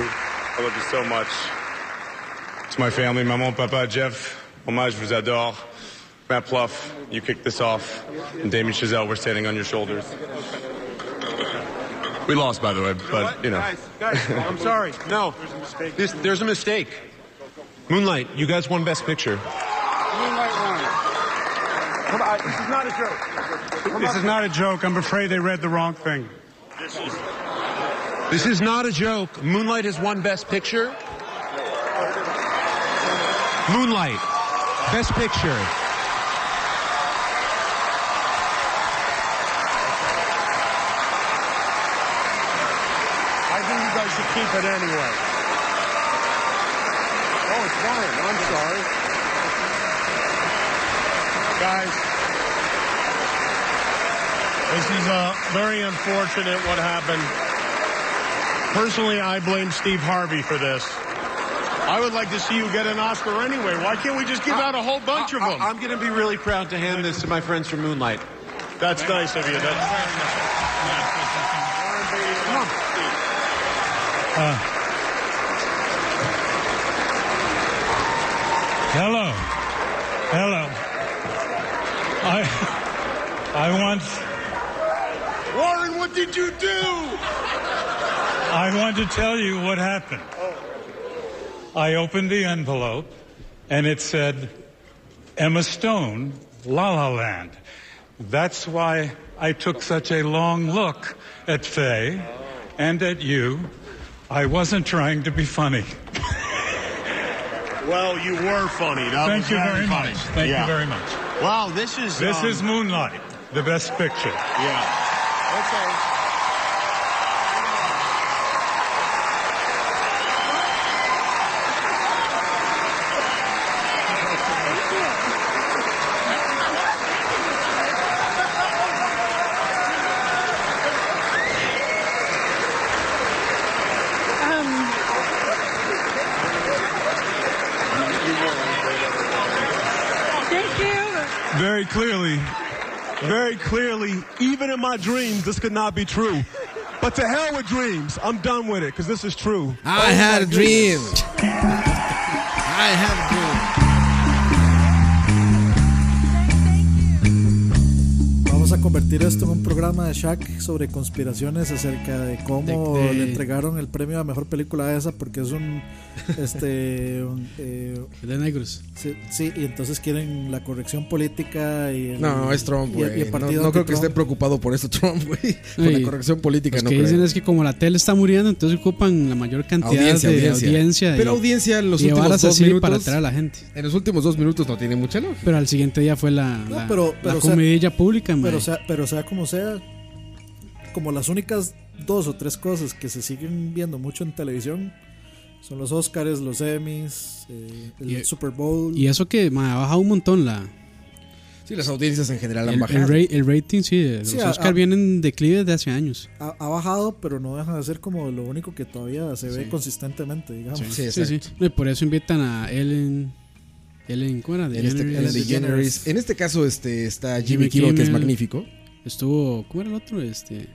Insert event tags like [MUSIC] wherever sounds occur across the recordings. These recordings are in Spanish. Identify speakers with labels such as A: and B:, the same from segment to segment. A: I love you so much. To my family, maman, papa, Jeff, hommage, vous adore. Matt Pluff, you kicked this off. And Damien Chazelle, we're standing on your shoulders. We lost, by the way, but you know.
B: [LAUGHS] I'm sorry. No. This, there's a mistake. Moonlight, you guys won Best Picture.
C: Come on, this is not a joke. Come
D: This
C: on.
D: is not a joke. I'm afraid they read the wrong thing.
B: This is not a joke. Moonlight has won Best Picture. Moonlight, Best Picture.
C: I think you guys should keep it anyway. Oh, it's fine. I'm sorry. Guys, this is uh, very unfortunate what happened. Personally, I blame Steve Harvey for this. I would like to see you get an Oscar anyway. Why can't we just give out a whole bunch of them?
B: I, am going to be really proud to hand this to my friends from Moonlight.
C: That's nice of you. That's,
E: Hello. Hello. I I once
C: Warren, what did you do?
E: I want to tell you what happened. I opened the envelope and it said Emma Stone, La La Land. That's why I took such a long look at Faye and at you. I wasn't trying to be funny.
C: Well, you were funny. That
E: Thank
C: was
E: you very
C: funny.
E: much. Thank
C: Yeah.
E: you very much.
B: Wow, this is
E: This
B: um,
E: is Moonlight, the best picture.
C: Yeah.
F: Thank you.
D: Very clearly, very clearly, even in my dreams, this could not be true. But to hell with dreams. I'm done with it because this is true.
G: I had a [LAUGHS] dream. I had a dream.
H: Vamos a convertir esto en un programa de Shaq sobre conspiraciones acerca de cómo
G: De- de-
H: le entregaron el premio a mejor película a esa porque es un este [LAUGHS] un, eh,
G: De negros.
H: sí, sí, y entonces quieren la corrección política y el-
I: No, es Trump,
H: y el- y
I: güey.
H: el
I: No,
H: partido
I: no creo que
H: anti-Trump.
I: esté preocupado por eso Trump, güey. Por
G: Sí.
I: la corrección política,
G: Lo
I: no
G: que
I: creo.
G: dicen es que como la tele está muriendo, entonces ocupan la mayor cantidad
I: Audiencia,
G: de
I: audiencia.
G: audiencia.
I: Pero
G: y-
I: audiencia en los
G: y
I: últimos
G: varas
I: dos
G: así
I: minutos.
G: para atraer a la gente.
I: En los últimos dos minutos no tiene mucha lógica.
G: Pero al siguiente día fue la,
H: No,
G: la-
H: pero-
G: la
H: pero, o sea,
G: comidilla pública, mae.
H: pero sea, pero sea como sea como las únicas dos o tres cosas que se siguen viendo mucho en televisión son los Oscars, los Emmys, eh, el
G: Y-
H: Super Bowl.
G: Y eso que mae, ha bajado un montón la
I: Sí, las audiencias en general han
G: el,
I: bajado.
G: el ra- el rating, sí, de los
H: Sí, a-
G: Oscar
H: a-
G: vienen en declive desde hace años.
H: ha, ha bajado, pero no deja de ser como lo único que todavía se ve consistentemente, digamos.
I: Sí,
G: Sí, sí.
I: exacto.
G: No, y por eso invitan a Ellen Ellen ¿cómo era?
I: En este,
G: DeGeneres.
I: Ellen DeGeneres. en este caso este, está Jimmy Kimmel, que es
G: Kimmel.
I: magnífico.
G: Estuvo ¿cómo era el otro? Este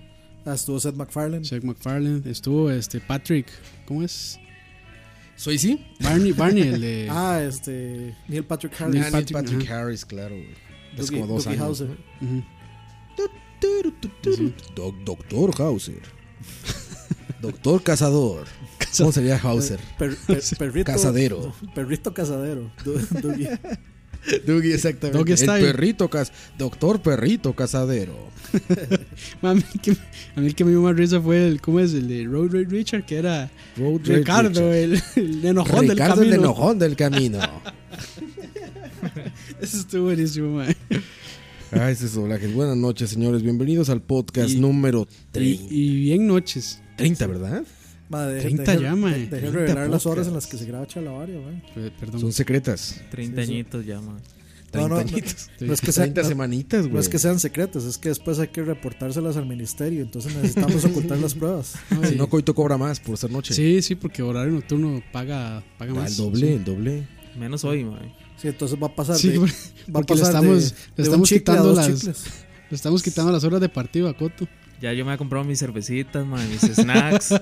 H: Ah, estuvo Seth MacFarlane.
G: Zack McFarlane, estuvo este Patrick, ¿cómo es?
I: ¿Soy sí?
G: Barney Barney el de
H: [LAUGHS] Ah, este. Neil Patrick
I: Ah,
H: Harris.
I: Neil
G: Neil
I: Patrick,
G: Patrick, Pues
I: Harris, claro, güey. Es
H: Dougie-
I: como dos
H: Dougie
I: años.
H: Hauser.
G: Ujú.
I: Doc- Doctor Hauser. Doctor Cazador. ¿Cómo sería Hauser?
H: Per- per-
I: [LAUGHS]
H: perrito,
I: Casadero.
H: [LAUGHS] Perrito casadero. Du- Dougie.
I: Dougie, exactamente.
G: Doggy
I: El
G: style.
I: perrito cas Doctor Perrito Cazadero.
G: [LAUGHS] Mami, que- a mí el que me dio más risa fue el, ¿cómo es? El de Road Rage Richard, que era
I: Road Rage
G: Ricardo,
I: Richard.
G: el, el enojón del
I: Ricardo
G: camino.
I: el enojón del camino.
G: Eso estuvo buenísimo, man.
I: [LAUGHS] Ah, ese es doblaje. Buenas noches, señores. Bienvenidos al podcast
G: Y-
I: número
G: Y,
I: 30.
G: y bien noches.
I: 30, ¿verdad?
H: Madre,
G: 30
H: dejé-
G: ya, mae.
H: de- dejé
I: 30
H: revelar las
I: podcasts.
H: horas en las que se graba Chalabaria, man.
G: Pe- Perdón.
I: Son secretas.
J: Treintañitos ya, man.
I: 30
H: No, no, no,
I: añitos.
H: no es que sea-
I: 30
H: no-
I: semanitas, güey.
H: No es que sean secretas, es que después hay que reportárselas al ministerio.
I: [LAUGHS]
H: Entonces necesitamos ocultar las pruebas.
G: Ay,
I: Si no, Coito cobra más por ser noche.
G: sí, pues, sí, porque horario nocturno paga, paga
I: Ah,
G: más.
I: el doble, el doble.
J: Menos hoy, man.
H: Sí, entonces va a pasar.
G: Sí,
H: de-
G: porque-
H: va a
G: porque le
H: pasar
G: estamos-
H: de-
G: le
H: de un
G: estamos
H: chicle a
G: quitando [LAUGHS]
H: dos
G: las-
H: chicles.
G: Le estamos quitando las horas de partido a Coto.
J: Ya yo me había comprado mis cervecitas, mae, mis
I: [LAUGHS]
J: snacks. ya,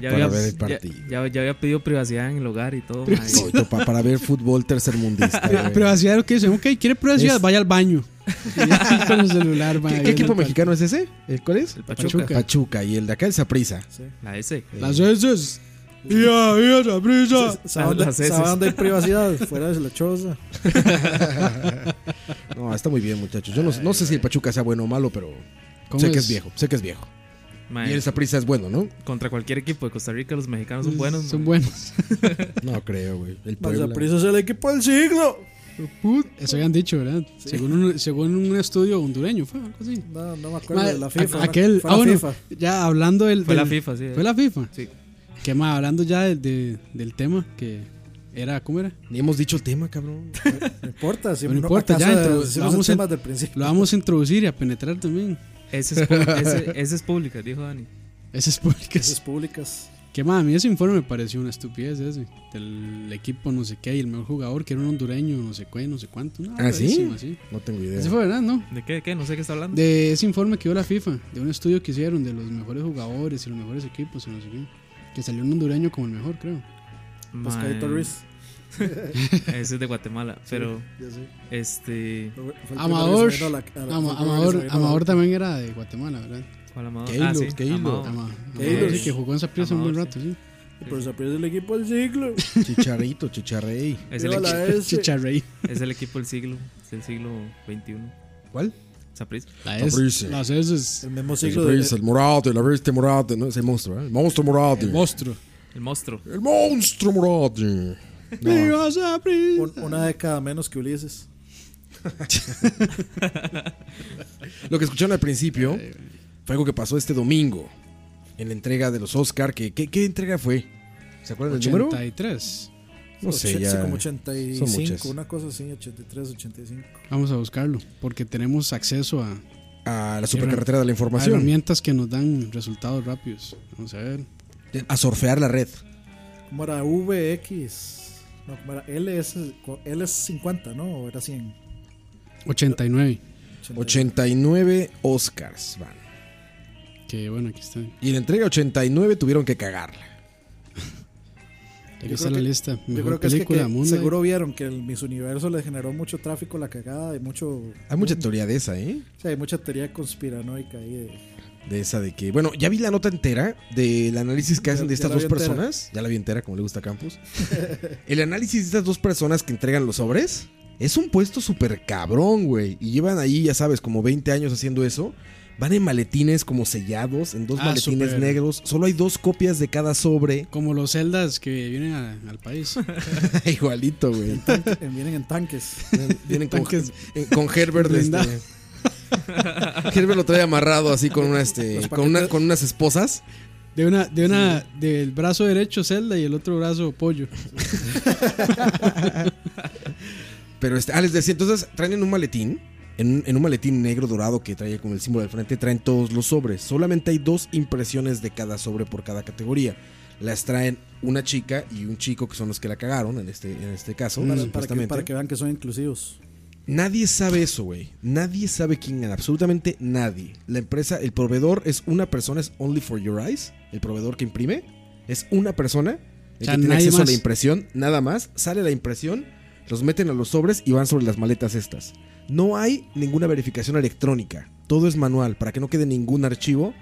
I: Para
J: había,
I: ver el
J: ya-
I: partido.
J: Ya, ya había pedido privacidad en el hogar y
G: [LAUGHS]
J: todo. mae.
I: No, yo pa- para ver fútbol tercermundista. güey.
G: Privacidad, lo que dicen, ok, quiere privacidad,
I: Es-
G: vaya al baño. [LAUGHS] Y así con el celular,
I: ¿Qué- ¿Qué, equipo mexicano es ese? ¿El cuál es? El
G: Pachuca.
I: Pachuca. Y el de acá, el Saprisa.
J: La S.
G: Las veces. Ya, ya, la brisa.
H: ¿Sabe dónde- sabe dónde
G: [LAUGHS]
H: hay privacidad? Fuera de la choza.
I: No, está muy bien, muchachos. Yo no, no sé si el Pachuca sea bueno o malo, pero
J: ¿Cómo
I: sé que
J: es?
I: es viejo. Sé que es viejo.
J: Mae.
I: Y el Saprisa es bueno, ¿no?
J: Contra cualquier equipo de Costa Rica, los mexicanos son buenos.
G: Son
J: mae.
G: buenos.
I: No creo, güey. El
H: Más
I: Puebla.
H: prisa es el equipo del siglo.
G: Eso habían dicho, ¿verdad? Según, un, según un estudio hondureño, fue algo así.
H: No, no me acuerdo
G: Ma-
H: de la FIFA.
G: Aquel,
H: Fue la
G: ah, bueno,
H: FIFA.
G: ya hablando del.
J: Fue la
G: del-
J: FIFA, sí.
G: Fue la FIFA.
J: Sí.
G: Que más, hablando ya de- de- del tema que era, ¿cómo era?
I: Ni hemos dicho el tema, cabrón.
H: No importa, si
G: No importa, ya
H: acaso
G: introdu- lo
H: decimos
G: vamos,
H: el
G: a-
H: tema del principio.
G: lo
H: [LAUGHS]
G: vamos a introducir y a penetrar también.
J: Ese es, pu- ese- ese es pública, dijo Dani.
G: Esas públicas.
H: Esas públicas.
G: Que más, a mí ese informe me pareció una estupidez ese. Del equipo no sé qué y el mejor jugador que era un hondureño, no sé qué, no sé cuánto. No,
I: ¿Ah, sí?
G: rarísimo, así.
I: No tengo idea.
G: Ese
I: [LAUGHS]
G: fue verdad, ¿no?
J: ¿De qué? ¿De qué? No sé qué está hablando.
G: De ese informe que dio la FIFA, de un estudio que hicieron de los mejores jugadores y los mejores equipos y no sé qué. Que salió un hondureño como el mejor, creo.
H: Pescadito
J: Mae.
H: Ruiz.
J: eh, [LAUGHS] Ese es de Guatemala, pero
H: ya sé.
J: este.
H: Fue el primero
G: Amador.
H: que se vino a la- a la-
G: Ama-
H: fue el primero que se
G: Amador,
H: vino a la-
G: Amador también era de Guatemala, ¿verdad?
J: ¿Cuál Amador?
I: Keylor,
J: ah, sí,
I: Keylor.
J: Amador.
G: Ama-
H: Keylor.
G: Amador, sí, que jugó en Saprissa un buen
J: Amador,
G: rato, sí.
H: Pero se pierde el equipo del siglo.
I: Chicharrito, chicharrey.
J: Es el,
H: Viva la
J: equi-
H: S.
G: Chicharrey.
J: es el equipo del siglo, es del siglo XXI.
I: ¿Cuál?
J: Saprissa.
G: La es,
I: Saprissa.
G: las es
H: El mismo
I: El
H: siglo de,
I: Saprissa, el Morate, la bestia Morate, ¿no? Ese monstruo, ¿eh? El monstruo Morate.
G: el
I: El,
G: monstruo.
J: El monstruo.
I: monstruo [LAUGHS] Morate. No,
G: ¡Viva Saprissa!
H: un- una década menos que Ulises.
I: Lo que escucharon al principio fue algo que pasó este domingo en la entrega de los Oscar. Que, ¿qué, qué entrega fue? ¿Se acuerdan del número?
G: 83.
I: No sé,
H: Ochen- sí,
I: ya.
H: como
I: son
H: 85,
I: muchas.
H: una cosa así, 83, 85.
G: Vamos a buscarlo, porque tenemos acceso a, a
I: A la supercarretera de la información.
G: herramientas que nos dan resultados rápidos. Vamos a ver.
I: A surfear la red.
H: ¿Cómo era VX? No, ¿cómo era LS, co- LS50, ¿no? ¿O era 100?
G: 89.
I: 89 Oscars van.
G: Que bueno, aquí está.
I: Y la entrega 89 tuvieron que cagarla.
G: Aquí
H: Yo
G: está
H: creo
G: la
H: que-
G: lista.
H: Yo
G: Mejor
H: creo que es que,
G: película,
H: que
G: mundo.
H: seguro vieron que el Miss Universo les generó mucho tráfico la cagada y mucho...
I: Hay mucha teoría de esa, ¿eh?
H: O sea, hay mucha teoría conspiranoica ahí de...
I: De esa de que. Bueno, ya vi la nota entera del análisis que
H: Ya-
I: hacen de
H: ya
I: estas
H: la
I: dos
H: vi entera.
I: personas. Ya la vi entera, como le gusta a Campos. [LAUGHS] El análisis de estas dos personas que entregan los sobres es un puesto súper cabrón, güey. Y llevan ahí, ya sabes, como 20 años haciendo eso. Van en maletines como sellados, en dos
G: Ah,
I: maletines
G: súper.
I: negros. Solo hay dos copias de cada
H: [LAUGHS]
I: sobre. [LAUGHS]
G: Como los celdas que vienen a- al país.
I: Igualito, güey.
G: [LAUGHS]
H: tanque- vienen en tanques.
I: Vienen con,
G: Tanques.
I: eh, con Herbert. este.
G: Blindado.
I: Herbert lo trae amarrado así con una, este,
H: Los
I: con una- con unas esposas.
G: De una, de una, del brazo derecho celda y el otro brazo pollo.
I: Pero este, ah, les decía, entonces traen en un maletín, en un, en un maletín negro dorado que trae como el símbolo del frente, traen todos los sobres. Solamente hay dos impresiones de cada sobre por cada categoría. Las traen una chica y un chico que son los que la cagaron en este, en este caso,
H: para, para que,
I: supuestamente.
H: para que vean que son inclusivos.
I: Nadie sabe eso, güey. Nadie sabe quién era, absolutamente nadie. La empresa, el proveedor es una persona, es Only for Your Eyes, el proveedor que imprime, es una persona el
G: O sea,
I: que tiene
G: nadie
I: acceso a la
G: más.
I: impresión, nada más, sale la impresión, los meten a los sobres y van sobre las maletas estas. No hay ninguna verificación electrónica, todo es manual, para que no quede ningún archivo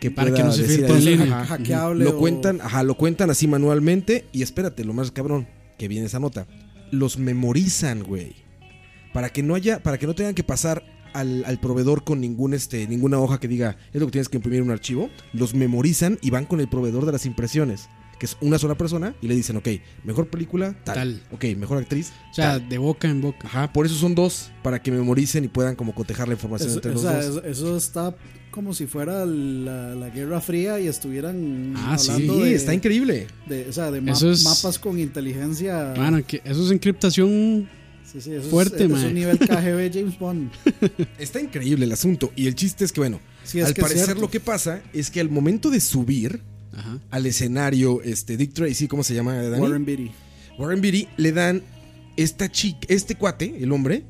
I: que
G: Para
I: pueda
G: que no se
I: decir
G: filtre
I: ahí,
G: en línea.
I: ajá,
H: Hackeable
I: lo
H: o-
I: cuentan, ajá, lo cuentan así manualmente y espérate, lo más cabrón que viene esa nota. Los memorizan, güey. Para que no haya, para que no tengan que pasar al, al proveedor con ningún este, ninguna hoja que diga, es lo que tienes que imprimir en un archivo, los memorizan y van con el proveedor de las impresiones, que es una sola persona, y le dicen, ok, mejor película, tal.
G: Tal.
I: Ok, mejor actriz.
G: O sea,
I: tal".
G: de boca en boca.
I: Ajá, por eso son dos, para que memoricen y puedan como cotejar la información
H: Eso,
I: entre
H: o
I: los
H: sea,
I: dos.
H: eso- eso está como si fuera la, la Guerra Fría y estuvieran
G: Ah, sí,
I: Sí,
H: hablando de,
I: está increíble.
H: de- o sea, de ma-
G: Eso es-
H: mapas con inteligencia.
G: Mano, que eso es encriptación.
H: Sí, sí, eso es-
G: fuerte,
H: es,
G: mae.
H: un
G: [LAUGHS]
H: nivel KGB James Bond.
I: Está increíble el asunto. Y el chiste es que, bueno,
H: Sí, es
I: al
H: que es
I: parecer
H: cierto.
I: lo que pasa es que al momento de subir
G: Ajá.
I: al escenario, este Dick Tracy, ¿cómo se llama? Dani?
H: Warren Beatty.
I: Warren Beatty le dan esta chica, este cuate, el hombre,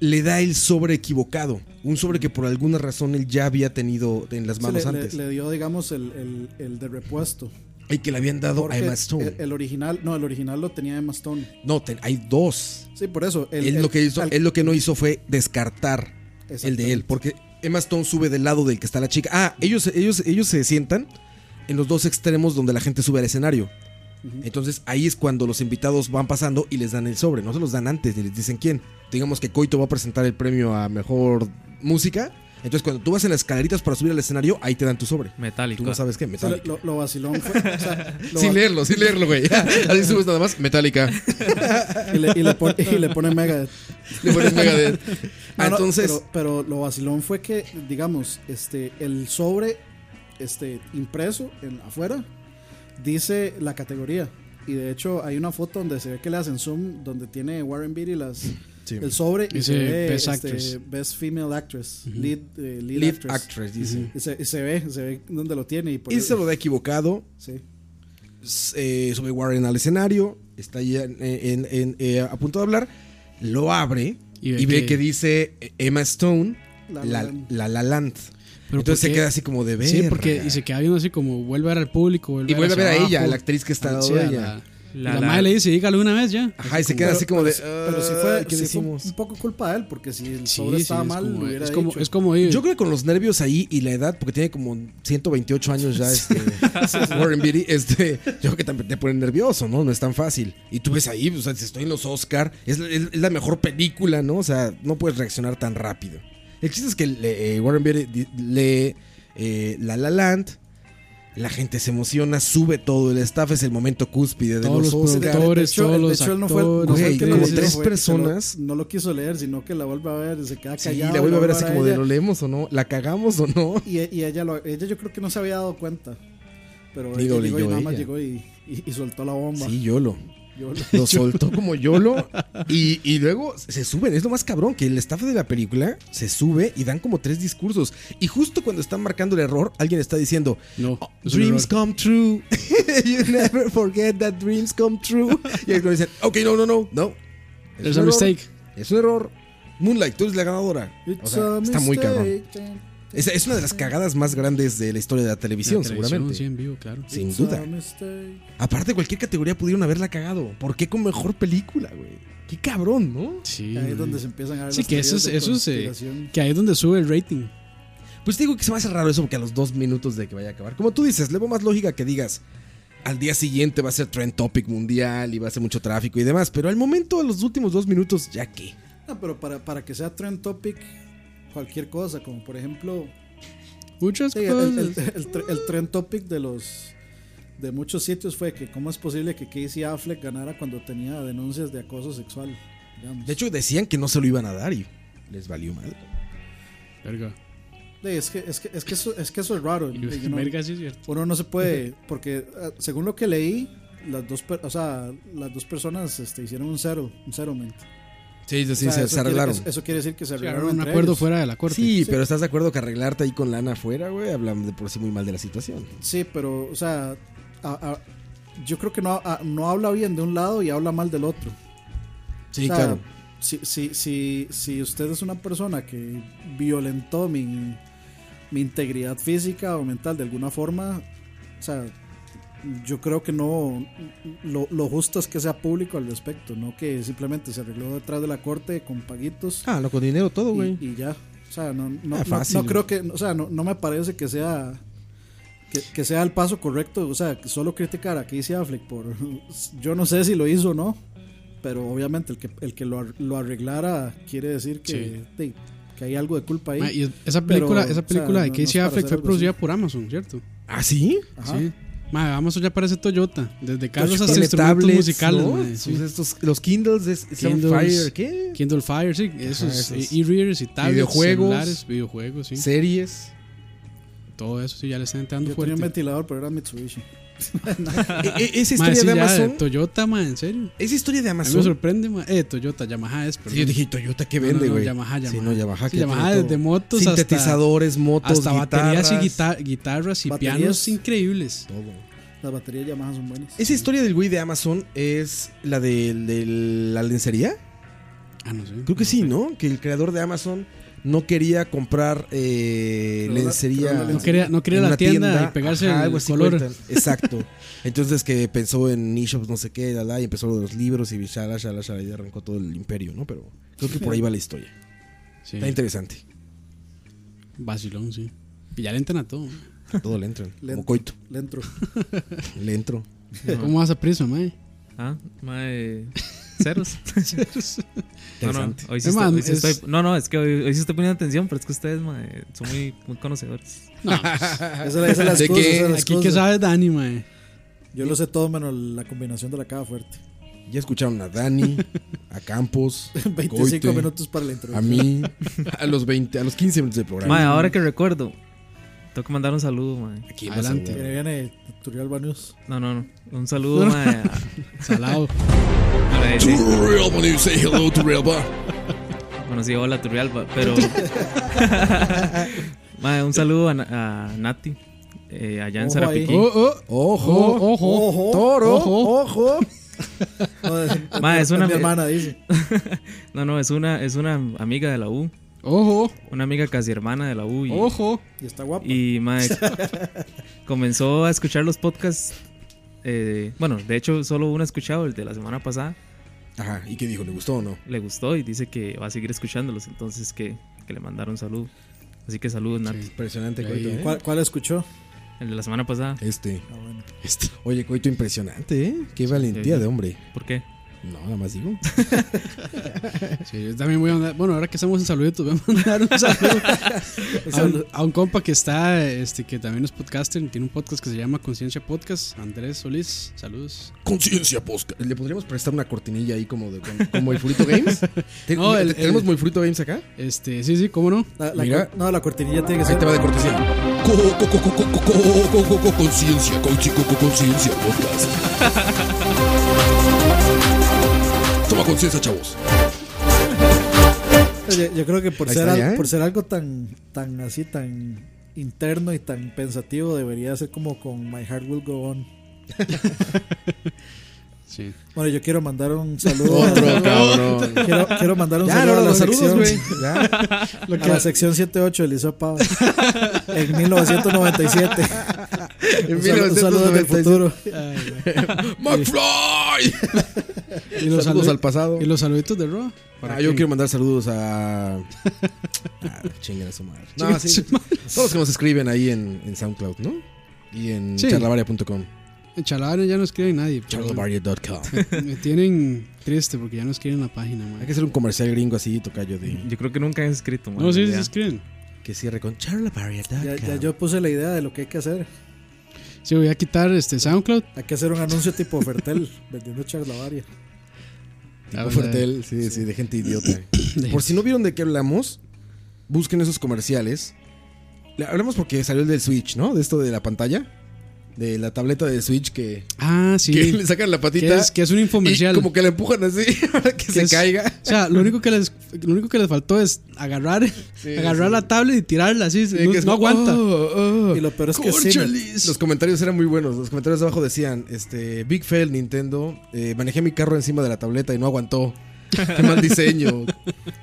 I: le da el sobre equivocado. Un sobre que por alguna razón él ya había tenido en las
H: Sí,
I: manos
H: le, le-
I: antes.
H: le dio, digamos, el, el- el de repuesto.
I: Y que le habían dado
H: Porque
I: a Emma Stone.
H: El, el original, no, el original lo tenía Emma Stone.
I: No, ten- hay dos.
H: Sí, por eso. el-
I: él, lo
H: el-
I: que hizo,
H: al-
I: él lo que no hizo fue descartar el de él. Porque Emma Stone sube del lado del que está la chica. Ah, ellos, ellos, ellos se sientan en los dos extremos donde la gente sube al escenario. Entonces ahí es cuando los invitados van pasando y les dan el sobre. No se los dan antes ni les dicen quién. Digamos que Coito va a presentar el premio a mejor música. Entonces cuando tú vas en las escaleritas para subir al escenario, ahí te dan tu sobre.
J: Metallica.
I: Tú no sabes qué, Metallica.
H: Lo, lo vacilón fue.
I: [LAUGHS]
H: o sea, lo
I: Sin
H: va-
I: leerlo, sin leerlo, [LAUGHS] güey. Así subes nada más, Metallica.
H: y, le, y, le pon- y le pone Megadeth.
I: Le pones Megadeth. Ah, entonces-
H: pero, pero lo vacilón fue que, digamos, este, el sobre este, impreso en, afuera dice la categoría. Y de hecho hay una foto donde se ve que le hacen zoom, donde tiene Warren Beatty las,
I: Sí.
H: el sobre y
G: Dice
H: se ve
G: Best
H: este,
G: Actress.
H: Best Female Actress,
G: Ujú.
H: lead, eh, lead
I: Lead
H: Actress.
I: Actress, dice.
H: Ujú. Y se, y se ve, se ve donde lo tiene. Y, por-
I: Y se lo da equivocado.
H: Sí.
I: S- eh, sube Warren al escenario. Está ya en- en- en- eh, a punto de hablar. Lo abre y ve, que, dice eh, Emma Stone, La
H: La La
I: La,
H: Land.
I: La Land.
G: Pero
I: Entonces
G: ¿por
I: se
G: qué?
I: queda así como de ver.
G: Sí, porque y se queda viendo así como vuelve a ver al público. Vuelve
I: Y vuelve a
G: hacia
I: ver a
G: abajo,
I: ella, a la actriz que está Ah, al lado
G: sí,
I: de
G: a
I: ella.
G: La,
I: La-
G: la
I: la-
G: madre le dice, dígalo una vez ya.
I: Ajá, y se queda así como de.
H: pero sí
I: "Ah,
H: fue,
I: ¿qué
H: sí fue
I: decimos?".
H: un poco culpa de él, porque si el
G: Sí,
H: sobre
G: sí,
H: estaba
G: es
H: mal,
G: como-
H: lo hubiera
G: es como-
H: dicho.
G: es como ir-
I: Yo creo que con los nervios ahí y la edad, porque tiene como 128 años ya este, Warren Beatty, este, yo creo que también te pone nervioso, ¿no? No es tan fácil. Y tú ves ahí, o sea, si estoy en los Oscar, es, la- es- es la mejor película, ¿no? O sea, no puedes reaccionar tan rápido. El chiste es que le- eh, Warren Beatty di- lee eh, La La Land, la gente se emociona, sube todo, el staff es el momento cúspide de
G: Todos
I: los,
G: los
I: Oscar.
G: productores,
H: De hecho,
G: todos
H: de
G: los
H: hecho, él no fue, no
G: actores,
H: fue el
I: güey,
H: que lo
I: como
H: leyó,
I: tres
H: fue-
I: personas.
H: se lo- no lo quiso leer, sino que la vuelve a ver, se queda
I: Sí,
H: callado.
I: la vuelve a ver así
H: a
I: como de
H: ella,
I: lo leemos o no, la cagamos o no.
H: Y, y ella, lo- ella yo creo que no se había dado cuenta. Pero
I: Ni lo
H: ella llegó y
I: leyó
H: nada más
I: ella.
H: llegó y, y- y soltó la bomba.
I: Sí, YOLO.
H: Yo-
I: Lo soltó como YOLO. Y, y luego se suben. Es lo más cabrón que el staff de la película se sube y dan como tres discursos. Y justo cuando están marcando el error, alguien está diciendo: "Oh,
G: No, es un
I: Dreams
G: error.
I: come true. [LAUGHS] you never forget that dreams come true. Y ahí dicen: Ok, no, no, no, no. Es
G: There's
I: un
G: a
I: error,
G: mistake.
I: Es un error. Moonlight, tú eres la ganadora. O
H: It's
I: sea,
H: a
I: está muy cabrón.
H: mistake.
I: Es, es una de las cagadas más grandes de la historia de la televisión,
G: La televisión,
I: seguramente.
G: sí, en vivo, claro.
I: Sin
H: It's
I: duda.
H: a mistake.
I: Aparte, cualquier categoría pudieron haberla cagado. ¿Por qué con mejor película, güey? Qué cabrón, ¿no?
G: Sí.
H: Ahí es donde se empiezan a ver
G: Sí,
H: las
G: que eso
H: teorías
G: es,
H: de
G: eso es, eh,
H: conspiración.
G: que ahí es donde sube el rating.
I: Pues te digo que se me hace raro eso porque a los dos minutos de que vaya a acabar. Como tú dices, le veo más lógica que digas. Al día siguiente va a ser trend topic mundial y va a ser mucho tráfico y demás. Pero al momento, a los últimos dos minutos, ya que.
H: No, Ah, pero para, para que sea trend topic, cualquier cosa, como por ejemplo,
G: Muchas
H: Sí, el,
G: cosas.
H: el- el- el tre- el trend topic de los de muchos sitios fue que cómo es posible que Casey Affleck ganara cuando tenía denuncias de acoso sexual. digamos.
I: De hecho, decían que no se lo iban a dar y les valió madre.
G: Verga.
H: Sí, es que es que es que eso es que eso es raro. eh, you know.
G: Verga, sí es cierto.
H: Uno no se puede porque eh, según lo que leí las dos, per- o sea, las dos personas este, hicieron un cero, un settlement.
I: Sí, sí,
H: O sea,
I: se,
H: eso
I: se
H: quiere-
I: arreglaron.
H: eso- eso quiere decir que se
G: Llegaron
H: arreglaron
G: a un
H: entre
G: acuerdo
H: ellos.
G: fuera de la corte.
I: Sí, pero ¿estás de acuerdo que arreglarte ahí con lana afuera, güey? Hablamos de por sí muy mal de la situación.
H: Sí, pero o sea, a- a- yo creo que no, a- no habla bien de un lado y habla mal del otro.
I: Sí,
H: O sea,
I: claro.
H: Si, si, si, si usted es una persona que violentó mi, mi integridad física o mental de alguna forma, o sea, yo creo que no. Lo, lo justo es que sea público al respecto, no que simplemente se arregló detrás de la corte con paguitos
I: Ah, lo con dinero todo,
H: y,
I: güey.
H: y ya. O sea, no, no,
I: Ah,
H: no-
I: fácil,
H: no
I: güey.
H: creo que. O sea, no, no me parece que sea. Que, que sea el paso correcto, o sea, que solo criticar a Casey Affleck por. [LAUGHS] Yo no sé si lo hizo o no, pero obviamente el que, el que lo, ar- lo arreglara quiere decir que, de- que hay algo de culpa ahí.
G: Ma, y es- esa película,
H: Pero,
G: esa
H: o
G: película
H: sea,
G: de
H: no- no es
G: Casey
H: para
G: Affleck
H: hacer
G: fue
H: algo
G: producida
H: así.
G: por Amazon, ¿cierto?
I: ¿Ah, sí?
H: Ajá.
G: Sí. Ma, Amazon ya parece Toyota. Desde carros hasta
I: Tiene
G: instrumentos
I: tablets,
G: musicales.
I: ¿no?
G: ma, sí.
I: Sus- estos- los Kindles, es, es on
G: Kindles,
I: Fire, ¿qué?
G: Kindle Fire, sí. Esos
I: esos.
G: eh, e-readers y tablets,
I: Videojuegos.
G: celulares, videojuegos, sí. [LAUGHS]
I: Series.
G: Todo eso, sí, ya le están entrando
H: Yo tenía
G: fuerte.
H: un ventilador, pero era Mitsubishi.
I: E- e- esa
G: Ma,
I: historia
G: sí,
I: de
G: ya,
I: Amazon.
G: Toyota, ma, en serio.
I: Esa historia de
G: A mí me
I: Amazon.
G: sorprende, ma. Eh, Toyota, Yamaha es, pero
I: Sí, yo dije, Toyota, ¿qué
G: No,
I: vende,
G: no, no,
I: güey?
G: Yamaha,
I: Sí,
G: Yamaha.
I: no, Yamaha. que
G: Sí, Yamaha
I: tiene todo.
G: desde motos hasta-
I: Sintetizadores, motos,
G: hasta baterías y
I: guitarras,
G: guita- guitarras y
H: Baterías.
G: pianos increíbles.
I: todo.
H: Las baterías Yamaha son buenas.
I: Esa historia del güey de Amazon es la de, la lencería.
G: Ah, no sé.
I: Creo que sí, ¿no? Que el creador de Amazon no quería comprar eh,
G: Creo la-
I: lencería.
G: creo la- No quería- no quería
I: en
G: la
I: una
G: tienda y pegarse el
I: algo así
G: color. [LAUGHS]
I: cuentan. Exacto. Entonces que pensó en eShops, no sé qué, la, la, y empezó lo de los libros y shala, shala, shala, y arrancó todo el imperio, ¿no? Pero creo que por ahí va la historia.
G: Sí.
I: Está interesante.
G: Vacilón, sí. Y ya le entran a todo.
I: A todo le entran.
G: Le
I: como coito.
G: entro,
H: [LAUGHS] Le
G: [LAUGHS]
H: entro.
I: Le entro.
G: ¿Cómo vas a preso, mae?
J: Ah, mae.
G: [LAUGHS]
J: Ceros. No, no,
I: Interesante.
J: hoy sí
G: Eh,
J: estoy-
G: man,
J: hoy sí
G: es-
J: estoy- no, no, es que hoy, hoy sí estoy poniendo atención, pero es que ustedes mae, son muy, muy conocedores.
G: No, pues. Esa es la- esa es la
I: ¿De
G: excusa,
I: qué?
G: esa es la Aquí que sabe Dani, mae.
H: Yo lo sé todo menos la combinación de la caja fuerte.
I: Ya escucharon a Dani, a
H: [LAUGHS]
I: Campos,
H: 25 minutos para la
I: A
H: introducción. [LAUGHS]
I: mí, a los 20, a los 15 minutos del programa.
J: Mae, ahora que recuerdo, tengo que mandar un saludo, mae.
I: Aquí, pues,
H: Adelante. Viene, viene Tutorial Banús.
J: No, no, no. Un saludo, mae. a-
G: [LAUGHS] Salado.
J: a la gente.
I: Turrialba, you say hello, Turrialba.
J: Bueno, sí, hola Turrialba,
G: [LAUGHS]
J: pero. Mae, un saludo a, Na- a Nati, eh, allá en
H: Ojo ahí.
J: Sarapiquí.
H: Oh,
I: Ojo,
G: ojo,
H: Ojo,
I: toro,
H: ojo. No, es,
J: Ma, es una
H: mi
J: mi-
H: hermana, dice.
J: [LAUGHS] No, no, es una, es una amiga de la U.
G: Ojo,
J: Una amiga casi hermana de la U. Y,
G: ojo.
H: Y está guapa.
J: Y
G: [LAUGHS]
J: mae, comenzó a escuchar los podcasts. eh, bueno, de hecho, solo uno ha escuchado, el de la semana pasada.
I: Ajá, ¿y qué dijo? ¿Le gustó o no?
J: Le gustó y dice que va a seguir escuchándolos. Entonces, que, que le mandaron salud. Así que saludos, Nati.
I: Impresionante,
G: Ahí.
I: Coito. ¿eh?
H: ¿Cuál, cuál escuchó?
J: El de la semana pasada.
I: Este.
H: Ah, bueno.
I: Oye, Coito, impresionante, ¿eh? Qué valentía
J: sí.
I: de hombre.
J: ¿Por qué?
I: No, nada más digo.
G: Sí, yo también voy a mandar. Bueno, ahora que estamos en saluditos, voy a mandar un saludo a un, a un compa que está, este, que también es podcaster. y Tiene un podcast que se llama Conciencia Podcast. Andrés Solís, saludos.
I: Conciencia posca. ¿Le podríamos prestar una cortinilla ahí como de como, como el Frito [LAUGHS] Games? ¿Te-
G: No, el-
I: ¿Tenemos
G: el-
I: muy Frito Games acá?
G: Este, sí, sí, cómo no.
H: La- la
I: Mira.
H: cor- no, la cortinilla tiene que
I: Ahí
H: ser.
I: te va de cortesía. Co- co- co- co- co- co- co- co- co- Conciencia, co- co- co- conciencia, [LAUGHS] podcast. Toma conciencia, chavos.
H: Yo, yo creo que por
I: Ahí
H: ser,
I: está
H: al-
I: ya, ¿eh?
H: por ser algo tan, tan así, tan interno y tan pensativo, debería ser como con My Heart Will Go On.
G: Sí.
H: Bueno, yo quiero mandar un saludo. a-
I: cabrón.
H: quiero, quiero mandar un
I: Ya,
H: saludo
I: no,
H: a la
I: los saludos,
H: sección. [LAUGHS]
I: güey. Ya.
G: Lo
H: a
G: que,
H: la sección 78 de Eliseo Pava en 1997.
I: En
H: Un saludo- un saludo del
I: 1997.
H: futuro.
I: ¡McFly!
G: [LAUGHS] y los
I: Saludos
G: salu-
I: al pasado.
G: Y los saluditos de Raw. ¿Para
I: Ah,
G: qué?
I: yo quiero mandar saludos a.
G: [LAUGHS]
I: Ah, chinguen a su madre. No,
G: Chinguen
I: sí,
G: a su madre.
I: Todos los que nos escriben ahí en, en SoundCloud, ¿no? Y en
G: Sí.
I: charlavaria.com.
G: En Chalabaria ya no escriben nadie. pero
I: Charlavaria.com.
G: Me tienen triste porque ya no escriben la página, mae.
I: Hay que hacer un comercial gringo así, tocayo, de
J: Yo creo que nunca han escrito, mae,
G: No, sí, sí
J: ya.
G: escriben.
I: que cierre con charlavaria.com.
H: Ya, ya yo puse la idea de lo que hay que hacer.
G: Sí, voy a quitar este SoundCloud.
H: Hay que hacer un anuncio tipo
G: [LAUGHS]
H: Fertel vendiendo charlavaria.
G: Ah,
I: Tipo
G: o sea,
I: Fertel, sí, sí, de gente idiota.
G: [CLEARS THROAT] de-
I: Por si no vieron de qué hablamos, busquen esos comerciales. Le- Hablamos porque salió el del Switch, ¿no? De esto de la pantalla. De la tableta del Switch que,
G: Ah, sí.
I: que le sacan la
G: Que
I: patita.
G: es, que es un infomercial.
I: y como que la empujan así [LAUGHS] para que, se
G: es-
I: caiga.
G: O sea, lo único que les, lo único que les faltó es agarrar, [LAUGHS] agarrar la tablet y tirarla así.
I: Sí,
G: no
I: que es
G: no
I: como,
G: aguanta.
I: "Oh, oh,
H: Y lo peor es que sí,
I: córcholis". Los comentarios eran muy buenos. Los comentarios de abajo decían: este, Big fail, Nintendo. eh, manejé mi carro encima de la tableta y no aguantó. Qué mal [LAUGHS] diseño.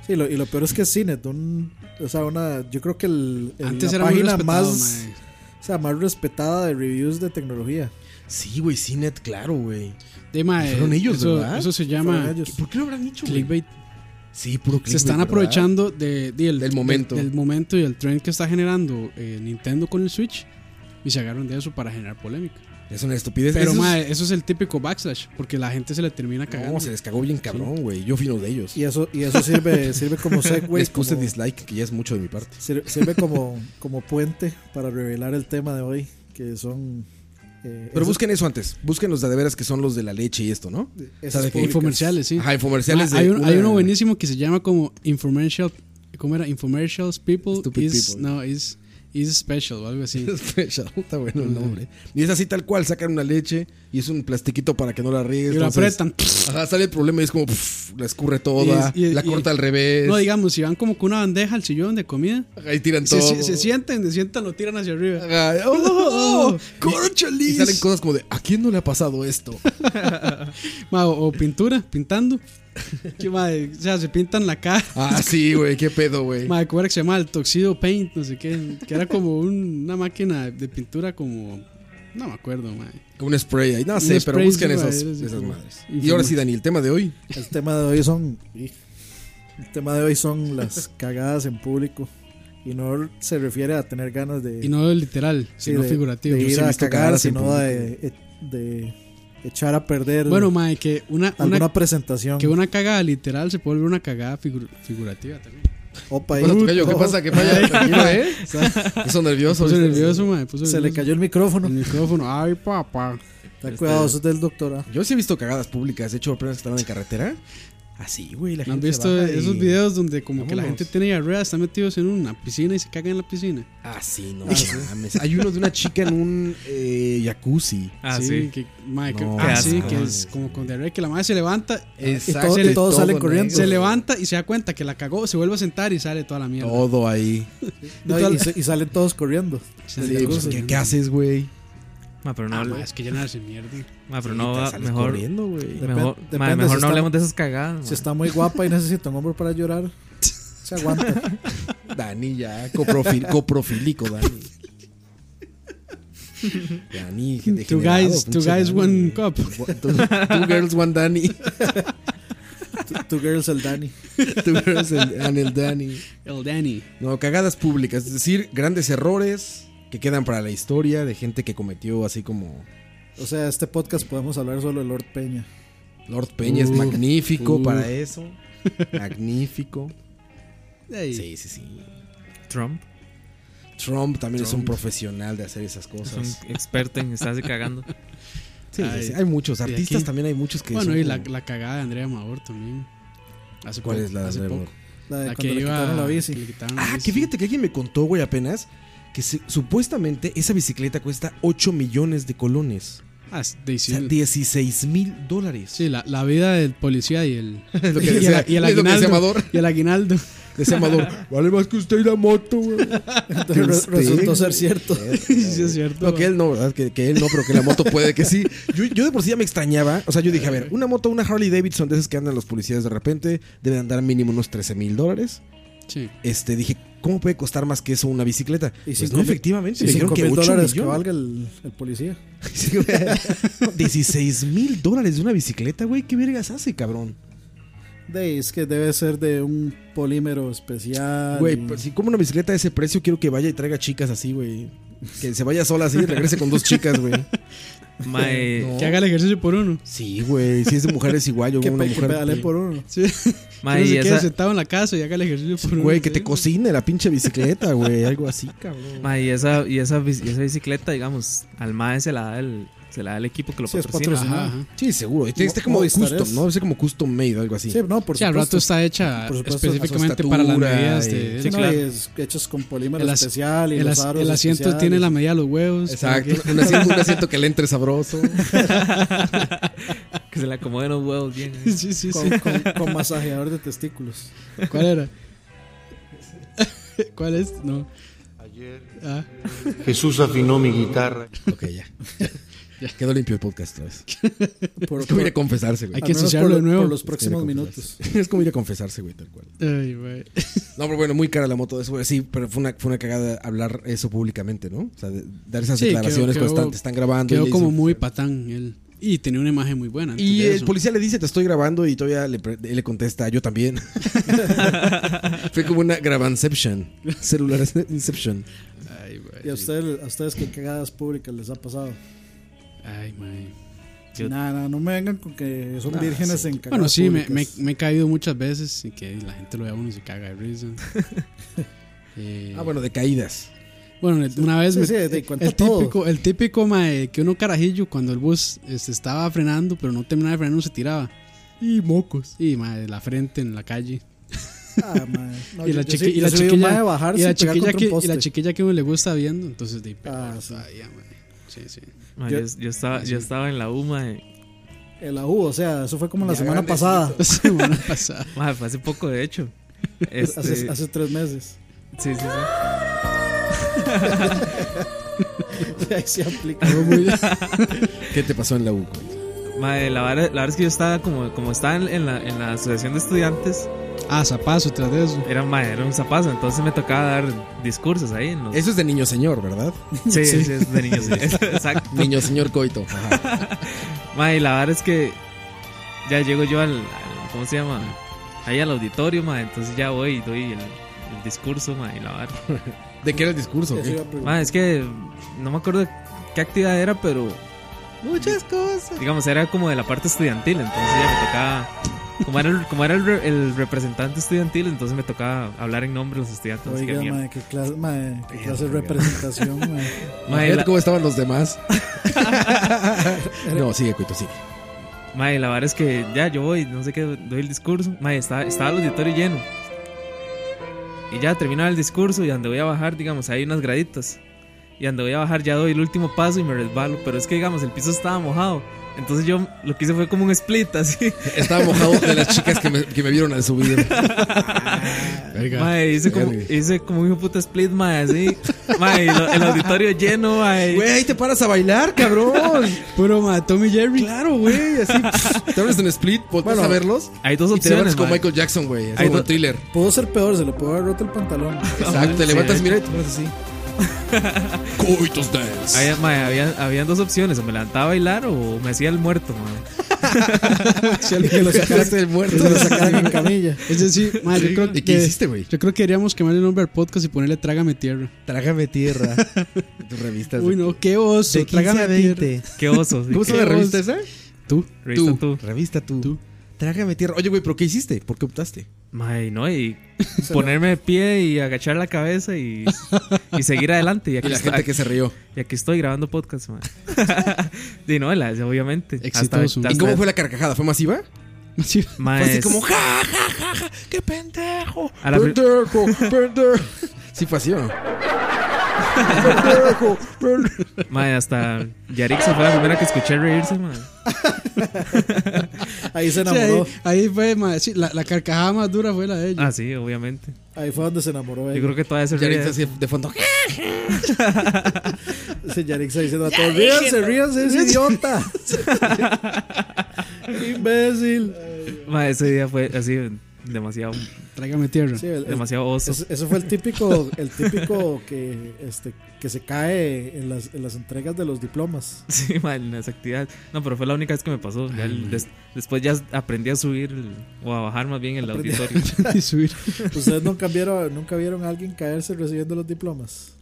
H: Sí, lo- y lo peor es que es cine. Un, o sea, una, yo creo que el, el-
G: Antes
H: la
G: era muy
H: página
G: respetado,
H: más,
G: mae.
H: o sea, más respetada de reviews de tecnología.
I: Sí, güey, Cinet, claro, güey.
G: De, mae,
I: Fueron ellos,
G: eh, eso,
I: ¿verdad?
G: Eso se
H: Fueron
G: llama
H: ellos.
I: ¿Por qué lo habrán hecho, güey?
G: clickbait.
I: Sí, puro clickbait,
G: Se están
I: ¿verdad?
G: aprovechando de, de el-
I: Del momento.
G: del, momento y el trend que está generando eh, Nintendo con el Switch. Y se agarran de eso para generar polémica.
I: Es una estupidez.
G: Pero,
I: Eso es-
G: mae, eso es el típico backslash. Porque la gente se le termina
I: No,
G: cagando.
I: se les cagó bien cabrón, güey. Yo fui uno de ellos.
H: Y eso, y eso
G: [LAUGHS]
H: sirve, sirve como segue.
I: les puse
H: como-
I: dislike, que ya es mucho de mi parte.
H: Sir-
G: [LAUGHS]
H: Sirve como, como puente para revelar el tema de hoy, que son... eh,
I: Pero
H: esas-
I: busquen eso antes. Busquen los de, de veras que son los de la leche y esto, ¿no?
H: esas
I: ¿sabe qué?
H: públicas.
G: Infomerciales, sí.
I: Ajá, infomerciales
G: Ma,
I: de
G: hay, un- hay
I: una-
G: uno buenísimo que se llama como Infomercial. ¿Cómo era? Infomercials People.
I: Stupid
G: is,
I: people.
G: No, is, is special o algo
I: [LAUGHS]
G: así.
I: Special, está bueno el nombre. Y es así tal cual, sacan una leche y es un plastiquito para que no la
G: Y
I: riegues.
G: lo
I: entonces-
G: apretan.
I: Ajá, sale el problema y es como pf, la escurre toda,
G: Y es- y-
I: la
G: y-
I: corta al revés,
G: No, digamos, si van como con una bandeja al sillón de comida,
I: ahí tiran
G: se,
I: todo.
G: se- se sientan, se sientan, lo tiran hacia arriba.
I: Ajá, ¡oh!
G: ¡Córcholis!
I: Y, y
G: [LAUGHS]
I: salen cosas como de, ¿a quién no le ha pasado esto?
G: Ma, o, o pintura, pintando. Que, madre, o sea, se pintan la cara.
I: [LAUGHS]
G: [LAUGHS]
I: Ah, sí, güey, qué pedo, güey.
G: Madre, ¿cómo era que se llamaba? El Tuxedo Paint, no sé qué. Que era como un- una máquina de pintura como... No me acuerdo, madre.
I: Un spray ahí. No
G: Un
I: sé, pero
G: spray,
I: busquen
G: sí,
I: esas,
G: madre, sí,
I: esas
G: como-
I: madres. Y ahora sí, Dani, el tema de hoy.
H: El tema de hoy son. El tema de hoy
G: [LAUGHS]
H: son las cagadas en público. Y no se refiere a tener ganas de.
G: Y no literal,
H: Sí,
G: sino
H: de-
G: figurativo.
H: De
G: Yo
H: ir
G: sí he
H: a
G: visto
H: cagar,
G: cagadas en
H: sino de, e, de echar a perder.
G: Bueno, madre, que una...
H: alguna
G: una
H: presentación.
G: que una cagada literal se puede volver una cagada figu- figurativa también.
H: Opa,
I: Hola, tocayo, ¿qué
G: Oh.
I: pasa? ¿Qué
G: [LAUGHS]
I: pasa?
H: [LAUGHS]
I: Tranquilo, ¿eh? Puso nervioso,
G: Puso
I: ¿viste?
G: nervioso, madre. puso
H: Se le
G: nervioso.
H: cayó el micrófono.
G: El micrófono. Ay, papá.
H: Está cuidadoso del doctorado.
I: Yo sí he visto cagadas públicas. De hecho, apenas que estaban en carretera. Así, güey. La
G: ¿No
I: gente
G: han
I: se
G: visto
I: baja y-
G: esos videos donde como que la
I: Vámonos.
G: gente tiene diarrea, están metidos en una piscina y se cagan en la piscina?
I: Ah, sí, no
G: Ah, sí.
I: mames. Hay uno de una chica en un eh, jacuzzi.
J: Ah, sí.
G: Que, mae, que-
I: No,
G: ah,
I: qué
G: sí,
I: asco.
G: que es como con diarrea, que la madre se levanta, eh,
I: Exacto.
H: todo- y todos salen corriendo.
I: negro.
G: se levanta y se da cuenta que la cagó, se vuelve a sentar y sale toda la mierda.
I: Todo ahí.
H: No, y, se- y salen todos corriendo.
G: Sí,
H: del
I: Sí, pues,
H: jacuzzi.
I: ¿qué, qué haces, güey?
J: Ma, pero no,
G: Ah, mae,
J: ma,
G: es que llenarse de mierda.
J: pero no,
I: Te
J: va-
I: sales
J: mejor,
I: corriendo, güey.
H: Dep-
J: mejor,
H: depende
J: ma, mejor
H: si
J: no
H: está-
J: hablemos de esas cagadas.
H: Si
J: ma.
H: está muy guapa y necesita un hombre para llorar,
G: [LAUGHS]
H: se aguanta.
I: Dani ya, coprofil- coprofílico, Dani. Dani,
G: Two
I: degenerado,
G: guys, two
I: pinche
G: guys,
I: Dani.
G: one cup.
I: Two, two girls, one Dani.
H: Two- Two girls, el Dani.
I: Two girls and, and el Dani.
G: El Danny.
I: No, cagadas públicas, es decir, grandes errores que quedan para la historia de gente que cometió así como
H: O sea, este podcast podemos hablar solo de Lord Peña.
I: Lord Peña es magnífico
G: uh.
I: para [LAUGHS] eso. Magnífico.
G: Ey,
I: Sí, sí, sí.
J: Trump
I: Trump también es un profesional de hacer esas
J: es
I: cosas.
J: un
H: pues.
J: experto en estarse
H: [LAUGHS]
J: cagando.
I: Sí,
G: Ay.
I: sí, sí, hay muchos.
G: aquí-
I: Artistas también hay muchos que
G: Bueno,
I: son
G: y la,
I: como-
G: la cagada de Andrea Maor también. Hace
I: ¿Cuál
G: poco,
I: es la de
G: hace
I: Andrea
G: poco.
I: Maor?
H: La de
G: La que
H: cuando le
G: iba
H: quitaron la bici.
G: que le quitaron la
I: Ah,
G: bici.
I: que fíjate que alguien me contó, güey, apenas que se- supuestamente esa bicicleta cuesta 8 millones de colones.
G: Ah, es de-
I: O sea, 16 mil dólares.
G: Sí, la, la vida del policía y el,
I: Es [LAUGHS] lo que
G: [LAUGHS] y el-
I: decía-
G: y el
I: es lo que decía
G: aguinaldo.
I: Amador.
G: Y el aguinaldo.
I: Decía Amador, vale más que usted y la moto, güey.
H: [LAUGHS] Entonces, [LAUGHS] re-
I: Usted,
H: resultó
I: güey. [LAUGHS]
H: ser cierto. [LAUGHS]
G: Sí, es cierto.
I: No, que él no, ¿verdad? Que, que él no, pero que la moto puede que sí. Yo, yo de por sí ya me extrañaba. O sea, yo dije, a ver, una moto, una Harley Davidson de esas que andan los policías de repente, debe andar mínimo unos 13 mil dólares.
G: Sí.
I: Este, dije, ¿cómo puede costar más que eso una bicicleta?
H: Y
I: Pues
H: cinco
I: no,
H: mil-
I: efectivamente.
H: Y
I: me dijeron
H: 5
I: que
H: mil
I: 8
H: dólares que
I: millones. [LAUGHS]
H: valga el, el policía.
I: Sí, güey. 16 mil dólares de una bicicleta, güey. ¿Qué vergas hace, cabrón?
H: De, es que debe ser de un polímero especial.
I: Güey,
H: y-
I: pues, si como una bicicleta de ese precio, quiero que vaya y traiga chicas así, güey. Que se vaya sola así y regrese con dos chicas, güey.
J: Ma, eh,
I: No.
G: Que haga el ejercicio por uno.
I: Sí, güey. Si es de mujeres igual, yo
H: [LAUGHS] que,
I: veo una
H: pe- que
I: mujer.
H: pedale por uno.
G: Sí. [LAUGHS]
J: ma,
G: que no
J: y
G: se quede
J: esa-
G: sentado en la casa y haga el ejercicio por uno.
I: Güey, que
G: sí.
I: te cocine la pinche bicicleta, güey. Algo así, cabrón.
J: Ma, y esa, y esa, bici- y esa bicicleta, digamos, al MAE se la da el, se la da el equipo que lo
H: Sí, es
J: patrocina.
G: Ajá, ajá.
I: Sí, seguro. Y tiene- Está
H: Mo-
I: como
H: Movistar
I: custom,
H: es.
I: ¿no? Es como custom made, algo así.
H: Sí, no, por
G: Sí, al rato
H: supuesto.
G: está hecha
H: Por supuesto,
G: específicamente
I: a su
G: para las
I: estatura
G: medidas
I: y-
G: de...
H: Sí,
G: el-
H: no, y es- hechos con polímero
G: El as-
H: especial y
G: el,
H: los
G: as-
H: aros
G: el asiento
H: especiales.
G: tiene la medida de los huevos.
H: pues,
I: Exacto.
G: para que-
I: [LAUGHS] Un asiento, un asiento que le entre
H: [LAUGHS]
I: sabroso.
J: [LAUGHS] que se le acomoden los huevos bien. eh.
G: [LAUGHS] sí, sí, sí.
H: con, con- con masajeador de testículos.
G: ¿Cuál era? ¿Cuál es? No. Ah,
K: Jesús afinó mi guitarra.
I: ok, ya. ya. Quedó limpio el podcast otra vez. [LAUGHS]
H: Por,
I: Es como ir
H: por-
I: a confesarse,
G: hay
I: güey.
G: que
H: al menos
G: ensuciarlo
H: por-
G: de nuevo.
H: Por los próximos minutos.
I: [LAUGHS] Es como ir a confesarse, güey, tal cual.
G: Ay, güey.
I: No, pero bueno, muy cara la moto de eso, güey. Sí, pero fue una, fue una cagada hablar eso públicamente, ¿no? O sea, de- dar esas
G: Sí,
I: declaraciones
G: quedó- quedó-
I: constantes. Están grabando. y
G: Quedó
I: le
G: como
I: dicen-
G: muy patán él. Y tenía una imagen muy buena. antes
I: Y
G: de
I: el
G: eso.
I: policía le dice, te estoy grabando, y todavía le, pre- él le contesta, yo
J: [LAUGHS]
I: también. [LAUGHS] Fue como una grabanception. Celular inception.
G: Ay, güey.
H: ¿Y a ustedes, a ustedes qué cagadas públicas les ha pasado?
G: Ay, güey.
J: Yo-
H: Nada, nada, no me vengan con que son
I: Nah,
H: vírgenes
I: sí.
H: en cagadas
G: Bueno, sí, me, me,
H: públicas.
G: me he caído muchas veces y que la gente lo ve a uno y se caga de
H: [LAUGHS]
G: risa. Eh,
I: Ah, bueno, de caídas.
G: bueno, una vez
H: sí,
G: me-
H: sí, de cuenta
G: el
H: todo.
G: típico, el típico mae, que uno carajillo cuando el bus este, estaba frenando, pero no terminaba de frenar, uno se tiraba. Y mocos. Y mae, la frente en la calle.
H: Ah, madre. No,
G: y,
H: yo-
G: la
H: yo
G: chiqui-
H: sí-
G: y
H: yo
G: la
H: sí vi un mae
G: chiquilla,
H: bajarse
G: y la
H: pegar
G: chiquilla
H: contra un
G: que, y la
H: poste.
G: chiquilla que uno le gusta viendo, entonces de
H: Ah,
G: peor
H: sí.
G: todavía, mae. Sí, sí. [LAUGHS]
J: Ma,
H: Yo-
J: yo, yo estaba, yo estaba en la UMA. Eh.
H: En la U, o sea, eso fue como la
I: Ya
H: semana
I: grandecito.
H: pasada.
G: La semana pasada.
J: Ma, fue hace poco, de hecho. Este,
H: Hace, hace tres meses.
J: Sí, sí, sí.
H: Ahí se aplica.
I: [LAUGHS] ¿Qué te pasó en la U? güey?
J: Mae, eh, la, vara, la vara es que yo estaba como, como estaba en, en la, en la asociación de estudiantes.
G: Ah, zapazo tras de eso.
J: Era, mae, era un zapazo, entonces me tocaba dar discursos ahí. En los...
I: Eso es de niño
J: [LAUGHS]
I: señor, ¿verdad?
J: Sí, sí, es de niño señor. Exacto.
I: Niño señor coito. Ajá.
J: Mae, la verdad es que ya llego yo al, al- ¿cómo se llama? Ahí al auditorio, mae, entonces ya voy y doy el, el discurso, mae, y la vara.
I: ¿De qué era el discurso?
J: Eso
I: qué?
J: iba a preguntar. Mae, es que no me acuerdo qué actividad era, pero
I: Muchas cosas.
J: digamos, era como de la parte estudiantil, entonces ya me tocaba... Como era, el, como era el, re- el representante estudiantil, entonces me tocaba hablar en nombre de los estudiantes. así que
H: Oiga,
J: mierda.
H: mae, qué clase, mae, qué clase de representación, [LAUGHS] mae.
I: Imagínate
J: la-
I: cómo estaban los
J: [LAUGHS]
I: demás. no, sigue, coito, sigue.
J: Mae, la verdad es que ya yo voy, no sé qué, doy el discurso. Mae, estaba, estaba el auditorio lleno. Y ya terminaba el discurso y donde voy a bajar, digamos, hay unas graditas. Y donde voy a bajar ya doy el último paso y me resbalo. Pero es que, digamos, el piso estaba mojado. Entonces yo lo que hice fue como un split
I: [LAUGHS]
J: así. [LAUGHS]
I: Estaba mojado de las chicas que me, que me vieron al subir. Verga.
J: Mae, hice como,
I: Verga.
J: hice como un hijo de puta split, mae, así. Mae, y lo- el auditorio lleno, mae.
I: Güey, ahí te paras a
J: [LAUGHS]
I: bailar, cabrón.
G: Puro ma, Tommy Jerry.
I: Claro, güey. Así pff, te abres en split, volteas
H: Bueno,
I: a verlos.
J: Hay dos
I: y te levantas
J: opciones.
I: con
J: mae.
I: Michael Jackson, güey. Es
J: Hay
I: como
J: dos-
I: thriller.
H: Pudo ser peor, se le pudo haber roto el pantalón.
I: Exacto, te
J: Sí,
I: levantas,
J: de
I: mira y te
J: [LAUGHS]
I: pones así. Coitos dance.
J: Había, mae, había- habían dos opciones, o me levantaba a bailar o me hacía el muerto, mae.
I: [LAUGHS] que lo sacaste del muerto.
H: Se lo sacaron
I: [LAUGHS]
H: en camilla.
G: [LAUGHS] Es decir, ma, yo creo
I: ¿Y
G: que.
I: qué hiciste, güey?
G: Yo creo que deberíamos quemarle el nombre al podcast y ponerle Trágame Tierra.
I: Trágame tierra. Tus revistas.
G: Uy, no, qué oso.
I: De 15
G: Trágame
I: a 20.
G: Tierra.
J: [LAUGHS] Qué oso. sí,
I: ¿Cómo se
J: qué
I: la
J: oso.
I: revista esa?
G: Tú.
J: Revista
I: Tú.
J: tú.
I: Revista tú. Trágame tierra. Oye, güey, ¿pero qué hiciste? ¿Por qué optaste?
J: Mae, no,
I: [LAUGHS]
J: y ponerme de pie y agachar la cabeza y, y seguir adelante. Y, aquí
I: Y la
J: estoy-
I: gente que se rió.
J: [LAUGHS] y aquí estoy grabando podcast, mae. [LAUGHS] y no, la- obviamente. Hasta-
G: Exitoso.
J: hasta-
I: ¿Y cómo fue la carcajada? ¿Fue masiva? Pues,
G: Sí.
J: mae,
I: Fue así
J: es-
I: como, ja, ja, ja, ja, qué pendejo.
J: A la pri-
I: pendejo, pendejo. [LAUGHS] Sí, fue así, ¿o no? pendejo, pendejo.
J: mae, hasta Yarixa fue la primera que escuché reírse,
I: [LAUGHS]
J: mae.
H: Ahí se
G: Sí, ahí,
H: enamoró.
G: ahí fue, ma, sí, la, la carcajada más dura fue la de ellos.
J: Ah, sí, obviamente.
H: Ahí fue donde se enamoró
J: Yo
H: ella.
J: creo que todavía se ríe.
I: Yaritza así de fondo.
H: Ese Yarixa diciendo a todos: ríanse, ríanse,
J: [LAUGHS]
H: es idiota. [LAUGHS] Imbécil.
J: Mae, ese día fue así demasiado,
G: Trágame Tierra.
H: Sí, el- el-
J: demasiado oso.
H: Eso, eso fue el típico, el típico que, este, que se cae en las, en las entregas de los diplomas.
J: [LAUGHS] Sí, mae, en esa actividad. No, pero fue la única vez que me pasó. Ya el- des- después ya aprendí a subir el- o a bajar más bien el
H: Aprendí.
J: auditorio.
G: [LAUGHS] Y [LAUGHS] subir.
H: ¿Ustedes nunca vieron, nunca vieron a alguien caerse recibiendo los diplomas?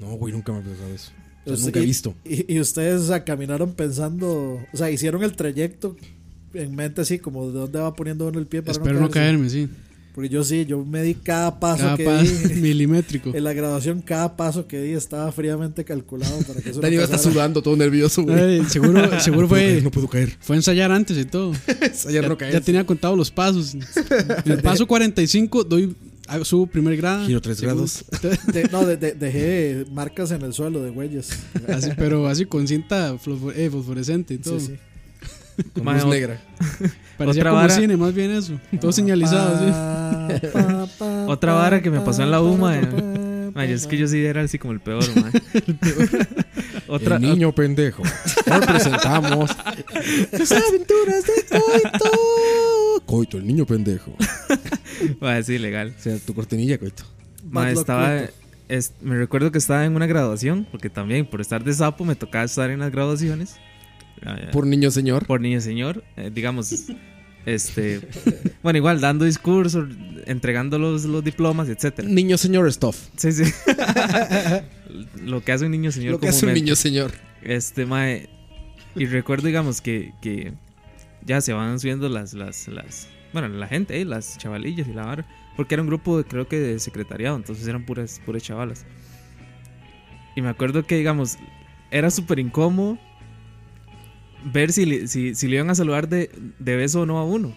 I: No, güey, nunca me ha pasado eso. O sea,
H: Usted-
I: nunca he
H: y-
I: visto.
H: Y, y ustedes o sea, caminaron pensando, o sea, hicieron el trayecto en mente así, como de dónde va poniendo uno el pie para
G: Espero no
H: caerse.
G: caerme, sí.
H: Porque yo sí, yo me di cada paso
G: Cada [LAUGHS]
H: que
G: paso
H: di.
G: milimétrico.
H: En la graduación, cada paso que di estaba fríamente calculado para que eso no
I: Daniel está
H: pasara.
I: sudando, todo nervioso, güey.
G: Ay, eh, [LAUGHS] seguro
I: No puedo
G: seguro
I: caer,
G: fue,
I: No puedo caer.
G: fue ensayar antes y todo.
I: Ayer
G: [LAUGHS] Ya,
I: no
G: ya
I: caer.
G: tenía contado los pasos. En el paso 45 doy, ah, subo primer grado.
I: Giro tres grados.
H: De- no, de- de- dejé marcas en el suelo de huellas.
I: [LAUGHS]
G: Así, pero así con cinta fluorescente eh, fosforescente y todo.
H: Sí, sí.
I: [LAUGHS] Con
J: Mae,
I: luz
J: o-
I: negra.
G: Parecía
J: Otra
G: como
J: vara-
G: cine, más bien eso. Todo señalizado, sí.
H: Pa, pa, pa,
J: [LAUGHS] Otra
H: pa,
J: vara que me
H: pa,
J: pasó en la
H: pa,
J: UMA,
H: pa,
J: eh.
H: pa,
J: Mae, yo es que
H: pa.
J: yo sí era así como el peor,
I: [LAUGHS]
J: mae. [LAUGHS] Otra,
I: El niño [LAUGHS] pendejo. Hoy presentamos. Las aventuras de Coito. Coito, el niño pendejo.
J: mae, sí, legal.
I: O sea, tu cortinilla, Coito.
J: Mae,
H: Matlock
J: estaba,
H: Clinton.
J: es- me recuerdo que estaba en una graduación, porque también por estar de sapo me tocaba estar en las graduaciones. Ah, ya.
I: Por niño señor.
J: por niño señor, eh, digamos, este,
I: [LAUGHS]
J: bueno, igual dando discursos, entregando los, los diplomas, etcétera.
I: Niño señor stuff.
J: Sí, sí. [LAUGHS] Lo que hace un niño señor
I: Lo que hace un
J: comúnmente.
I: niño señor.
J: Este, mae. Y recuerdo, digamos, que, que ya se van subiendo las, las, las. Bueno, la gente, eh, las chavalillas y la vara. Porque era un grupo, de, creo que de secretariado, entonces eran puras, puras chavalas. Y me acuerdo que, digamos, era súper incómodo ver si, le- si, si le iban a saludar de, de beso o no a uno.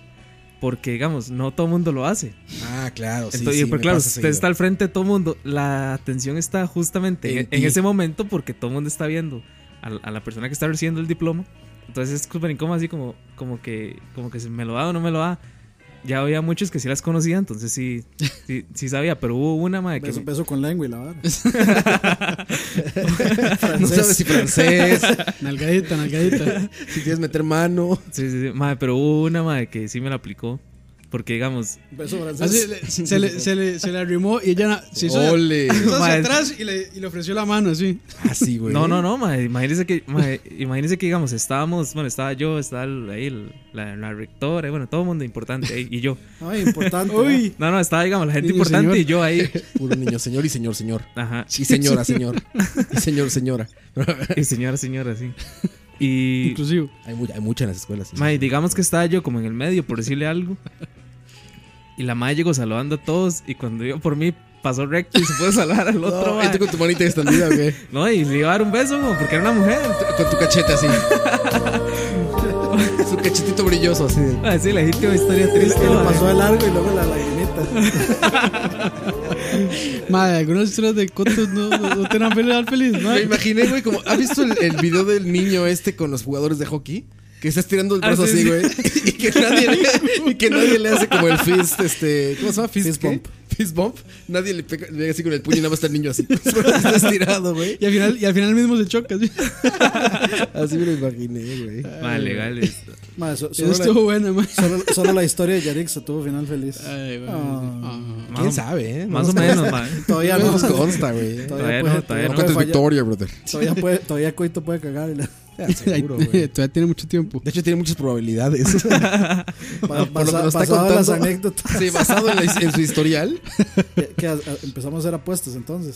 J: Porque, digamos, no todo el mundo lo hace.
I: Ah, claro. Sí,
J: Entonces,
I: sí,
J: pues
I: me
J: claro,
I: pasa
J: usted
I: seguido.
J: está al frente de todo el mundo. La atención está justamente en,
I: En
J: en
I: ti.
J: ese momento porque todo el mundo está viendo a, la- a la persona que está recibiendo el diploma. Entonces es súper incómodo, así como, como, que, como que se me lo da o no me lo da. ya había muchos que sí las conocía, entonces sí, sí, sí sabía, pero hubo una madre que.
H: Beso,
J: me-
H: beso con lengua y la vara.
I: No sabes si francés.
J: [LAUGHS]
I: [LAUGHS]
J: Nalgadita, nalgadita.
I: Si quieres meter mano.
J: [LAUGHS] Sí, sí, sí. Madre, pero hubo una madre que sí me la aplicó. Porque, digamos.
H: Beso francés.
G: Así, Ah, le- se, le, se, le, se le arrimó y ella se hizo,
J: Ole.
G: se hizo hacia
J: Mae.
G: atrás y le, y le ofreció la mano así.
I: Así,
J: No, no, no, mae, imagínese que, mae, imagínese que, digamos, estábamos, bueno, estaba yo, estaba el- ahí el- la, la rectora, bueno, todo el mundo importante ahí, y
I: [LAUGHS]
J: yo.
H: Ay, importante,
J: Uy. No, no, estaba, digamos, la gente importante y yo
I: [LAUGHS]
J: ahí.
I: Puro niño, señor y señor, señor.
J: Ajá.
I: Y señora, señor. Y señor, señora. [LAUGHS]
J: Y señora, señora, sí. Y.
G: Inclusive.
I: Hay, mu- hay mucha en las escuelas. sí.
J: Mae, digamos que estaba yo como en el medio, por decirle algo. Y la madre llegó saludando a todos, y cuando yo por mí pasó recto y se puede saludar al otro.
I: No, y tú con tu manita extendida, güey.
J: No, y le iba a dar un beso, como, porque era una mujer.
I: Con tu
J: [LAUGHS]
I: cachete así. Su cachetito brilloso, así.
J: Ah, sí, legítima historia triste.
H: Le
J: mae.
H: pasó de largo y luego la lagrimita.
J: [LAUGHS]
G: Madre, algunas historias de Cotos no, no, no te dan feliz, feliz,
I: Me
G: madre.
I: imaginé, güey, como. ¿Has visto el, el video del niño este con los jugadores de hockey? Que está estirando el
J: Ah,
I: brazo
J: sí,
I: así,
J: sí.
I: güey. Y, que nadie le, y que nadie le hace como el fist, este. ¿Cómo se llama? Fist,
H: Fist
I: bump.
H: bump.
I: Fist bump. Nadie le pega, le pega así con el puño y nada más está el niño
J: [LAUGHS]
I: así. está estirado, güey.
G: Y al final, y al final mismo se choca. ¿sí?
I: Así me lo imaginé, güey.
J: Mae, legal. es-
H: Ma, so-
G: Eso
H: solo,
G: estuvo
H: la,
G: bueno, madre.
H: solo, solo la historia de Yarix tuvo final feliz.
G: Ay, güey.
H: Ah.
G: Ah.
J: Más
I: ¿Quién
J: o-
I: sabe, eh? No
J: Más o
I: nos-
J: menos, mae.
H: Todavía
I: No
H: no.
I: nos consta, güey.
J: Todavía no, todavía
I: No
J: no.
I: cuentes
H: puede fallar-
I: victoria, brother.
H: Todavía puede- todavía Coito puede cagar. y la-
I: Ah, seguro, güey.
G: Todavía tiene mucho tiempo.
I: De hecho, tiene muchas probabilidades. [LAUGHS]
H: ba-
I: Por lo que
H: basa-
I: nos está
H: basado en las
I: contando.
H: anécdotas.
I: Sí, basado en, la his- en su historial.
H: Que- que a- a- empezamos a hacer apuestas entonces.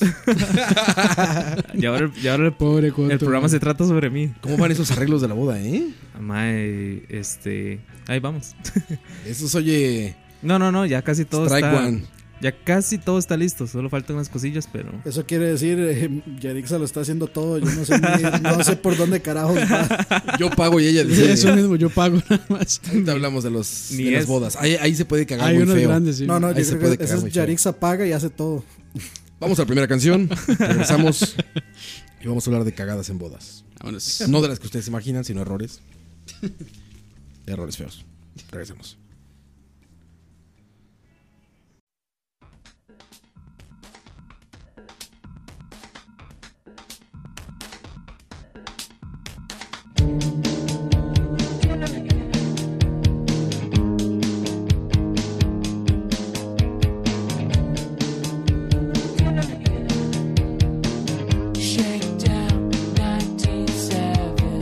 J: Y ahora, y ahora el,
G: Pobre Coto.
J: el programa se trata sobre mí.
I: ¿Cómo van esos arreglos de la boda, eh?
J: Mae, este. Ahí vamos. [LAUGHS]
I: Esos, oye.
J: No, no, no, ya casi todo
I: Strike
J: está.
I: one.
J: Ya casi todo está listo, solo faltan unas cosillas, pero.
H: Eso quiere decir, eh, Yarixa lo está haciendo todo. Yo no sé, ni- no sé por dónde carajos va.
I: Yo pago y ella
G: Sí,
I: dice.
G: eso mismo, yo pago nada más.
I: Ahorita hablamos de, los,
J: Ni
I: de las
J: es.
I: bodas. Ahí, ahí se puede cagar
G: Hay
I: muy
G: unos
I: feo.
G: grandes, sí.
H: No, no,
I: Ahí se
H: yo creo
I: puede
H: que
I: cagar
H: eso
I: muy
H: es
I: feo.
H: Yarixa paga y hace todo.
I: Vamos a la primera canción. Regresamos. Y vamos a hablar de cagadas en bodas.
G: Vámonos.
I: No de las que ustedes se imaginan, sino errores. Errores feos. Regresamos.
F: Shakedown 1979.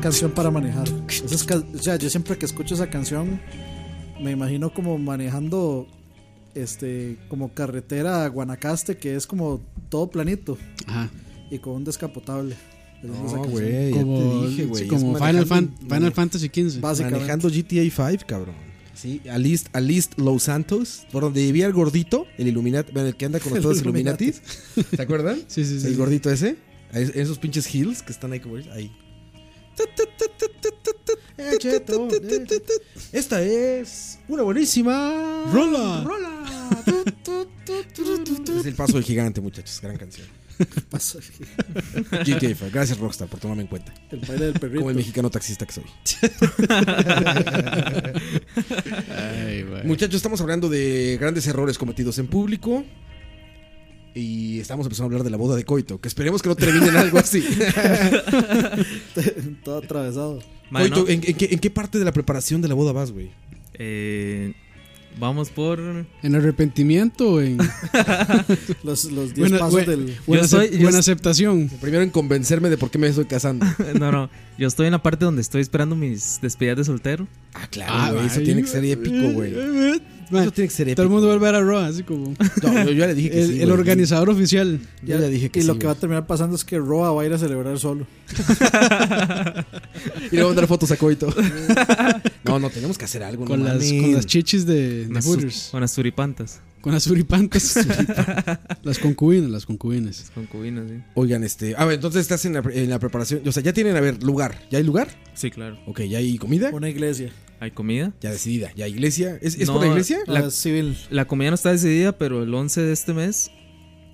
H: canción para manejar. Esa es ca- o sea, yo siempre que escucho esa canción me imagino como manejando este como carretera a Guanacaste que es como todo planito.
G: Ajá.
H: Y con un descapotable. Es esa
I: No,
H: canción.
I: güey, Eh, ya
G: Como-
I: te dije, güey.
G: sí,
I: es
G: como
I: manejando-
G: Final Fan- Final Fantasy XV.
H: Básicamente.
I: Manejando GTA 5, cabrón. Sí, Alist, Alist Los Santos, por donde vivía el gordito, el Illuminati, bueno, el que [LAUGHS] anda con los
H: El
I: todos
H: Illuminati.
I: Illuminatis. ¿Se [LAUGHS] acuerdan?
G: Sí, sí, sí,
I: El
G: sí.
I: gordito ese. es- Esos pinches hills que están ahí como ahí. Eh, Esta es una buenísima
G: Rola.
I: Rola. [LAUGHS] Es el paso del gigante, muchachos. Gran canción.
H: Paso.
I: GTA 5. Gracias, Rockstar, por tomarme en cuenta.
H: [LAUGHS] El
I: [LAUGHS]
H: baile del perrito.
I: Como el mexicano taxista que soy.
G: Ay, güey.
I: Eh. Muchachos, estamos hablando de grandes errores cometidos en público. Y estamos empezando a hablar de la boda de Coito. Que esperemos que no termine en algo
G: [LAUGHS]
I: así.
H: todo atravesado.
J: Mano.
I: Coito, ¿en, en qué, en qué parte de la preparación de la boda vas, güey?
J: Eh, vamos por. [LAUGHS]
G: ¿En arrepentimiento o
I: [LAUGHS]
G: en
H: Los, los 10
G: buena,
H: pasos
G: bue-
H: del.
G: buena
J: Yo soy-
G: acep-
J: yo
G: buena
J: s-
G: aceptación?
I: Primero en convencerme de por qué me estoy
G: [LAUGHS]
I: casando.
J: No, no. Yo estoy en la parte donde estoy esperando mis despedidas de soltero.
I: Ah, claro, güey. Eso tiene que ser épico, güey.
G: Man,
I: Eso tiene que ser épico.
G: todo el mundo va a volver a Roa, así como
I: No, yo, yo ya le dije que
G: el,
I: sí.
G: el
I: güey.
G: organizador oficial.
I: Yo ya le dije que
H: y
I: sí.
H: lo que va
I: güey.
H: a terminar pasando es que Roa va a ir a celebrar solo.
I: Y le voy a mandar fotos a
G: [LAUGHS]
I: Coito. no, no, tenemos que hacer algo.
G: Con
I: no
G: las,
I: mamen.
G: con las chichis de, de
J: Unas
G: Hooters.
J: su- unas suripantas.
G: Con las suripantas. las concubinas, las concubinas.
J: Concubinas, sí.
I: Oigan, este. A ver, entonces estás en la, pre- en la preparación. O sea, ya tienen, a ver, lugar. ¿Ya hay lugar?
J: Sí, claro.
I: Ok, ya hay comida.
H: Una iglesia.
J: Hay comida.
I: Ya decidida. Ya iglesia. ¿Es, es
J: No,
I: por la iglesia?
J: La-
H: Ah, civil.
J: La comida no está decidida, pero el 11 de este mes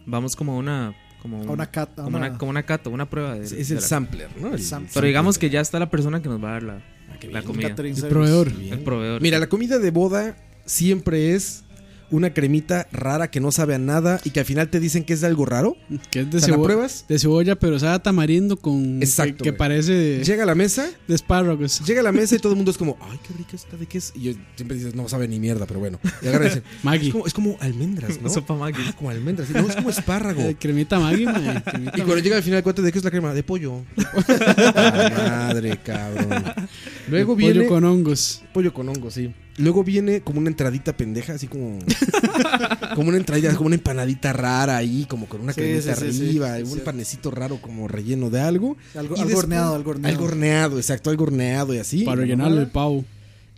J: vamos como a una. Como
H: A una cata. a
J: como
H: una-
J: una, como una cata, una prueba. de-
I: Es, es
J: de
I: el
J: la-
I: sampler, ¿no? El-
H: sampler.
J: Pero digamos que ya está la persona que nos va a dar la,
I: Ah, qué
J: la
I: bien.
J: comida.
H: catering
G: El
H: service.
G: proveedor.
J: El proveedor.
I: Mira, la comida de boda siempre es una cremita rara que no sabe a nada y que al final te dicen que es de algo raro.
G: Que es
I: O
G: de,
I: sea, ¿la
G: cebo-
I: pruebas?
G: de cebolla, pero sabe a tamarindo con. que-
I: Exacto,
G: Que,
I: güey.
G: parece de,
I: Llega a la mesa,
G: de espárragos.
I: llega a la mesa y todo el mundo es como, ay, qué rica está de qué es. Y yo siempre dices, no sabe ni mierda, pero bueno. Y
J: [LAUGHS]
I: agarran y dicen,
G: Maggi.
I: Es como, es como almendras, ¿no?
J: Sopa Maggi.
I: Ah, como almendras. No, es
J: [LAUGHS]
I: como espárrago.
G: Eh,
I: [LAUGHS]
G: cremita Maggi, mae, cremita
I: Y cuando llega al final, cuéntate de qué es la crema
J: [LAUGHS]
I: de pollo. [LAUGHS] Ah, madre, cabrón. Luego
G: Maggi.
I: viene
G: Pollo con hongos.
I: pollo con hongo, sí. Luego viene como una entradita pendeja, así como [LAUGHS] como una entradita, como una empanadita rara ahí, como con una
H: Sí,
I: cremita
H: sí, sí, sí,
I: arriba,
H: sí,
I: un
H: cierto.
I: panecito raro como relleno de algo.
H: Algo,
I: Y
H: algo
I: después-
H: horneado, algo horneado.
I: Algo horneado, exacto, algo horneado y así.
G: Para
I: Una
G: llenarle el
I: mamada.
G: pavo.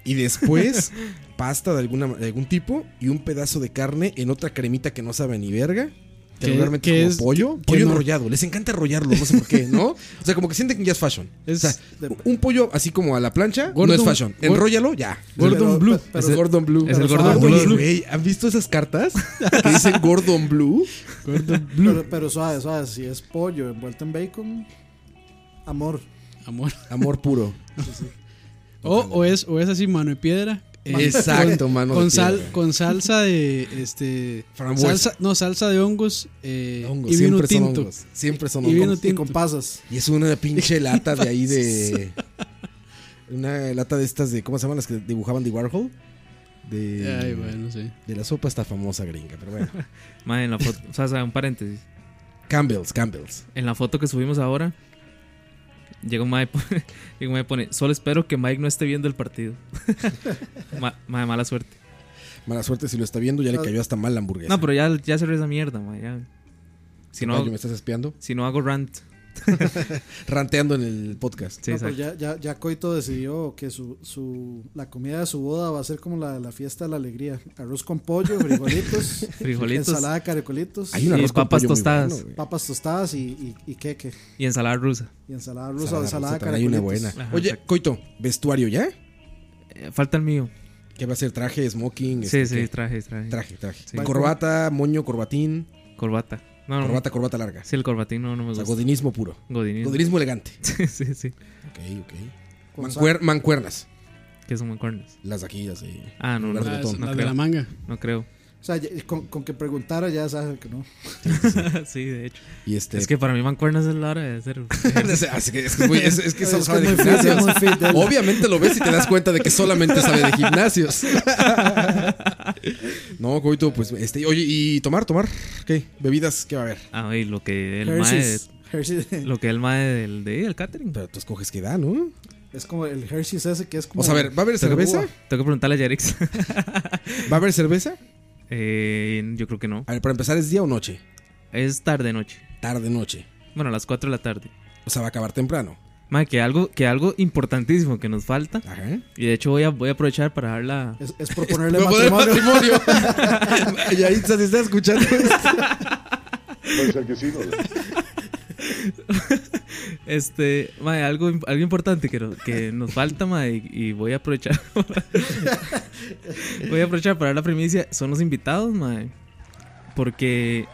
I: Y después [LAUGHS] pasta de alguna de algún tipo y un pedazo de carne en otra cremita que no sabe ni verga. Que
G: ¿Qué-
I: regularmente es
G: qué
I: como
G: es?
I: pollo,
G: ¿Qué
I: pollo
G: no?
I: enrollado, les encanta enrollarlo, no sé por qué, ¿no? O sea, como que sienten que ya es fashion.
G: Es-
I: o sea, un pollo así como a la plancha no
G: Gordon-
I: es fashion.
G: Gor-
I: Enróllalo ya.
G: Gordon
H: Pero-
G: Blue.
H: pero-
I: es el Gordon Blue.
J: es el
I: Ah,
J: Gordon
I: oye,
J: Blue.
I: güey, ¿Han visto esas cartas que dicen Gordon Blue?
H: [LAUGHS]
G: Gordon Blue.
H: Pero, pero suave, suave. Si es pollo envuelto en bacon, amor.
G: Amor.
I: Amor puro.
G: O, o, es, o es así, mano de piedra. eh,
I: Exacto,
G: con,
I: mano de
G: con sal,
I: piedra.
G: Con salsa de. Este,
I: Frambuesa.
G: salsa, no, salsa de hongos, eh,
I: Hongos,
G: y vino
I: siempre son
G: tinto.
I: hongos. Siempre son
G: Y vino
I: hongos.
H: Y
G: tinto.
H: con pasas.
I: Y es una pinche lata de ahí de. Una lata de estas de. ¿Cómo se llaman las que dibujaban de Warhol? De,
G: Ay, bueno, sí.
I: de la sopa esta famosa gringa, pero bueno.
J: Madre, en la foto. o sea, o sea, un paréntesis.
I: Campbell's, Campbell's.
J: En la foto que subimos ahora, llega un mae, [LAUGHS] y pone- llega un mae y pone, solo espero que Mike no esté viendo el partido. [LAUGHS] Ma- mae, mala suerte.
I: Mala suerte si lo está viendo, ya le cayó hasta mal la hamburguesa.
J: No, pero ya, ya cerré esa mierda, mae. ya. Si no,
I: Tocayo, ¿Me estás espiando?
J: si no hago rant.
I: Ranteando en el podcast.
J: Sí,
H: No, pero
J: exacto.
H: ya, ya, ya Coito decidió que su, su, la comida de su boda va a ser como la de la fiesta de la alegría. Arroz con pollo, frijolitos,
J: Frijolitos.
H: ensalada de caracolitos,
I: Hay
J: Y
I: un arroz con
J: papas
I: pollo muy
J: tostadas.
I: bueno, güey.
H: papas tostadas y, y, y queque.
J: Y ensalada rusa.
H: Y ensalada rusa o
I: Salada
H: ensalada de
I: rusa, también hay
H: caracolitos.
I: una buena.
J: Ajá,
I: Oye,
J: exacto.
I: Coito, vestuario ya.
J: Eh, falta el mío.
I: ¿Qué va a ser? Traje, smoking.
J: Sí,
I: este,
J: sí,
I: ¿qué?
J: traje, traje.
I: Traje, traje.
J: Sí.
I: Corbata, moño, corbatín.
J: Corbata. No, no.
I: Corbata, corbata larga.
J: Sí, el corbatín no, no me
I: O sea,
J: gusta.
I: godinismo puro.
J: Godinismo.
I: Godinismo elegante.
J: [LAUGHS] Sí, sí, sí.
I: Ok, ok.
H: Con sal.
I: Mancuer- mancuernas.
J: Que son mancuernas.
I: Las de aquí, las de.
J: Ah, no, no,
I: Las de
G: Ah,
J: no,
G: es-
I: botón.
G: la de
J: creo.
G: la manga.
J: No creo.
H: O sea, ya- con, con que preguntara ya sabes que no.
J: [LAUGHS] sí, de hecho.
I: Y este.
J: Es que para mí mancuernas es la hora de hacer. [LAUGHS]
I: Así que [LAUGHS] es que es muy- es- es que eso
H: Es que
I: sabe de
H: muy fit,
I: gimnasios.
H: es muy fit, él.
I: Obviamente lo ves y te das cuenta de que solamente sabe de
H: [LAUGHS]
I: gimnasios. no, Coito, pues este, oye, y tomar, tomar, ¿qué? Bebidas, ¿qué va a haber?
J: Ah, y lo que el mae.
H: Hershey's. Hershey's.
J: Lo que el mae del, de- del catering.
I: Pero tú escoges qué da, ¿no?
H: [LAUGHS] Es como el Hershey's ese que es como.
I: O sea, a ver, ¿va a haber cerveza?
J: Tengo que preguntarle a Yarix. [LAUGHS] Eh,
I: ¿Va a haber cerveza?
J: yo creo que no.
I: A ver, para empezar, ¿es día o noche?
J: Es tarde-noche.
I: Tarde-noche.
J: Bueno, a las 4 de la tarde.
I: O sea, va a acabar temprano.
J: Mae, que algo, que algo importantísimo que nos falta. Y de hecho voy a, voy a aprovechar para dar la...
H: Es, es
I: [LAUGHS]
H: proponerle
I: Proponer
H: [LAUGHS] matrimonio. [LAUGHS]
I: matrimonio. Yaritza, si está escuchando esto.
L: Puede ser que sí, ¿no?
J: Este, mae, algo, algo importante que, no- que nos falta, mae, y, y voy a aprovechar. [LAUGHS] voy a aprovechar para dar la primicia. Son los invitados, mae. Porque,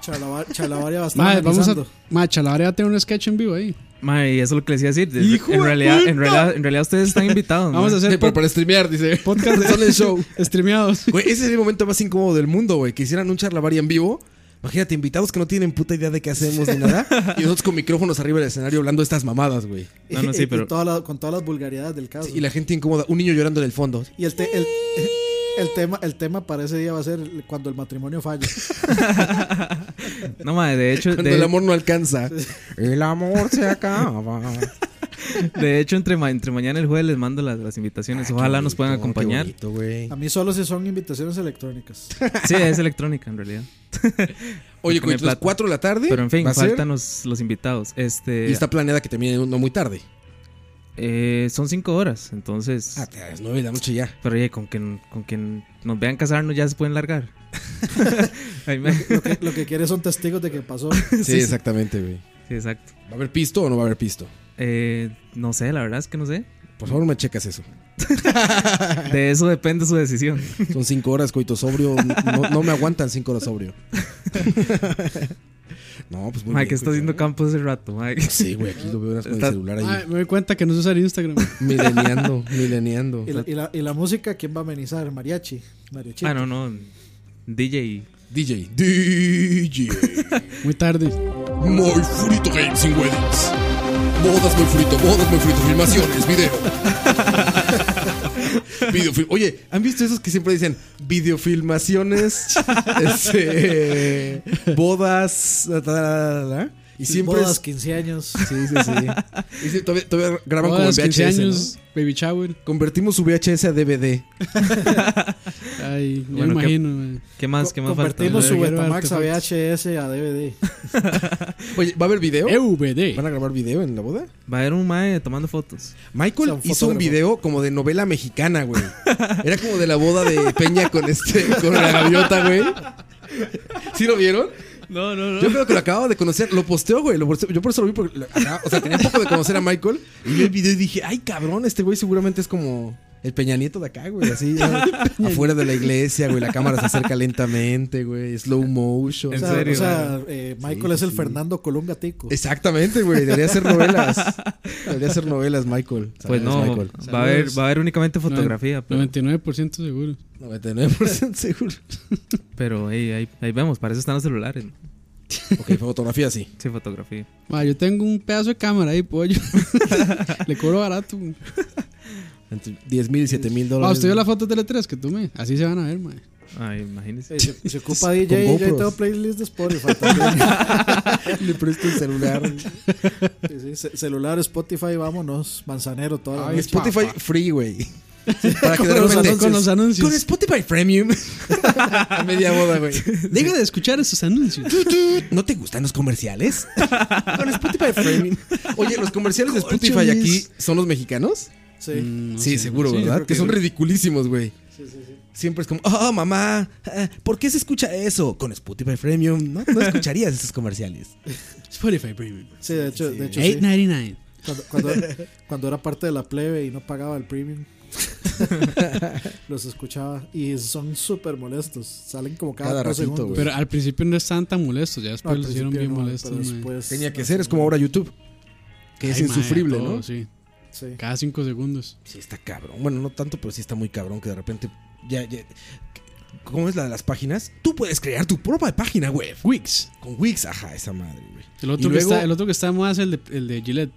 H: Chalaba- Chalabaria va a estar
G: Mae, vamos a.
H: analizando.
G: Mae, Chalabaria va a tener un sketch en vivo ahí.
J: mae, y eso es lo que les iba a decir. de-
G: ¡Hijo
J: en,
G: de
J: realidad, en,
G: puta!
J: realidad, en realidad ustedes están invitados.
G: Vamos
J: mae.
G: a hacer.
I: Pero para streamear, dice.
G: Podcast de
I: Solo el show.
G: Streameados.
I: Güey, ese es el momento más incómodo del mundo, güey. Que hicieran un charlavaria en vivo. Imagínate, invitados que no tienen puta idea de qué hacemos ni nada. Y nosotros con micrófonos arriba del escenario hablando de estas mamadas, güey.
J: No, no, sí,
H: [LAUGHS] Y- y
J: pero-
H: toda la- con todas las vulgaridades del caso.
I: Y la gente incómoda. Un niño llorando en el fondo.
H: Y el,
J: [LAUGHS]
H: te- el, el tema, el tema para ese día va a ser el- cuando el matrimonio falle.
J: [LAUGHS] No, mae, de hecho...
I: Cuando
J: de-
I: el amor no alcanza. El amor se acaba.
J: De hecho, entre, ma- entre mañana y el jueves les mando las, las invitaciones. Ojalá nos puedan acompañar.
I: Qué Ah, bonito, güey.
H: A mí solo si son invitaciones electrónicas.
J: Sí, es electrónica en realidad.
I: Oye,
J: Porque no hay
I: güey, las
J: plata.
I: 4 de la tarde.
J: Pero en fin,
I: va a ser,
J: faltan los, los invitados. Este,
I: Y está planeada que termine no muy tarde.
J: eh, son cinco horas, entonces.
I: Ah, te- a las 9 de la noche ya.
J: Pero oye, con quien, con quien nos vean casarnos ya se pueden
I: [LAUGHS]
J: largar. Ahí me-
H: Lo que, lo que quiere son testigos de que pasó.
J: [LAUGHS]
I: Sí,
J: sí.
I: exactamente, güey.
J: Sí, exacto.
I: ¿Va a haber pisto o no va a haber pisto?
J: Eh, no sé, la verdad es que no sé.
I: Por favor, me checas eso.
J: De eso depende su decisión.
I: Son 5 horas, coito sobrio. No, no me aguantan 5 horas sobrio. No, pues
J: Mike,
I: muy bien,
J: que está
I: coito.
J: haciendo campo hace rato, Mike.
I: Sí, güey, aquí lo veo con el
J: Está-
I: celular
G: Mae,
I: ahí.
G: me doy cuenta que no sé usar Instagram.
I: Mileneando, mileneando.
H: Y la, y la- y la música, ¿quién va a amenizar? Mariachi. Mariachi.
J: Ah, no, no. DJ.
I: DJ. DJ.
G: Muy tarde.
I: Muy frito games and weddings. Bodas muy frito, bodas muy frito, filmaciones, video. Videofil- Oye, ¿han visto esos que siempre dicen videofilmaciones, este, bodas, ta, ta, ta, ta, ta? y siempre
H: Bodas,
I: es-
H: 15 años.
I: Sí, sí, sí. [LAUGHS] Y sí, todavía, todavía graban como en
G: Bodas, 15
I: VHS, ¿no?
G: años, baby shower.
I: Convertimos su VHS a DVD.
G: Ay, ya
J: Bueno,
G: me
J: ¿qué-
G: imagino, mae.
J: ¿Qué más? ¿Qué más falta?
H: Convertimos su
G: Yo quiero
H: Betamax a
G: artefactos.
H: VHS a DVD.
I: Oye, ¿va a haber video?
G: EVD.
I: ¿Van a grabar video en la boda?
J: Va a haber un Mae tomando fotos.
I: Michael
H: O sea, un
I: hizo un
H: fotógrafo.
I: video como de novela mexicana, güey. Era como de la boda de Peña con este, con la gaviota, güey. ¿Sí lo vieron?
J: No, no,
I: Yo creo que lo acababa de conocer, lo posteó, güey. lo posteó. Yo por eso lo vi porque, lo acababa- o sea, tenía poco de conocer a Michael. Y vi el video y dije, ay, cabrón, este güey seguramente es como el Peña Nieto de acá, güey. Así,
J: [LAUGHS]
I: ya, afuera de la iglesia, güey. La cámara se acerca lentamente, güey. Slow motion.
H: O
J: ¿En
H: sea,
J: serio?
H: o sea, eh, Michael
I: Sí,
H: es el
I: sí.
H: Fernando Colón Gatico.
I: Exactamente, güey. Debería hacer novelas.
J: [LAUGHS]
I: Debería hacer novelas, Michael.
J: Pues
I: Saludos,
J: no,
I: Michael.
J: va a, haber,
G: Saludos.
J: va a haber únicamente fotografía. pues. Pero,
G: 99% seguro.
I: 99% seguro.
J: pero, hey, ahí, ahí vemos, para eso están los celulares. ¿no?
I: Ok, fotografía sí.
J: Sí, fotografía.
G: Mae, yo tengo un pedazo de cámara ahí, pollo. [LAUGHS] Le cobro barato. mae.
I: Entre 10 mil y 7 mil
G: Ah,
I: dólares.
G: usted vio la foto de Tele3 que tomé. Así se van a ver, mae.
J: Ay, imagínense.
H: Eh,
J: [LAUGHS]
H: Se, se ocupa DJ y
I: Con
H: yo
I: GoPros.
H: tengo playlist de Spotify también.
I: Le presto el [LAUGHS] celular.
H: Sí, sí, ce- celular, Spotify, vámonos. Manzanero, toda la
G: Ay,
I: Y
H: noche.
I: Spotify free, güey. Para que de
G: Con los
I: repente-
G: anun- con los anuncios.
I: Con Spotify
G: [LAUGHS]
I: Premium. A media boda, güey.
G: Deja de escuchar esos anuncios.
I: Tut, tut. ¿No te gustan los comerciales? Con Spotify Premium. Oye, ¿los comerciales de Spotify
G: Corcholis.
I: aquí son los mexicanos?
H: Sí.
I: sí, seguro,
G: Sí, yo
I: ¿verdad?
G: creo
I: Que
G: que
I: son
G: sí.
I: ridiculísimos, güey.
H: Sí, sí, sí.
I: Siempre es como, oh, mamá, ah, ¿por qué se escucha eso? Con Spotify Premium, ¿no? No escucharías esos comerciales.
G: Spotify Premium.
H: Sí, de hecho, de hecho sí.
G: 8.99.
H: Cuando, cuando-
G: [LAUGHS]
H: cuando era parte de la plebe y no pagaba el premium. Los escuchaba y son súper molestos. Salen como cada,
I: Cada
H: dos
I: ratito,
H: segundos.
I: güey.
G: Pero al principio no estaban tan molestos, ya
H: No,
G: después
H: al
G: los hicieron
H: principio
G: bien
H: no,
G: molestos.
H: pero
G: mae.
H: después-
I: Tenía que ser, es como ahora YouTube. Que es
G: Ah, Ay, mae,
I: insufrible,
G: todo,
I: ¿no?
G: Sí,
H: Sí.
G: cada 5 segundos.
I: Sí, está cabrón. Bueno, no tanto, pero sí está muy cabrón que de repente ya, ya- ¿Cómo es la de las páginas? Tú puedes crear tu propia página web.
G: Wix.
I: Con Wix, ajá, esa madre, güey.
G: El
I: Y
G: otro, que
I: luego-
G: está, el otro que está de moda es el de, el de Gillette.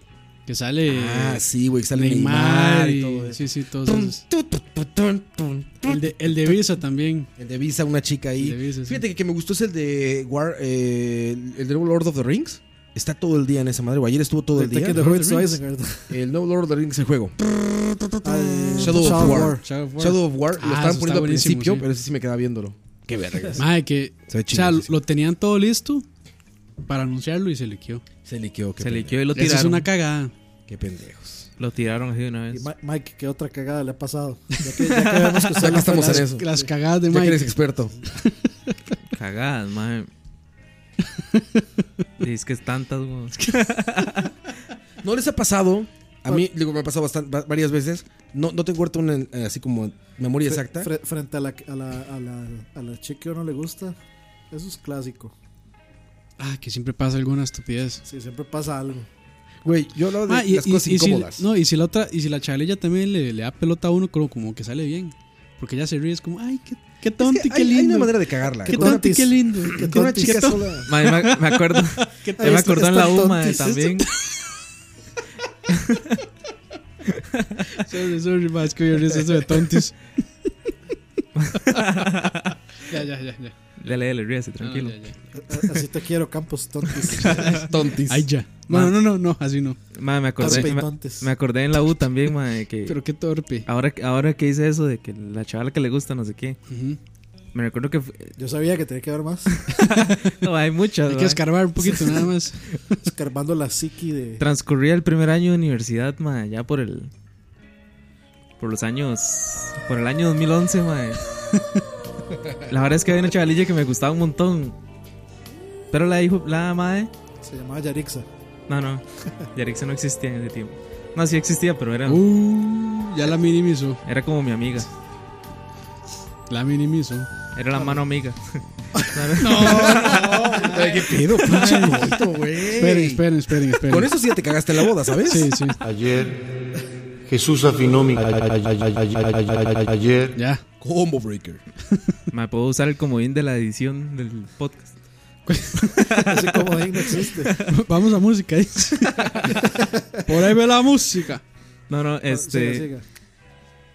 G: Que sale
I: Ah,
G: eh,
I: sí, güey, que sale
G: Neymar.
I: Neymar
G: Y,
I: y todo eso.
G: sí, sí, todos
I: Tum,
G: esos.
I: tu, tu, tu, tum, tum, tu.
G: El de, el de Visa también.
I: El de Visa, una chica ahí.
G: El de Visa, sí.
I: Fíjate que, que me gustó es el de War, eh, el de Lord of the Rings. Está todo el día en esa madre, güey. Ayer estuvo todo el
H: The
I: día.
H: Ticket of Rings, Isengard.
I: El nuevo Lord of the Rings, el juego.
H: Al-
I: Shadow of War.
G: Shadow of War.
I: Shadow of War.
G: Ah,
I: Lo
G: eso
I: estaban
G: está
I: poniendo al
G: buenísimo,
I: principio,
G: sí.
I: pero ese sí me quedaba viéndolo. Qué [LAUGHS] verga.
G: Madre, que.
I: Se ve
G: o sea, lo tenían todo listo para anunciarlo y se liqueó.
I: Se liqueó,
J: Se liqueó y lo
G: Esa es
J: tiraron.
G: una cagada.
I: Qué pendejos.
J: Lo tiraron así de una
H: Y
J: vez.
H: Ma- Mike, ¿qué otra cagada le ha pasado? Ya que, ya que
I: [LAUGHS]
H: vemos que
I: Ya que
H: usted no fue
I: estamos
H: la-
I: en eso.
G: Las cagadas de
I: Ya que
G: Mike.
I: eres experto.
J: Cagadas,
G: [LAUGHS]
J: madre. Dices que es tantas, güey.
I: ¿No les ha pasado? A mí, digo, me ha pasado bastan- va- varias veces. No, no tengo ahorita una eh, así como memoria
H: fre-
I: exacta.
H: fre- frente a la, a, la, a, la, a la chica que a uno le gusta. Eso es clásico.
G: Ah, que siempre pasa alguna estupidez.
H: Sí, siempre pasa algo.
I: Güey, yo hablaba de
G: Ah, y,
I: las
G: y-
I: cosas
G: y si,
I: incómodas.
G: no, y si la otra, y si la chavalilla también le, le da pelota a uno, como, como que sale bien. Porque ella se ríe, es como, ay, qué, qué tonto y
I: hay-
G: qué
I: hay
G: lindo.
I: una manera de cagarla.
G: Qué
I: Qué
G: tonto y
I: tontis.
G: qué lindo.
I: Qué
G: Que
I: tontis. Qué
G: ton-
I: sola.
J: Madre, me, me
G: [LAUGHS]
J: acuerdo.
G: Qué
J: ya me
G: tontis.
J: acordó en la U, madre,
G: Esto-
J: también.
G: Sorry, sorry, ma, es que yo eso de tontis.
I: [LAUGHS]
G: ya, ya, ya, ya.
J: Dale, dale, ríase, tranquilo.
G: Ah, ya,
H: A- Así te quiero, Campos Tontis.
G: Ay, ya. Bueno, no, no, no, así no.
J: Madre, me
H: Torpe
J: acordé,
H: y
J: me,
H: tontes.
J: me acordé en la U también, madre, que...
G: Pero qué torpe.
J: Ahora, ahora que hice eso de que la chavala que le gusta no sé qué. Me recuerdo que... fue- [LAUGHS]
H: Yo sabía que tenía que ver más.
J: No, hay muchas,
G: Hay que
J: madre.
G: escarbar un poquito nada más.
H: Escarbando la psiqui de.
J: Transcurría el primer año de universidad, madre, ya por el... Por los años... Por el año 2011,
G: [LAUGHS]
J: madre. La verdad es que había una chavalilla que me gustaba un montón. Pero la dijo, la madre...
H: Se llamaba Yarixa.
J: No, no. Yarixa no existía en ese tiempo. No, sí existía, pero era...
G: [LAUGHS] Uh, ya la minimizó.
J: Era como mi amiga.
G: La minimizó.
J: Era la
G: Ah.
J: mano
G: [LAUGHS]
J: amiga. [LAUGHS]
I: Ay, qué pedo, pinche adulto, güey.
G: Esperen, esperen, esperen, esperen.
I: Con eso sí ya te cagaste en la boda, ¿sabes?
G: Sí, sí.
K: Ayer Jesús afinó mi. a- a- a- a- a- a- Ayer
G: Ya.
I: Combo breaker.
J: Me puedo usar el comodín de la edición del podcast.
H: Ese como ahí no existe.
G: [LAUGHS] Vamos a música. dice. Por ahí ve la música.
J: No, no, este.
H: Siga, siga.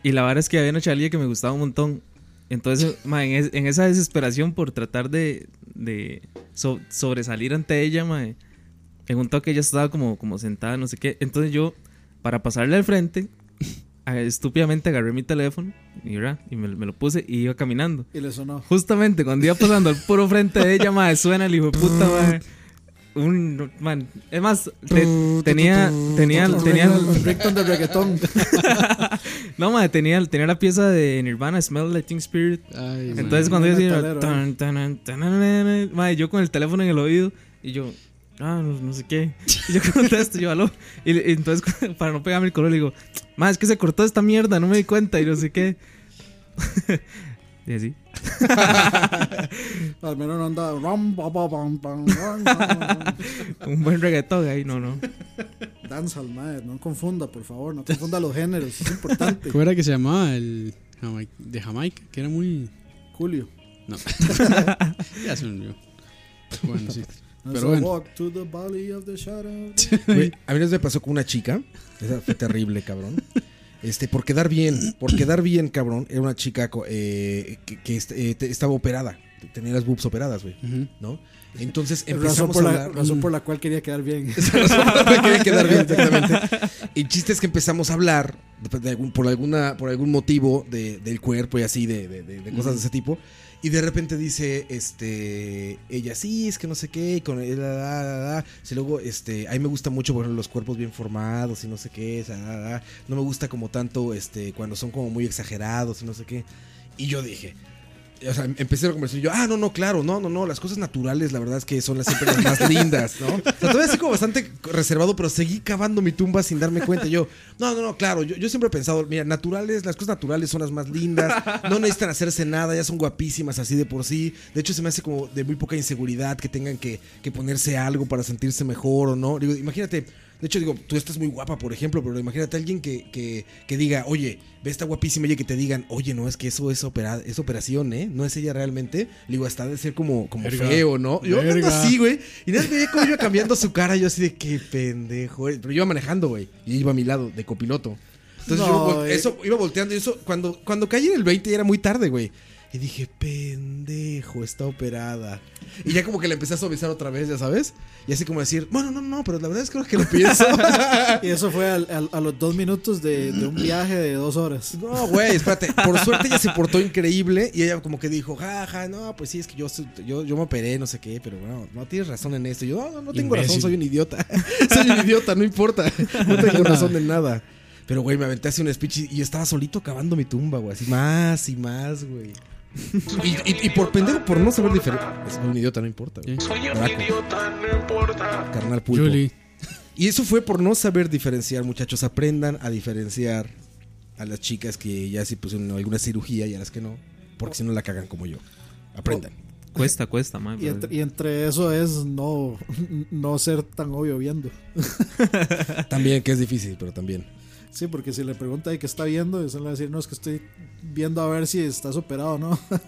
J: Y la verdad es que había una chalilla que me gustaba un montón. Entonces, ma, en, es- en esa desesperación por tratar de, de so- sobresalir ante ella, ma, en un toque ella estaba como, como sentada, no sé qué. Entonces yo, para pasarle al frente, a- estúpidamente agarré mi teléfono y, ra, y me, me lo puse y iba caminando.
H: Y le sonó.
J: Justamente cuando iba pasando al puro frente de ella, madre, suena el hijo de puta, madre. Un, man, es más, te- tenía, tenía, tenía,
H: El breakdown de reggaetón.
J: no, madre, tenía, tenía la pieza de Nirvana, Smell Like Teen Spirit.
G: Ay,
J: Entonces
H: madre,
J: cuando yo
H: muy
J: decía,
H: metalero,
J: tan, tan, tan, tan, madre, yo con el teléfono en el oído y yo, ah, no, no sé qué. Y yo [LAUGHS] contesto, yo, aló. Y, le- y entonces, [LAUGHS] para no pegarme el color, le digo, madre, es que se cortó esta mierda, no me di cuenta y no sé qué. [LAUGHS] y así.
H: Al menos no andaba. ram, ba, ba, bam, bam, ram, ba, ba, bam.
J: Un buen reggaetón ahí, no, no.
H: Danza al mae, no confunda, por favor, no confunda los géneros, es importante.
G: ¿Cómo era que se llamaba? El Jamai- de Jamaica, que era muy.
H: Julio.
G: No. [LAUGHS] ya se me olvidó. Bueno, sí.
H: No
G: Pero
H: se
G: bueno.
H: Walk to the valley of the shadow. [LAUGHS]
I: Güey, a mí una vez me pasó con una chica. Esa fue terrible, cabrón. Este, por quedar bien, por quedar bien, cabrón, era una chica co- eh, que, que est- eh, te- estaba operada. Tenía las boobs operadas, güey. ¿No? Entonces
H: Razón
I: empezamos
H: por,
I: a
H: la,
I: hablar.
H: razón por la cual quería quedar bien.
I: [LAUGHS] Esa razón por la que quería quedar bien, exactamente. El chiste es que empezamos a hablar de- de algún- por, alguna, por algún motivo de- del cuerpo y así, de, de- de- de cosas de ese tipo. Y de repente dice, este, ella sí, es que no sé qué, y con la, la, la, la". Sí, luego, este, a mí me gusta mucho, por ejemplo, los cuerpos bien formados y no sé qué, esa, la, la. no me gusta como tanto, este, cuando son como muy exagerados y no sé qué. Y yo dije, o sea, empecé la conversación y yo, ah, no, no, claro, no, no, no, las cosas naturales, la verdad es que son las siempre las más lindas, ¿no? O sea, todavía estoy como bastante reservado, pero seguí cavando mi tumba sin darme cuenta. Yo, no, no, no, claro, yo, yo siempre he pensado, mira, naturales, las cosas naturales son las más lindas, no necesitan hacerse nada, ya son guapísimas así de por sí. De hecho, se me hace como de muy poca inseguridad que tengan que, que ponerse algo para sentirse mejor o no. Digo, imagínate, de hecho, digo, tú estás muy guapa, por ejemplo, pero imagínate a alguien que, que, que diga, oye, ve esta guapísima y que te digan, oye, no, es que eso es, opera- es operación, ¿eh? No es ella realmente. Le digo, hasta ha de ser como, como
G: Verga.
I: feo, ¿no? Yo andando
G: Verga.
I: así, güey. Y nada, más veía cómo iba cambiando su cara. Yo así de, qué pendejo. eres". Pero yo iba manejando, güey. Y ella iba a mi lado, de copiloto. Entonces
H: No,
I: yo,
H: eh.
I: eso, iba volteando y eso, cuando, cuando caí en el 20 ya era muy tarde, güey. Y dije, pendejo, está operada. Y ya como que la empecé a suavizar otra vez, ya sabes. Y así como decir, bueno, no, no, pero la verdad es que creo que lo
H: [LAUGHS]
I: pienso.
H: y eso fue al- al- a los dos minutos de, de un viaje de dos horas.
I: Pues, No, güey, espérate. Por suerte ella se portó increíble y ella como que dijo, jaja, no, pues sí, es que yo, soy- yo, yo me operé, no sé qué, pero bueno, no tienes razón en esto. Y Yo, no, no, no tengo razón,
D: Imbécil.
I: soy un idiota. [LAUGHS] soy un idiota, no importa. No tengo razón de nada. Pero, güey, me aventé así un speech y- y yo estaba solito cavando mi tumba, güey. Así más y más, güey. Y, y- y por pendejo, por no saber diferente. Soy un idiota, no importa. güey. Carajo. Carnal pulpo.
G: Julie.
I: Y eso fue por no saber diferenciar, muchachos. Aprendan a diferenciar a las chicas que ya se pusieron alguna cirugía y a las que no. Porque si no la cagan como yo. Aprendan.
J: Cuesta, cuesta, man.
H: Y
J: pero-
H: entre, y entre eso es no, [LAUGHS] no ser tan obvio viendo.
I: También, que es difícil, pero también.
H: Sí, porque si le pregunta de qué está viendo, eso le va a decir, no, es que estoy viendo a ver si estás operado o no. [LAUGHS]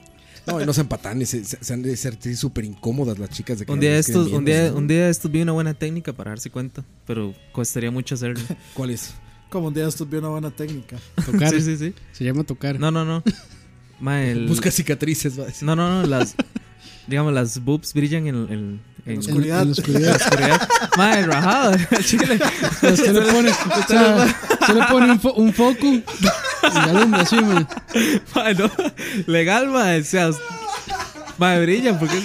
I: No, y no sean patanes. Se, se- se han de sentir súper incómodas las chicas de que
J: Un
I: no
J: día,
I: les queden
J: estos,
I: bien,
J: un, día,
I: ¿no?
J: un día estos vi una buena técnica para darse cuenta, pero costaría mucho
I: [LAUGHS]
J: hacerlo.
I: ¿Cuál es?
H: Como un día esto vio una buena técnica.
J: Sí, sí, sí.
G: Se llama tocar.
J: No, no, no. Ma, el-
I: Busca cicatrices, va a decir.
J: No, no, no. Las, [LAUGHS] digamos, las boobs brillan en, en,
H: En la oscuridad. En la oscuridad.
J: En la oscuridad. Ma, el rajado. [LAUGHS] el Chile.
G: Usted le [LAUGHS] pone, o sea, usted le pone un, fo- un foco y alumbra así, man.
J: Ma, no. Legal, ma. O sea, ma, brillan porque. es-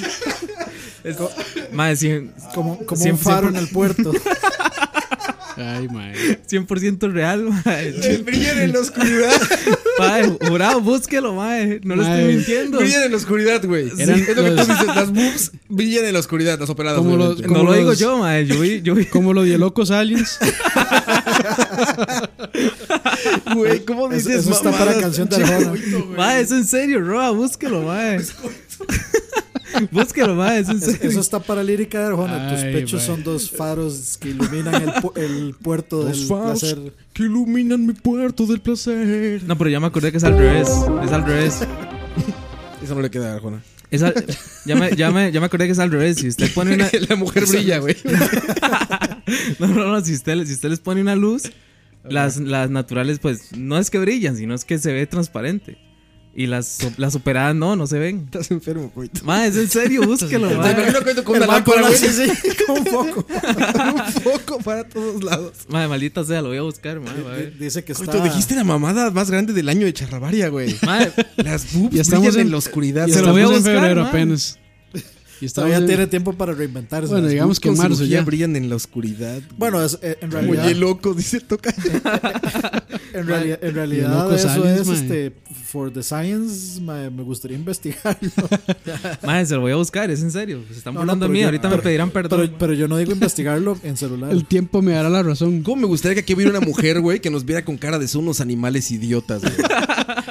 J: es- ma, cien-
H: [LAUGHS] Como, como
J: cien-
H: un faro
J: cien
H: en
J: por-
H: el puerto.
G: Ay, mae.
J: 100% real, mae.
I: Brillan en la oscuridad.
J: Mae, jurado, búsquelo, mae. No lo
G: Mae.
J: estoy mintiendo.
I: Brillan en la oscuridad, güey.
G: Eran
I: es lo que tú
G: los-
I: dices. Las boobs brillan en la oscuridad, las operadas.
G: Como los-
I: obviamente.
J: No
G: como
J: lo digo
G: los-
J: yo, mae. Yo vi, yo vi.
G: Como los de locos aliens.
I: Güey, ¿cómo
H: Eso-
I: dices?
H: eso está para
I: mamadas,
H: canción de
I: pinche
H: Arjona.
I: coito,
J: [LAUGHS]
I: güey?
J: Mae, es en serio, Roa, búsquelo, mae. [LAUGHS] búsquelo, mae, es en
H: Es-
J: serio.
H: Eso está para lírica de Arjona. Tus
G: Ay,
H: pechos
G: mae.
H: son dos faros que iluminan el, pu- el puerto
I: Los
H: del
I: faros
H: placer.
I: que iluminan mi puerto del placer.
J: No, pero ya me acordé que es al revés. Es al revés.
I: Eso no le queda a Arjona.
J: Es
H: [LAUGHS]
J: al- ya, me, ya, me, ya me acordé que es al revés. Si usted pone una.
I: [LAUGHS] La mujer brilla, güey.
J: No, no, no. Si usted, si usted les pone una luz, las, las naturales, pues no es que brillan, sino es que se ve transparente. Y las, las operadas no, no se ven.
I: Estás enfermo, coito.
J: Mae, es en
H: [LAUGHS]
J: serio, búsquelo,
I: Te
J: mae.
I: imagino coito con una
H: El man con
I: lámpara,
H: la-
I: güey.
H: sí,
I: [LAUGHS]
H: sí, con foco.
I: Un foco para todos lados.
J: Mae, maldita sea, lo voy a buscar, mae. va a ver.
H: Dice que está.
I: Coito, dijiste la mamada más grande del año de Charrabaria, güey. [LAUGHS]
H: [LAUGHS]
J: Mae,
I: Las boobs
G: Ya estamos
I: brillan en,
G: en-
I: la oscuridad.
G: Y
J: Se lo voy a
G: estamos en
J: buscar,
G: febrero
J: mae.
G: apenas. Y estamos
H: Todavía
G: en-
H: tiene tiempo para reinventarse.
G: Bueno, digamos-
I: Las boobs
G: que en
I: con
G: marzo
I: cirugía
G: ya.
I: brillan en la oscuridad.
H: Bueno, es- eh, en
I: Como
H: realidad,
I: loco, dice toca.
H: en realidad, en realidad
G: Y locos
H: eso
G: aliens,
H: es
G: mae.
H: este for the science. mae, me gustaría
G: [LAUGHS]
H: [LAUGHS] investigarlo.
J: mae, se lo voy a buscar, es en serio. Se están
H: No, no,
J: burlando de
H: pero
J: mí,
H: yo-
J: ahorita me
H: pero-
J: pedirán perdón.
H: Pero, pero yo no digo investigarlo en celular.
G: El tiempo me dará la razón.
I: ¿Cómo me gustaría que aquí hubiera una mujer, güey, que nos viera con cara de son unos animales idiotas, güey?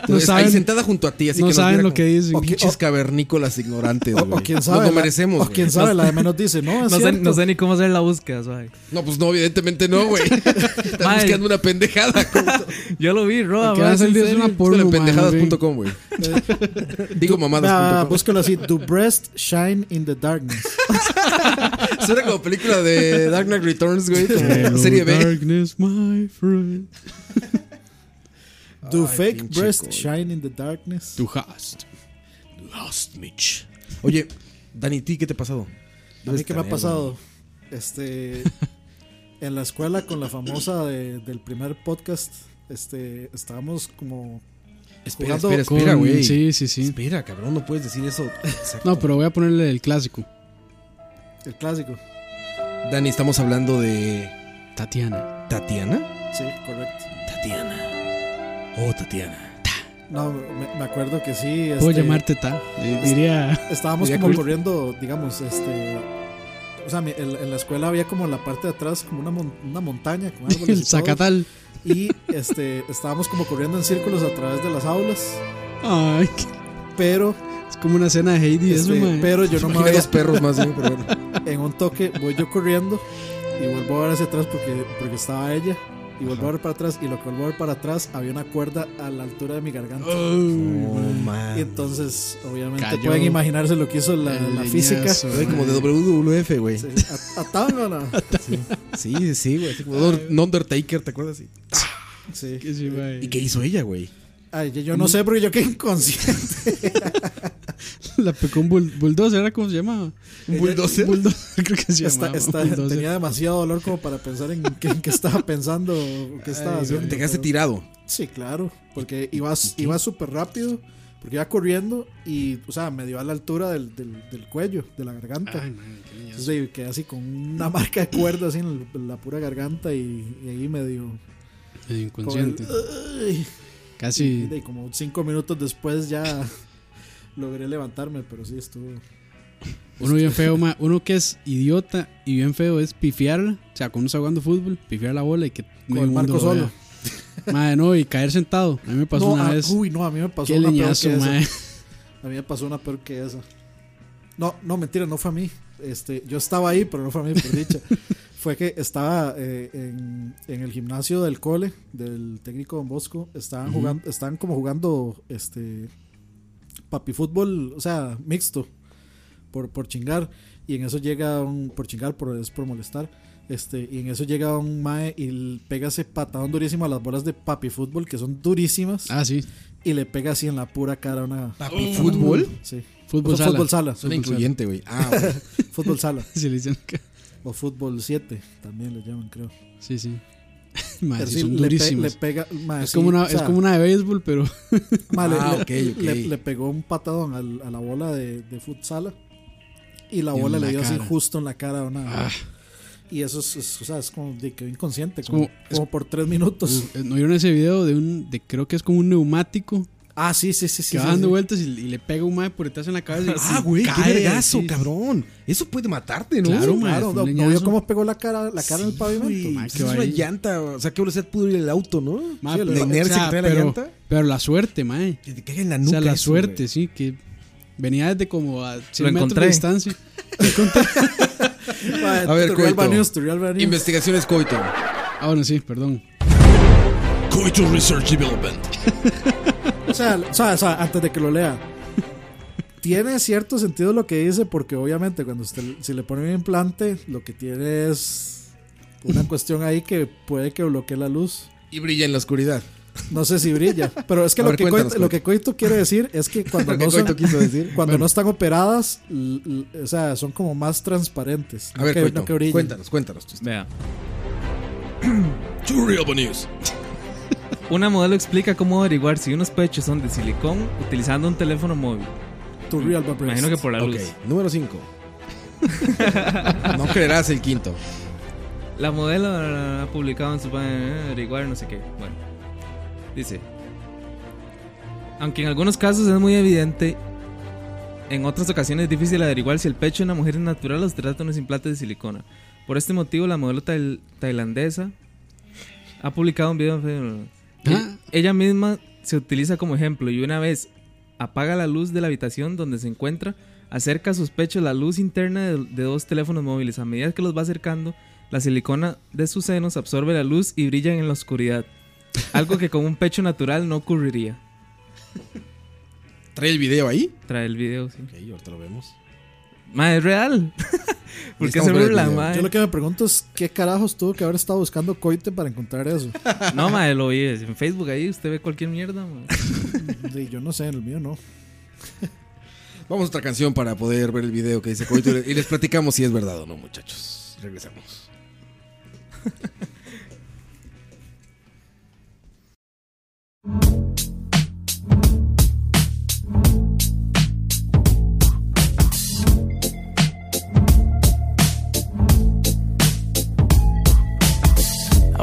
G: No
I: Entonces, ahí
G: saben-
I: sentada junto a ti, así
G: no
I: que nos
G: saben
I: viera
G: lo
I: como
G: que dicen.
I: o Pinches cavernícolas ignorantes,
H: O,
I: güey.
H: o quién sabe.
I: Nos lo
H: la-
I: merecemos,
H: O
I: güey.
H: quién sabe, la de menos dice, no, es
J: no, sé,
H: cierto.
J: no sé ni cómo hacer la búsqueda, suave.
I: No, pues no, evidentemente no,
H: [LAUGHS]
I: güey. Estás
J: Madre.
I: buscando una pendejada. como-
J: Yo lo vi, Roa,
G: Que
J: mae,
G: va a
J: es en
G: salir es
J: serio.
G: una
I: Búscalo
G: porno,
I: en
G: mae, güey.
I: pendejadas.com, güey. Digo
H: Ah,
I: mamadas.com.
H: búscalo así. Do breasts shine in
I: [LAUGHS]
H: the darkness.
I: Suena como película de Dark Knight Returns, güey. como Serie B.
G: Darkness, my friend.
H: Do
I: Ay,
H: fake
I: pinche
H: breasts
I: coño.
H: shine in the darkness.
G: Tu hast.
I: Lost Mitch. Oye, Dani, ¿ti qué te ha pasado?
H: A mí que me ha pasado.
I: [LAUGHS]
H: Este. En la escuela con la famosa de- del primer podcast, este, estábamos como
I: Espera,
H: Jugando
I: espera, espera,
G: con-
I: güey.
G: Sí, sí, sí.
I: Espera, cabrón, no puedes decir
H: [LAUGHS]
I: eso. Exacto.
G: No, pero voy a ponerle el clásico.
H: el clásico.
I: Dani, estamos hablando de
G: Tatiana.
I: Tatiana.
H: Sí, correcto.
I: Tatiana. Oh, Tatiana.
H: No, me, me acuerdo que sí.
G: Puedo
H: este,
G: llamarte Ta. Eh, Diría.
H: Estábamos
G: diría
H: como
G: Kurt.
H: corriendo, digamos, este. O sea, mi- en, en la escuela había como en la parte de atrás como una, mon- una montaña con
G: [LAUGHS]
H: árboles. y
G: El
H: todo.
G: Zacatal.
H: Y este, estábamos como corriendo en círculos a través de las aulas.
G: Ay, qué-
H: Pero,
G: es como una escena de Heidi, eso,
H: este,
G: mae.
H: pero yo no me
I: Imaginé
H: había
I: dos perros más bien, pero bueno.
H: [LAUGHS] en un toque voy yo corriendo y vuelvo a ver hacia atrás porque, porque estaba ella. Y vuelvo a ver para atrás y lo que vuelvo a ver para atrás había una cuerda a la altura de mi garganta.
I: Oh, man.
H: Y entonces, obviamente,
G: Ah. Cayó.
H: pueden imaginarse lo que hizo la,
G: El
H: la física.
G: leñazo,
I: Soy como
G: mae.
I: de WWF, güey.
H: Sí, a- Ataban o
G: [LAUGHS]
H: no?
I: Sí, sí, güey. así como Don- Undertaker, ¿te acuerdas? Sí.
H: Sí.
G: Que sí, mae.
I: ¿Y qué hizo ella, güey?
H: Ay, yo-
G: Mm.
H: yo no sé porque yo
G: [LAUGHS]
H: quedé inconsciente.
G: La pegó un bull- bulldozer, ¿era cómo se llamaba?
H: ¿Un bulldozer?
G: bulldozer, [LAUGHS] creo que se
H: Está-
G: llamaba.
H: está-
G: bulldozer.
H: tenía demasiado dolor como para pensar en qué, en qué estaba pensando o qué estaba
I: Ay,
H: haciendo.
I: te quedaste
H: pero-
I: tirado.
H: Sí, claro, porque iba iba súper rápido, porque iba corriendo y, o sea, me dio a la altura del, del- del cuello, de la garganta.
G: Ay, man, qué niñazo.
H: Entonces sí, quedé así con una marca de cuerda así en, el- en la pura garganta y, y ahí medio...
G: Medio inconsciente.
H: con el- ¡Ay!
G: Casi-
H: Y, y como cinco minutos después ya [LAUGHS] logré levantarme, pero sí estuvo...
G: Uno bien feo, ma, uno que es idiota y bien feo es pifiarla. O sea, cuando uno está jugando fútbol, pifiar la bola y que
H: Con el marco
G: lo
H: solo.
G: vea. Madre, no, y caer sentado. A mí me pasó
H: No,
G: una
H: a-
G: vez.
H: Uy, no, a mí me pasó
G: Qué
H: una
G: leñazo,
H: peor que
G: mae.
H: esa. A mí me pasó una peor que esa. No, no, mentira, no fue a mí. Este, yo estaba ahí, pero no fue a mí,
G: [LAUGHS]
H: por dicha. fue que estaba eh, en, en el gimnasio del cole, del técnico Don Bosco. Estaban
G: Ujú.
H: jugando, estaban como jugando este papi fútbol, o sea, mixto. Por, por chingar. Y en eso llega un. Por chingar, por, es por molestar. Este, y en eso llega un mae y l- pega ese patadón durísimo a las bolas de papi fútbol, que son durísimas.
G: [LAUGHS] Ah, sí.
H: Y le pega así en la pura cara una.
I: ¿Papi fútbol?
H: Sí.
G: Fútbol
H: O sea,
G: sala.
H: Fútbol sala.
I: Suena incluyente, güey. Ah, bueno.
H: [LAUGHS] fútbol sala.
G: [LAUGHS] Sí, le dicen que-
H: O fútbol 7, también le llaman, creo.
G: Sí, sí. Madre,
H: Pero
G: Ah, sí,
H: sí,
G: son
H: le pe-
G: durísimos.
H: le pega- madre,
G: es, como
H: sí,
G: una,
H: o sea-
G: es como una de béisbol,
H: [LAUGHS]
G: pero.
H: Ma, le- le,
G: ok, ok.
H: le- le pegó un patadón al- a la bola de, de futsala y la
G: En
H: bola
G: la
H: le dio así
G: cara.
H: justo en la cara a una.
G: Ah.
H: Y eso es, es- o sea, es como de quedó inconsciente,
G: Es
H: como,
G: como- es-
H: como por tres minutos.
G: Uh, ¿No vieron ese video de un. de creo que es como un neumático?
H: Ah, sí, sí, sí.
G: Que va
H: sí,
G: dando
H: sí.
G: vueltas y, y le pega un mae por detrás en la cabeza. y-
I: [LAUGHS] Ah, güey, qué
G: cae,
I: vergazo,
G: sí.
I: cabrón. Eso puede matarte, ¿no?
G: Claro, mae, fue
I: no,
G: un
I: no
G: leñazo.
I: vio cómo
H: pegó la cara, la cara en el pavimento.
I: Pues
G: qué
I: es una
G: vaina.
I: llanta, o sea, qué velocidad pudo ir el auto, ¿no?
G: Ma,
I: Sí, la
G: pero-
I: inercia
G: o sea,
I: que trae la
G: pero-
I: llanta.
G: Pero la suerte, mae. Que
I: te caiga en la
G: O sea,
I: nuca
G: la
I: eso,
G: suerte, sí, que venía desde como a 100 metros de
I: encontré. [LAUGHS]
G: distancia.
I: A ver, Turrialba Coito. News, Turrialba News. Investigaciones Coito.
G: Ah, bueno, sí, perdón.
M: Coito Research Development.
H: O sea, o sea, o sea, antes de que lo lea. Tiene cierto sentido lo que dice, porque obviamente cuando usted si le pone un implante, lo que tiene es una cuestión ahí que puede que bloquee la luz.
I: Y brilla en la oscuridad.
H: No sé si brilla, pero es que,
I: A
H: lo,
I: ver,
H: que Coito-
I: cuéntanos,
H: lo que Coito quiere decir es que
I: [LAUGHS]
H: cuando,
I: Lo que
H: no, son-
I: Coito quiso decir.
H: cuando
I: Bueno.
H: no están operadas, l- l- o sea, son como más transparentes.
I: A
H: no
I: ver,
H: que-
I: Coito,
H: no que brillen.
I: cuéntanos, cuéntanos.
J: Vea.
M: Two Real News.
J: Una modelo explica cómo averiguar si unos pechos son de silicón utilizando un teléfono móvil.
H: Tu real breast.
J: Imagino que por la luz.
I: Ok, número 5. [LAUGHS] no creerás el quinto.
J: La modelo ha publicado en su página eh, averiguar no sé qué. Bueno, dice. Aunque en algunos casos es muy evidente, en otras ocasiones es difícil averiguar si el pecho de una mujer es natural o se trata de unos implantes de silicona. Por este motivo, la modelo tail- tailandesa ha publicado un video en Facebook.
I: ¿Ah?
G: Ah.
J: Ella- Ella misma se utiliza como ejemplo y una vez apaga la luz de la habitación donde se encuentra, acerca a sus pechos la luz interna de, de dos teléfonos móviles. A medida que los va acercando, la silicona de sus senos absorbe la luz y brillan en la oscuridad. Algo que con un pecho natural no ocurriría.
I: ¿Trae el video ahí?
J: Trae el video, sí.
I: Ok, ahorita lo vemos.
J: Madre, es
I: [LAUGHS]
J: real. ¿Por qué
I: Necesitamos
J: se
I: ver el
J: burla,
I: video.
J: madre?
H: Yo lo que me pregunto es qué carajos tuvo que haber estado buscando Coito para encontrar eso. [LAUGHS]
J: No, madre, lo vi en Facebook ahí. Usted ve cualquier mierda, madre.
H: Sí, yo no sé, en el mío no.
I: Vamos a otra canción para poder ver el video que dice Coito y les platicamos si es verdad o no, muchachos. Regresamos.
N: I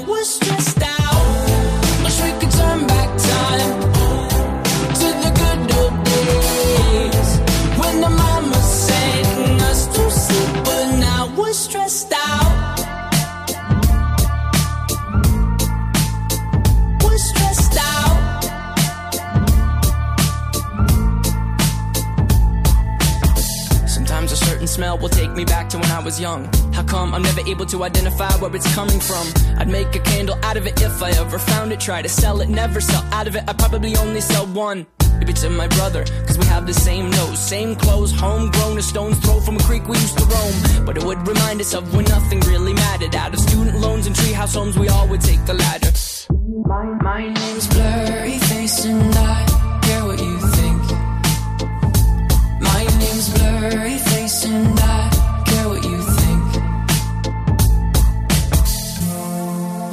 N: smell will take me back to when I was young. How come I'm never able to identify where it's coming from? I'd make a candle out of it if I ever found it. Try to sell it, never sell out of it. I probably only sell one. Maybe to my brother, cause we have the same nose, same clothes, homegrown, a stone's throw from a creek we used to roam. But it would remind us of when nothing really mattered. Out of student loans and treehouse homes, we all would take the ladder.
F: My, my name's Blurry Face and I care what you think. My name's Blurry Face and I care what you think.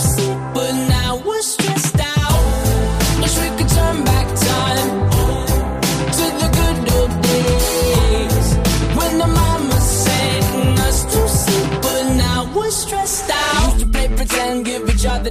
N: sleep, but now we're stressed out. Wish we could turn back time to the good old days when the mama sang us to sleep, but now we're stressed out. Used to play pretend, give each other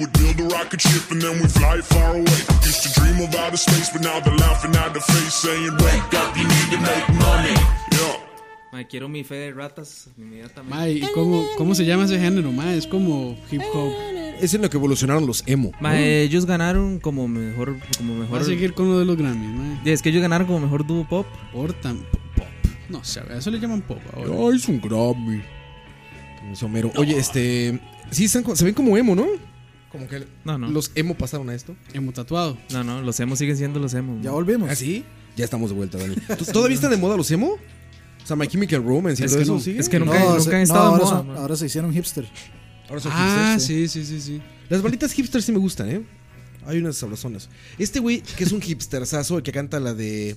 L: would build a rocket ship and then we fly it far away. Used to dream of outer space, but now they're laughing at the face, saying, Wake up, you need to make money. Yeah.
J: Mae, quiero mi fe de ratas inmediatamente.
G: Mae, ¿y cómo, cómo se llama ese género? Mae, es como hip hop.
I: Es en lo que evolucionaron los emo.
J: Mae, ellos ganaron como mejor. Como mejor
G: Va a seguir con uno de los Grammys, mae.
J: Y Es que ellos ganaron como mejor dúo pop.
G: Por tan- pop. No sé, a eso le llaman pop ahora.
I: Ay, es un Grammy. Dice Homero. Oye, este. Sí, están co- se ven como emo, ¿no? Como que
J: No, no.
I: los emo pasaron a esto.
G: Emo tatuado.
J: No, no, los emos siguen siendo los emos.
I: Ya
H: volvemos.
I: ¿Ah, sí? Ya estamos de vuelta, [LAUGHS] Dani. ¿Tú- ¿Todavía están de moda los emo? O sea, My Chemical Romance y
J: Es
I: todo
J: que
I: eso,
J: no,
I: ¿sí?
J: es que nunca- No, nunca se- han no, estado de
H: ahora,
J: moda,
H: son-
J: man.
H: ahora se hicieron hipster.
I: Ahora son
G: Ah,
I: hipsters,
G: sí, sí, sí, sí.
I: Las balitas hipsters sí me gustan, ¿eh? Hay unas sabrosonas. Este güey, que es un hipsterzazo, el que canta la de.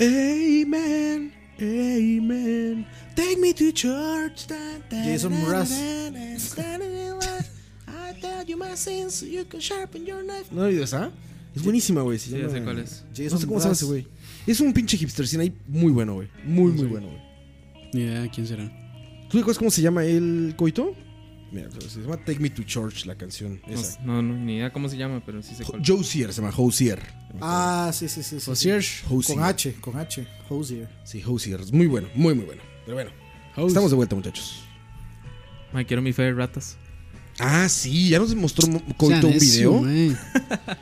I: Amen, amen. Take me to church.
H: Jason Mraz.
I: I tell you my sins, so you can sharpen your knife. ¿No lo oídos, ah? Es buenísima, güey. se
J: Sí, ya
I: llama-
J: sé cuál es.
I: no sé
H: Jason
I: cómo se llama
H: Mraz.
I: ese güey. Es un pinche hipstercín ahí muy bueno, güey. Muy, muy bueno, güey.
G: Ni idea de quién será.
I: ¿Tú recuerdas cómo se llama el coito? Mira, se llama Take Me to Church la canción. Esa.
J: No, no, ni idea cómo se llama, pero sí sé cuál.
I: Josier se llama Josier.
H: Ah, sí, sí, sí. sí, sí.
G: Hosier.
I: Hosier.
H: Con H, con H. Hosier.
I: Sí, Hosier. Es muy bueno, muy, muy bueno. Pero bueno, estamos de vuelta, muchachos.
J: Mae, quiero mi fe de ratas.
I: Ah, sí, ya nos mostró Mo-
G: Sean
I: Coito un
G: necio,
I: video. [LAUGHS]
G: mae.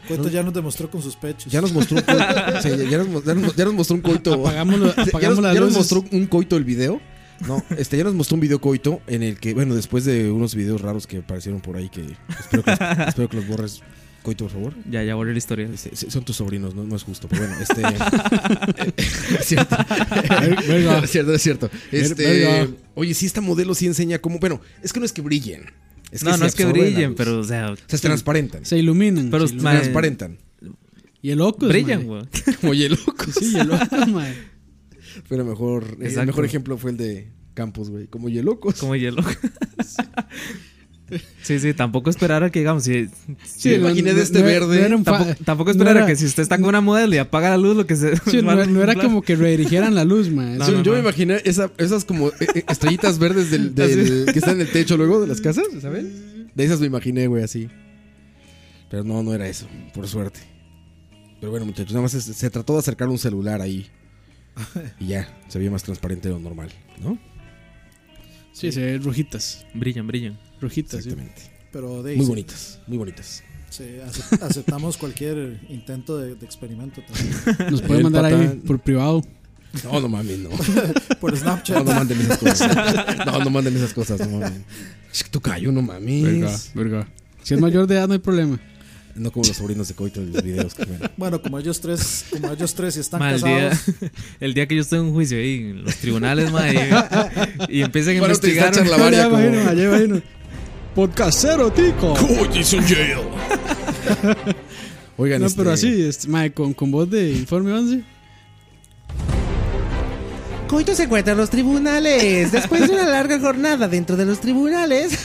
H: Coito ya nos demostró con sus pechos.
I: Ya nos mostró un [LAUGHS] coito. sí, ya, nos, mo- ya nos- ya nos mostró un coito.
G: Apagámoslo-
I: [LAUGHS] Ya nos-
G: apagamos
I: ya nos,
G: las luces.
I: mostró un coito el video. No, este ya nos mostró un video coito en el que, bueno, después de unos videos raros que aparecieron por ahí, que espero que, [LAUGHS] los- espero que los borres. Coito, por favor.
J: Ya, ya borré la historia.
I: Este, sí, son tus sobrinos, no, no es justo. Pero bueno,
J: [LAUGHS]
I: este. [LAUGHS] es cierto.
G: Ver- verga.
I: es cierto, es cierto. Este,
G: verga.
I: oye, si esta modelo sí enseña cómo. Bueno, es que no es que brillen.
J: no,
I: sí
J: no es que
I: absorben la
J: brillen,
I: luz.
J: pero, o sea.
I: O sea, se transparentan.
G: Se iluminan.
J: Pero,
G: se iluminan.
J: mae,
I: transparentan.
G: Y el loco
J: Brillan,
G: [LAUGHS]
J: güey.
I: Como locos.
G: Sí, y el loco, [LAUGHS] mae.
I: Pero mejor, el
J: Exacto.
I: mejor ejemplo fue el de Campos, güey. Como locos.
J: Como hielo. Sí, sí, tampoco esperar a que digamos. Si,
I: Sí, me imaginé de este
G: no-
I: verde.
G: no era un fa-
J: tampoco, tampoco
G: no
J: esperar
G: era-
J: a que si usted está con una modelo y apaga la luz, lo que se. [LAUGHS]
G: Sí, no, no era como que redirigieran la luz, mae.
J: No,
G: Sí,
I: yo
J: no,
I: yo
J: no.
I: me imaginé esa- esas como eh, eh, estrellitas verdes del, del- que están en el techo luego de las casas, ¿sabes? De esas me imaginé, güey, así. Pero no, no era eso, por suerte. Pero bueno, muchachos, nada más se, se trató de acercar un celular ahí. Y ya, se veía más transparente de lo normal, ¿no?
G: Sí, se ven rojitas.
J: Brillan, brillan.
G: Rojitas, sí.
I: Exactamente.
H: Pero de ahí
I: Muy
H: sí,
I: bonitas, muy bonitas.
H: sí, ace- [LAUGHS] aceptamos cualquier intento de, de experimento también.
G: Nos pueden
I: El
G: mandar
I: pata-
G: ahí por privado.
I: No, no mames, no.
H: Por Snapchat.
I: No, no manden esas cosas. No, no manden esas cosas, no mames. Es que tú callo, no mames.
G: Verga, verga. Si es mayor de edad, no hay problema.
I: No como los sobrinos de Coito en los videos. que ven.
H: Bueno, como ellos tres, como ellos tres están
J: Ma, el, día,
H: casados.
J: [LAUGHS] el día que yo esté en un juicio ahí en los tribunales, ma, y, y empiecen a investigar.
G: [LAUGHS] Ya imagino,
I: [LAUGHS]
G: ya imagino. Podcastero, tico.
M: Coitus in jail.
I: Oigan,
G: no, pero
I: este-
G: así, este, mae, con, con voz de informe 11.
O: Coito se encuentra en los tribunales. Después de una larga jornada dentro de los tribunales.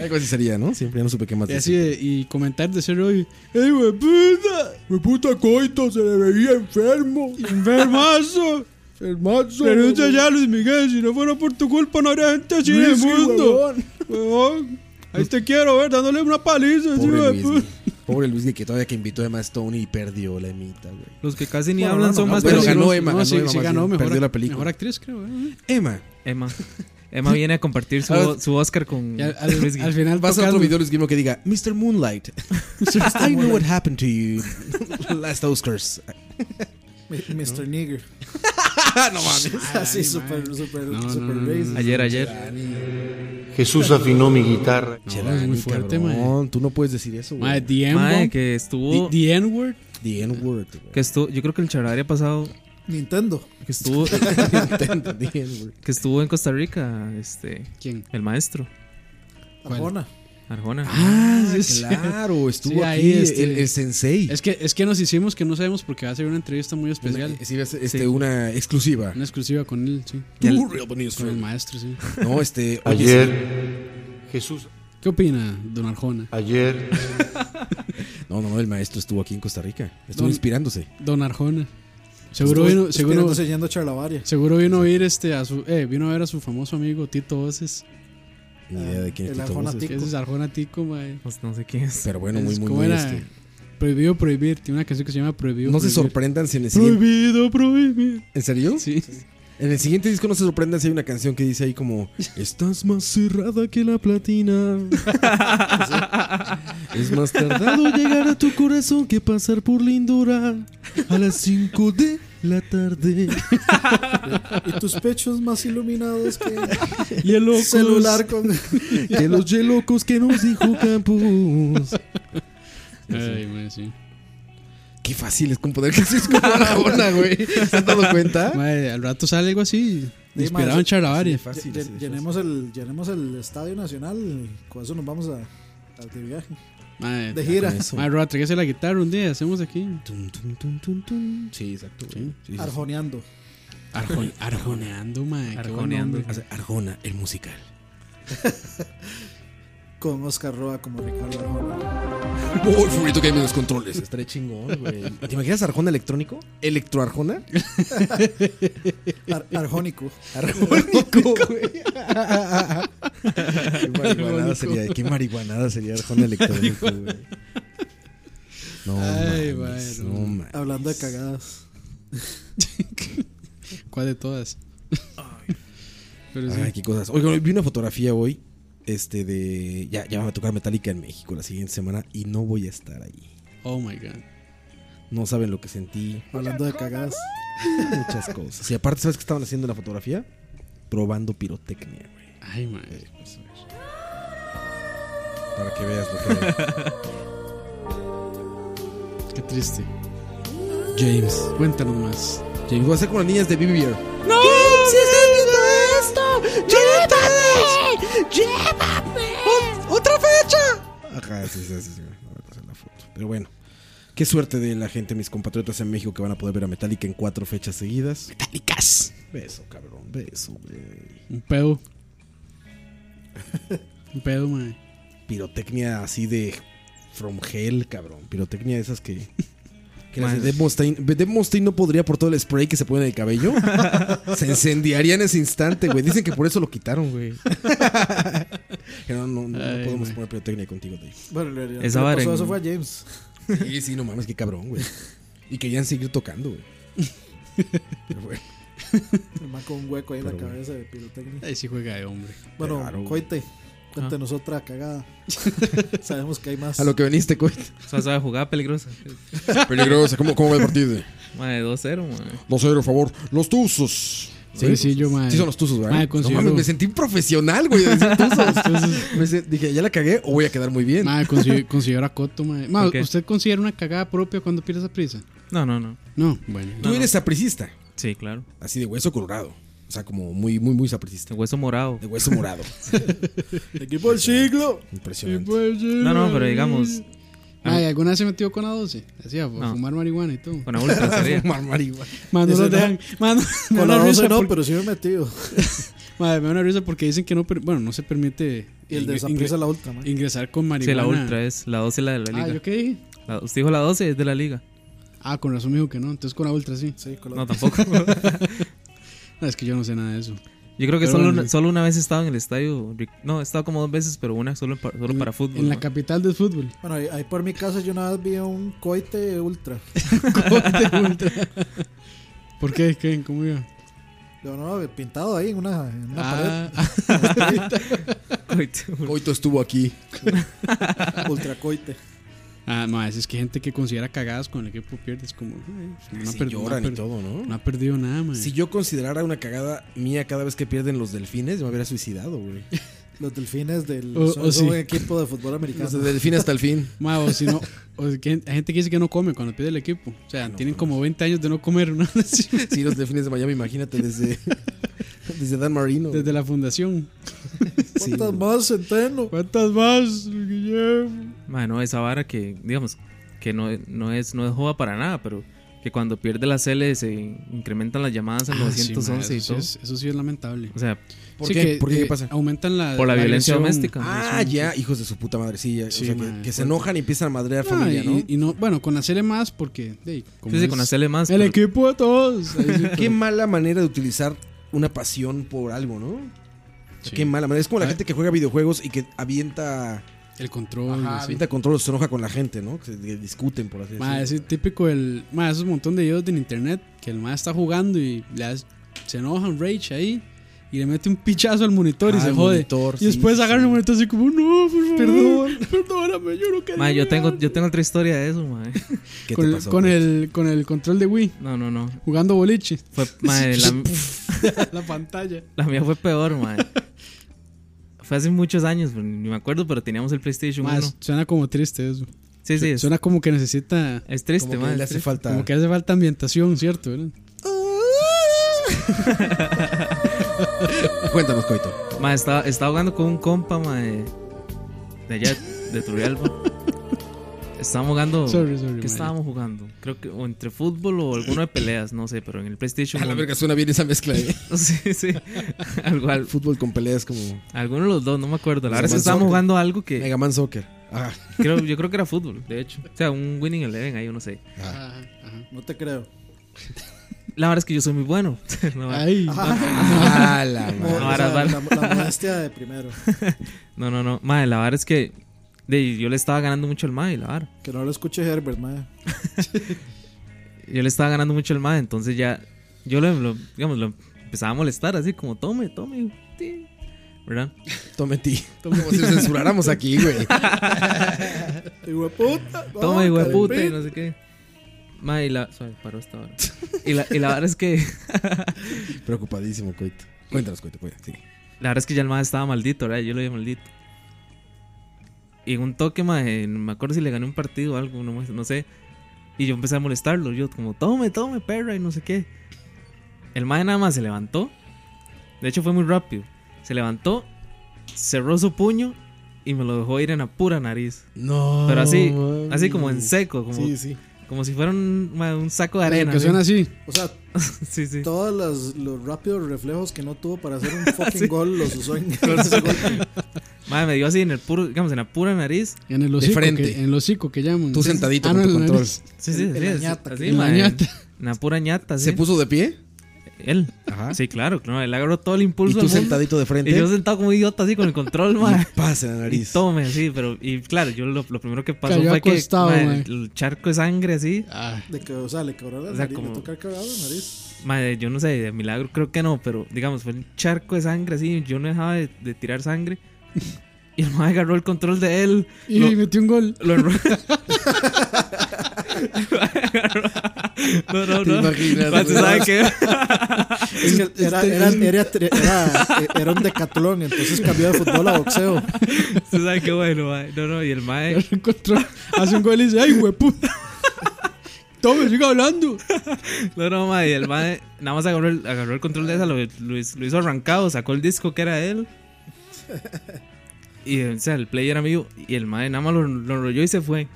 I: Algo así sería, ¿no? Siempre ya no supe qué más
G: Y
I: decir.
G: así, de- y comentar de ser hoy. ¡Ey, hueputa! ¡Hueputa coito! Se le veía enfermo.
I: [LAUGHS]
G: Enfermazo. Hermoso. Renuncia
F: huevón.
G: ya, Luis Miguel. Si no fuera por tu culpa, no habría gente así en el
F: Whisky,
G: mundo.
F: huevón.
G: Huevón. Ahí te quiero ver dándole una paliza. así,
I: Pobre
G: hueputa.
I: Luis, pues. Pobre Luis, que todavía que invitó además a Tony y perdió la emita, güey.
J: Los que casi ni hablan son más
I: Pero Ah, ganó
J: peligrosos.
I: Emma,
J: No,
I: ganó
J: sí-
I: Emma
J: sí
I: más
J: ganó
I: bien,
J: mejor
I: perdió
J: act-
I: la película.
G: Mejor actriz, creo. ¿eh?
I: Emma.
J: Emma. Emma viene a compartir su,
G: [LAUGHS]
I: Ahora-
J: su Oscar con
I: Y al-
G: al-
J: Luis Gui.
G: al final
I: Vas a otro
G: tocando-
I: video Luis Guillermo que diga Mr. [LAUGHS] Moonlight. I know what happened to you [LAUGHS] last Oscars. Ah,
H: Mi- Mr. Nigger.
I: no mames.
H: [LAUGHS] Así, súper, súper,
I: no,
H: súper
I: no, no,
H: racist.
J: Ayer, ayer.
K: Jesús afinó mi guitarra.
I: Chelani,
G: muy fuerte,
I: cabrón, Tú no puedes decir eso,
G: Mae,
I: güey.
G: the N-word.
J: Mae, que estuvo.
I: Oh.
G: The- the N-word.
I: The N-word. [LAUGHS]
J: Que estuvo, yo creo que el charadaria pasado
H: Nintendo.
J: que estuvo
I: Nintendo, the N-word.
J: que estuvo en Costa Rica, este,
G: ¿Quién?
J: El maestro
H: Arjona.
J: Arjona.
G: Ah, sí, es
I: claro, [LAUGHS]
G: cierto.
I: estuvo aquí el- el sensei.
G: Es que, es que nos hicimos que no sabemos porque va a ser una entrevista muy especial.
I: Una, sí, va a ser, este, una exclusiva.
G: Una exclusiva con él, sí.
I: Y al- Real Bonito.
G: con
I: [LAUGHS]
G: el maestro, sí.
I: No, este. oye,
K: Ayer, Jesús.
G: ¿Qué opina, don Arjona?
K: Ayer.
I: sí. No, no, no, el maestro estuvo aquí en Costa Rica. Estuvo
G: Don-
I: inspirándose.
G: Don Arjona. Seguro
H: Estuvo
G: vino, seguro,
H: inspirándose yendo a Charlavaria.
G: seguro vino a oír este a su, eh, vino a ver a su famoso amigo Tito Voces.
I: Ni idea
G: Ah,
I: de quién es
H: El
I: Tito
H: Arjona
I: Voces.
H: Tico.
G: Ese es Arjona Tico, mae.
J: No, Pues no sé quién es.
I: Pero bueno, muy,
G: Es
I: muy,
G: como
I: muy.
G: era
I: este,
G: Prohibido prohibir, tiene una canción que se llama Prohibido
I: No se
G: prohibir.
I: sorprendan si en el siguiente.
G: Prohibido prohibir.
I: ¿En serio? Sí. En el siguiente disco no se sorprendan si hay una canción que dice ahí como
G: [LAUGHS]
I: Estás más cerrada que la platina. es más tardado llegar a tu corazón que pasar por lindura a las 5 de la tarde.
G: [LAUGHS]
H: Y tus pechos más iluminados que
G: Y el loco
H: celular con.
I: De los ye locos que nos dijo Campos.
G: [LAUGHS] Ay, mae, sí.
I: Qué fácil es componer canciones como Arjona, güey. ¿Se han dado cuenta?
G: Mae, al rato sale algo así.
H: Sí,
G: Inspirado
H: mae,
G: en Charavaria.
I: sí, fácil,
H: Lle-
I: sí,
H: llenemos, el, llenemos el Estadio Nacional. y Con eso nos vamos a, a de viaje.
G: Mae,
H: De gira.
I: Eso.
G: mae, Roa, tráigase la guitarra un día, hacemos aquí.
I: Tum, tum, tum, tum, tum. Sí, exacto. güey. Sí, sí, sí.
H: Arjoneando.
G: Arjon- arjoneando, mae. qué buen
J: Arjoneando.
G: nombre.
I: O sea, Arjona, el musical.
H: Con Oscar Roa como Ricardo Arjona.
I: Uy, Furito Gaming los controles. Estaré chingón, güey. ¿Te imaginas Arjona electrónico? ¿Electroarjona?
H: Ar- arjónico.
I: Arjónico, güey. Qué marihuanada sería, qué marihuanada sería Arjona electrónico, güey. No,
G: Ay,
I: mames,
G: bueno.
I: no, mames.
H: Hablando de cagadas.
G: ¿Cuál de todas? Pero sí.
I: Ay, qué cosas. Oiga, vi una fotografía hoy este de ya ya va a tocar Metallica en México la siguiente semana y no voy a estar ahí.
G: Oh my god.
I: No saben lo que sentí,
H: Hablando de cagadas.
I: muchas cosas. Y aparte, ¿sabes qué estaban haciendo en la fotografía? Probando pirotecnia, güey.
G: Ay, mae.
I: Para que veas lo que
G: Qué triste.
I: [LAUGHS] James.
G: Cuéntanos más.
I: James, voy a hacer con las niñas de BBR.
O: ¡No! ¡Si estás viendo esto! ¡Llévame! ¡Llévame! ¡Otra fecha!
I: Ajá, sí, sí, sí. sí. A ver, pasa la foto. Pero bueno, qué suerte de la gente, mis compatriotas en México, que van a poder ver a Metallica en cuatro fechas seguidas. ¡Metallicas! Beso, cabrón, beso, güey.
G: Un pedo. Un pedo, mae.
I: Pirotecnia así de From Hell, cabrón. Pirotecnia de esas que. Que las de
J: Madre.
I: Dave Mustaine. Dave Mustaine no podría por todo el spray que se pone en el [LAUGHS] cabello. se incendiaría en ese instante, güey. Dicen que por eso lo quitaron, güey. Que no, no, no
G: Ay,
I: podemos
G: güey.
I: poner pirotecnia contigo, [LAUGHS] Dave.
H: Bueno, en realidad.
J: Esa
H: ¿qué
J: vara
H: pasó?
J: en-
H: Eso fue a James.
I: Sí, sí, no mames, qué cabrón, güey. Y querían seguir tocando, güey. Pero bueno,
H: El man con un hueco ahí en la
I: Pero bueno.
H: cabeza de pirotecnia.
G: Ahí sí juega de hombre.
H: Bueno,
I: raro, güey.
H: coite. Cuéntenos otra cagada. Sabemos que hay más.
I: a lo que veniste, güey.
J: O sea, sabe jugar peligrosa.
I: Peligrosa, ¿cómo, cómo va el partido?
J: Mae, 2-0, mae.
I: No sé, por favor. Los Tuzos
G: Sí, pues, sí, yo, mae.
I: Sí, son los tuzos, ¿verdad?
G: Mae,
I: no
G: considero-
I: mames, me sentí profesional, güey. de decir [LAUGHS] tuzos. Me se- dije, ya la cagué o voy a quedar muy bien.
G: Mae, consi- considero a Coto, mae. Mae,
I: Ok.
G: ¿usted considera una cagada propia cuando pierde esa prisa?
J: No, no, no.
G: No, bueno.
I: Tú eres sapricista.
J: Sí, claro.
I: Así de hueso colorado. O sea, como muy, muy, muy sapricista.
J: De hueso morado.
I: De hueso [LAUGHS] morado.
H: Equipo del siglo.
I: Impresionante.
J: No, no, pero digamos.
G: Mae, ¿alguna vez se metió con A12? Hacía
J: No.
G: fumar marihuana y todo.
J: Con
I: [LAUGHS]
J: adultos sería. Fumar
I: marihuana.
G: Mae, no
H: Ese
G: lo
H: no.
G: dejan. mae, no-
H: Con
G: me da una
H: A12
G: risa
H: no,
G: porque-
H: pero sí me he metido.
G: [LAUGHS] Mae, me da una risa porque dicen que no, per- bueno, no se permite.
H: Y el de
G: ingre-
H: Saprissa es la ultra, mae.
G: Ingresar con
J: Sí,
G: marihuana.
J: la ultra eh, es. La 12 es la de la
G: Ah,
J: liga.
G: ¿yo qué dije?
J: La- usted dijo la 12 es de la liga.
G: Ah, con razón me dijo que no. Entonces con la ultra sí.
H: Sí, con
J: la No, ultra.
G: [LAUGHS]
J: tampoco.
G: no, es que yo no sé nada de eso.
J: Yo creo que
G: Pero
J: solo,
G: bueno,
J: una, solo una vez he estado en el estadio. Ric- No, he estado como dos veces, pero una solo, pa- solo para fútbol.
G: En
J: [LAUGHS]
G: la
J: ¿no?
G: capital del fútbol. [LAUGHS]
H: Bueno, ahí, ahí por mi casa yo una vez vi un cohete ultra.
G: Cohete
J: [LAUGHS]
G: ultra. ¿Por qué? ¿Qué? ¿Cómo iba?
H: Yo no, pintado ahí en una, en una
G: Ah.
J: [LAUGHS]
H: pared.
I: Coito estuvo aquí.
H: Ultracoite.
G: Ah, no, es es que gente que considera cagadas con el equipo pierde. Es como. pues, "Ay,
I: Sí,
G: perdi-
I: lloran
G: per-
I: y todo, ¿no?
G: No ha perdido nada, man.
I: Si yo considerara una cagada mía cada vez que pierden los delfines, yo me hubiera suicidado, [LAUGHS] güey.
H: Los delfines del
G: O-
H: son
G: o sí.
H: un equipo de fútbol americano.
I: Los de delfín hasta el fin.
G: Ma, o si no. o que- hay gente que dice que no come cuando pierde el equipo. O sea, tienen como 20 años de no comer. ¿no? [LAUGHS] Sí.
I: Sí, los delfines de Miami, imagínate, desde, [LAUGHS] desde Dan Marino.
G: Desde la fundación.
H: ¿Cuántas más entreno?
G: ¿Cuántas más, Guillermo?
J: Mae, no, esa vara que, digamos, que no, no es no es joda para nada, pero que cuando pierde la CL se incrementan las llamadas al
G: Ah, sí, ma,
J: 911 y
G: eso,
J: todo.
G: sí es, eso sí es lamentable. eh,
J: O sea,
I: ¿Por qué? ¿Por qué? ¿Qué pasa?
G: Aumentan la.
J: Por la violencia doméstica.
I: Ah, ya, hijos de su puta madre, sí. ya, o
G: Sí,
I: sea, que-
G: man,
I: que, se
G: fuerte.
I: enojan y empiezan a madrear
G: Ah,
I: familia,
G: y,
I: ¿no?
G: y no, bueno, con hacerle más porque. hey, como
J: Sí, sí,
G: es
J: con hacerle más,
G: El
J: pero-
G: equipo de todos. Ahí sí,
I: Qué
G: pero-
I: mala manera de utilizar una pasión por algo, ¿no? O sea,
G: Sí.
I: Qué mala manera. Es como la
G: Ah.
I: gente que juega videojuegos y que avienta.
G: El control.
I: Ajá,
G: sí. Ah,
I: avienta control, se enoja con la gente, ¿no? Que se que discuten, por así
G: Ma,
I: decirlo.
G: es el típico el. Ma, esos montón de videos en internet que el ma está jugando y le hace- se enojan rage ahí y le mete un pichazo al monitor y
I: Ah,
G: se
I: al
G: jode.
I: monitor,
G: y
I: sí,
G: después
I: sí.
G: agarra el monitor así como, no, por favor,
I: Perdón.
G: [LAUGHS] perdóname, yo no quería.
J: Mae, yo tengo, yo tengo otra historia de eso, mae.
I: ¿Qué
G: con,
I: te
G: el-
I: pasó? pues?
G: con el, con el control de Wii,
J: No, no, no.
G: jugando boliche. [LAUGHS]
J: Fue, mae, la,
G: La pantalla.
J: [LAUGHS] la mía fue peor, mae.
G: [LAUGHS]
J: Fue hace muchos años, pero ni me acuerdo, pero teníamos el PlayStation
G: Ma,
J: 1.
G: suena como triste eso.
J: Sí, sí,
G: Su-
J: es-
G: Suena como que necesita.
J: Es triste,
I: Como que
J: mae.
I: le
J: es
I: hace
J: triste.
I: falta.
G: Como que hace falta ambientación, ¿cierto? ¿Verdad?
J: [LAUGHS]
I: Cuéntanos, Coito.
J: Mae, estaba, estaba jugando con un compa, mae. De allá, de Turrialba.
G: [LAUGHS]
J: Estábamos jugando.
G: Sorry, sorry, mae.
J: ¿Qué estábamos jugando? Creo que o entre fútbol o alguno de peleas, no sé, pero en el PlayStation.
I: A la
J: uno-
I: verga suena bien esa mezcla, [LAUGHS] ¿eh?
J: [LAUGHS] Sí, sí. [LAUGHS] Algo, al-
I: Fútbol con peleas como.
J: alguno de los dos, no me acuerdo. La verdad es que
I: Megaman
J: estábamos
I: Soccer.
J: jugando algo que.
I: Pues Mega Man Soccer. Ah,
J: creo- yo creo que era fútbol, de hecho. O sea, un Winning Eleven ahí, yo no sé.
H: No te creo.
J: La verdad es que yo soy muy bueno. [LAUGHS] No,
G: Ay,
I: Ah, la
H: Mo-
I: madre.
H: o
J: Ahora,
H: sea,
J: vale.
H: la, la modestia de primero.
I: Ah.
J: [LAUGHS] no, no. no. Mae, la verdad es que. de- yo le estaba ganando mucho al mae, la verdad.
H: Que no lo escuche Herbert, mae.
J: yo le estaba ganando mucho el MAD, entonces ya yo lo, lo- digamos, lo empezaba a molestar, así como tome, tome, ti", ¿verdad?
I: Tome ti. Como si lo censuráramos aquí, güey.
H: Hijueputa.
J: Tome,
H: no,
J: hijo de puta, y
H: Calipín.
J: no sé qué. Ma, y la. Suave, paró esta hora. Y la, y la verdad es que.
I: Preocupadísimo, Coito. Cuéntanos, Coito, cuéntanos. Sí.
J: La verdad es que ya el MAD estaba maldito, ¿verdad? Yo lo vi maldito. Y en un toque, ma, eh, no me acuerdo si le gané un partido o algo, no, me- no sé. Y yo empecé a molestarlo. Yo, como, tome, tome, perra, y no sé qué. El MAD nada más se levantó. De hecho, fue muy rápido. Se levantó, cerró su puño y me lo dejó ir en la pura nariz.
I: No.
J: Pero así,
I: mames.
J: así como en seco, como,
I: Sí, sí.
J: como si fuera un, ma, un saco de arena.
G: que
J: así.
G: suena así.
H: O sea,
J: [LAUGHS] sí, sí.
H: todos los, los rápidos reflejos que no tuvo para hacer un fucking gol los usó en [LAUGHS]
J: Ma, me dio así en el puro, digamos, en la pura nariz.
G: En el hocico.
I: frente.
G: Que, en el hocico que llaman.
I: Tú sentadito
G: Ah,
I: con
G: no,
I: tu
G: en la
I: control.
G: nariz.
J: Sí, sí,
H: En- en
J: sí,
H: la
J: sí,
H: ñata,
J: así,
H: en
G: la
J: ma, en-
G: ñata.
J: en la pura ñata, ¿Ah, sí.
I: ¿Se puso de pie?
J: Él.
I: Ajá.
J: Sí, claro, claro. Él agarró todo el impulso.
I: Y tú
J: del mundo.
I: sentadito de frente.
J: Y yo sentado como idiota así con el control,
I: [LAUGHS]
J: ma.
I: Pasa en la
J: Y
I: nariz.
J: tome, sí, pero. Y claro, yo lo, lo primero que pasó
G: Cayó
J: fue
G: acostado,
J: que. ma,
G: ma.
J: el, el charco de sangre así.
G: Ah,
H: De que, o sea, le quebró la
J: O sea,
H: nariz.
J: como-
H: Le tocó quebrar la nariz.
J: Ma, yo no sé, de milagro creo que no, pero digamos, fue un charco de sangre así. Yo no dejaba de, de tirar sangre. Y el ma agarró el control de él.
G: y
J: lo-
G: metió un gol.
J: [LAUGHS] lo enro- No, no,
H: ¿Te
J: no.
H: imaginas,
J: Pati,
H: güey?
J: ¿sabe qué?
H: Es
J: este,
H: que era, era,
J: [LAUGHS]
H: era, tri- era, era un decatlón, entonces cambió de fútbol a boxeo. [LAUGHS]
J: Usted sabe qué bueno, mae. No, no, y el mae.
G: Hace un gol y dice, ay, hueputa. Tome, siga hablando.
J: No, no, mae. y el mae nada más agarró el, agarró el control de esa, lo, lo hizo- lo hizo arrancado, sacó el disco que era de él. Y, o sea, el player era mío. Y el mae nada más lo, lo enrolló y se fue.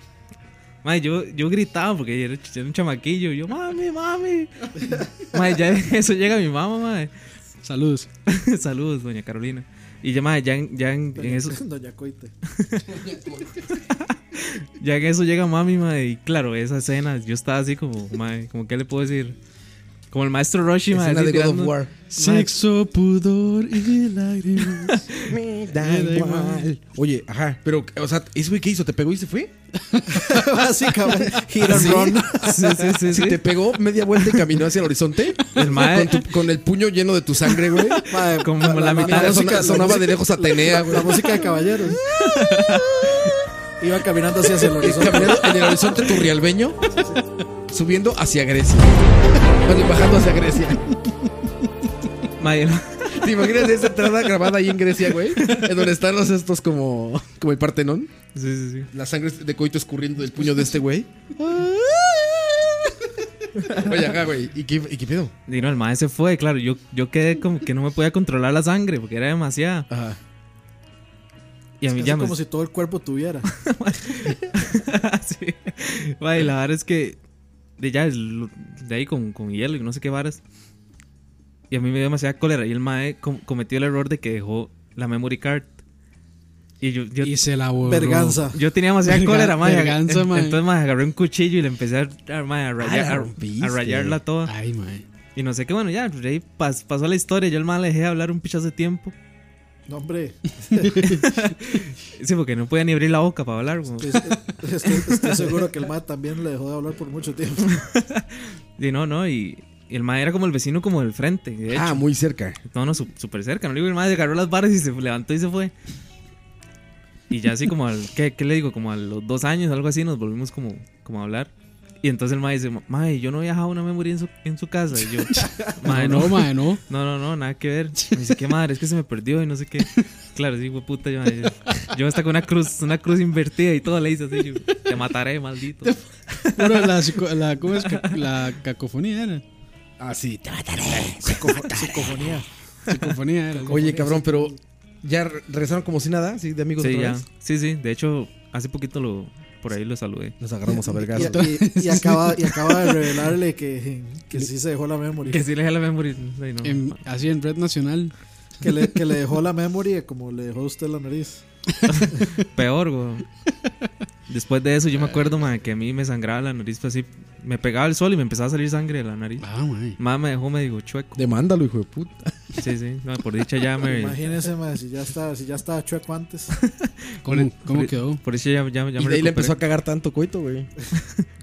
J: Mae, yo, yo gritaba porque yo era, ch- yo era un chamaquillo. y Yo, mami, mami. mae, ya [LAUGHS] eso llega a mi mamá, mae.
G: Saludos.
J: [LAUGHS] Saludos, doña Carolina. Y ya, mae, ya, en- ya en, en eso.
H: Doña Coite.
J: Ya que eso llega mami, mae, y claro, esa escena, yo estaba así como, mae, como qué le puedo decir. Como el maestro Roshi, mae.
I: Escena
J: así
I: de God of
J: tirando-
I: War.
J: Mae,
G: Sexo, pudor y lágrimas.
I: Me da igual. Oye, ajá, pero, o sea, ¿ese güey qué hizo? ¿Te pegó y
J: [LAUGHS]
I: se fue?
H: Básicamente, hit and
I: ¿Sí?
H: run.
J: Sí, sí, sí,
I: Si
J: sí.
I: te pegó media vuelta y caminó hacia el horizonte.
J: El mae-
I: Con, tu- con el puño lleno de tu sangre, güey.
H: Madre,
J: como la, mitad
I: Mira,
J: de
I: sona- sonaba de lejos Atenea,
H: La
I: güey.
H: música de caballeros. Iba caminando hacia el
I: Y
J: [LAUGHS]
H: horizonte.
I: Caminando en el horizonte turrialbeño, subiendo hacia Grecia. Bueno, y bajando hacia Grecia.
J: mae, [LAUGHS]
I: ¿Te imaginas esa entrada grabada ahí en Grecia, güey? En donde están los estos como, como el Partenón.
J: Sí, sí, sí.
I: La sangre de coito escurriendo del puño de este güey. Oye, acá, güey. ¿Y qué, ¿Y qué pedo?
J: Y no, el mae se fue, claro, yo, yo quedé como que no me podía controlar la sangre porque era demasiada.
I: Ajá.
J: Y a mí
H: Es
J: ya me- [LAUGHS]
H: como si todo el cuerpo tuviera.
J: sí. Mae, la verdad es que de ya el- de ahí con, con hielo y no sé qué varas. Y a mí me dio demasiada cólera y el mae com- cometió el error de que dejó la memory card. Y yo, yo
G: Y se la borró.
H: Verganza.
J: Yo tenía demasiada
G: Verga-
J: cólera, mae.
G: verganza,
J: En-
G: mae.
J: Entonces, mae, agarré un cuchillo y le empecé a, a, mae, a rayar-
I: Ah, la
J: a-
I: rompiste. Ah.
J: a rayarla toda.
G: Ay, mae.
J: Y no sé qué, bueno, ya, pues, de ahí pas- pasó la historia. Yo el mae le dejé de hablar un pichazo de tiempo.
H: No, hombre.
J: Sí, porque no podía ni abrir la boca para hablar. güey.
H: Estoy, pues, estoy- estoy seguro que el MAD también le dejó de hablar por mucho tiempo.
J: Y no, no, y, y el mae era como el vecino como del frente. De hecho.
I: Ah, muy cerca.
J: No, no, su- súper cerca. No le digo, el mae se agarró las barras y se levantó y se fue. Y ya así como al, ¿qué, qué le digo? Como a los dos años, algo así, nos volvimos como, como a hablar. Y entonces el mae dice, mae, yo no he dejado una memoria en su, en su casa. Y yo, mae,
G: no, no, mae, no.
J: No, no, no, nada que
I: [LAUGHS]
J: ver. Me dice, qué madre, es que se me perdió y no sé qué. Claro, sí, güey, puta. Yo, eh, yo hasta con una cruz, una cruz invertida y todo le hice así. yo, te mataré, maldito.
G: Bueno, la, psico- la, ¿cómo es? Ca- La cacofonía era.
I: Ah, sí, te mataré.
H: Psicofo- psicofonía.
G: Cacofonía era.
I: Oye, cabrón, pero ya re- regresaron como si nada, sí, de amigos
J: Sí,
I: otra
J: ya.
I: vez.
J: Sí, sí. De hecho, hace poquito lo, por ahí lo saludé.
I: Nos agarramos a vergas.
H: Y, y- y acaba, y acaba de revelarle que, que sí se dejó la memory.
J: Que sí le dejé la memoria. sí, no.
I: Em.
G: En- así en Red Nacional.
H: Que le, que le dejó la memory como le dejó usted la nariz.
J: Peor, güey. Después de eso, yo me acuerdo, ma, que a mí me sangraba la nariz. pues, así, me pegaba el sol y me empezaba a salir sangre de la nariz.
G: Ah, mae.
J: Mamá me dejó, me digo, chueco.
I: Demándalo, hijo de puta.
J: Sí, sí. No, por dicha ya
I: [LAUGHS]
J: me.
H: Imagínese, mae, si ya estaba, si ya estaba chueco antes.
G: ¿Cómo, cómo
J: por-
G: quedó?
J: Por eso ya, ya, ya me
I: y de ahí le
J: recuperé.
I: empezó a cagar tanto coito, güey.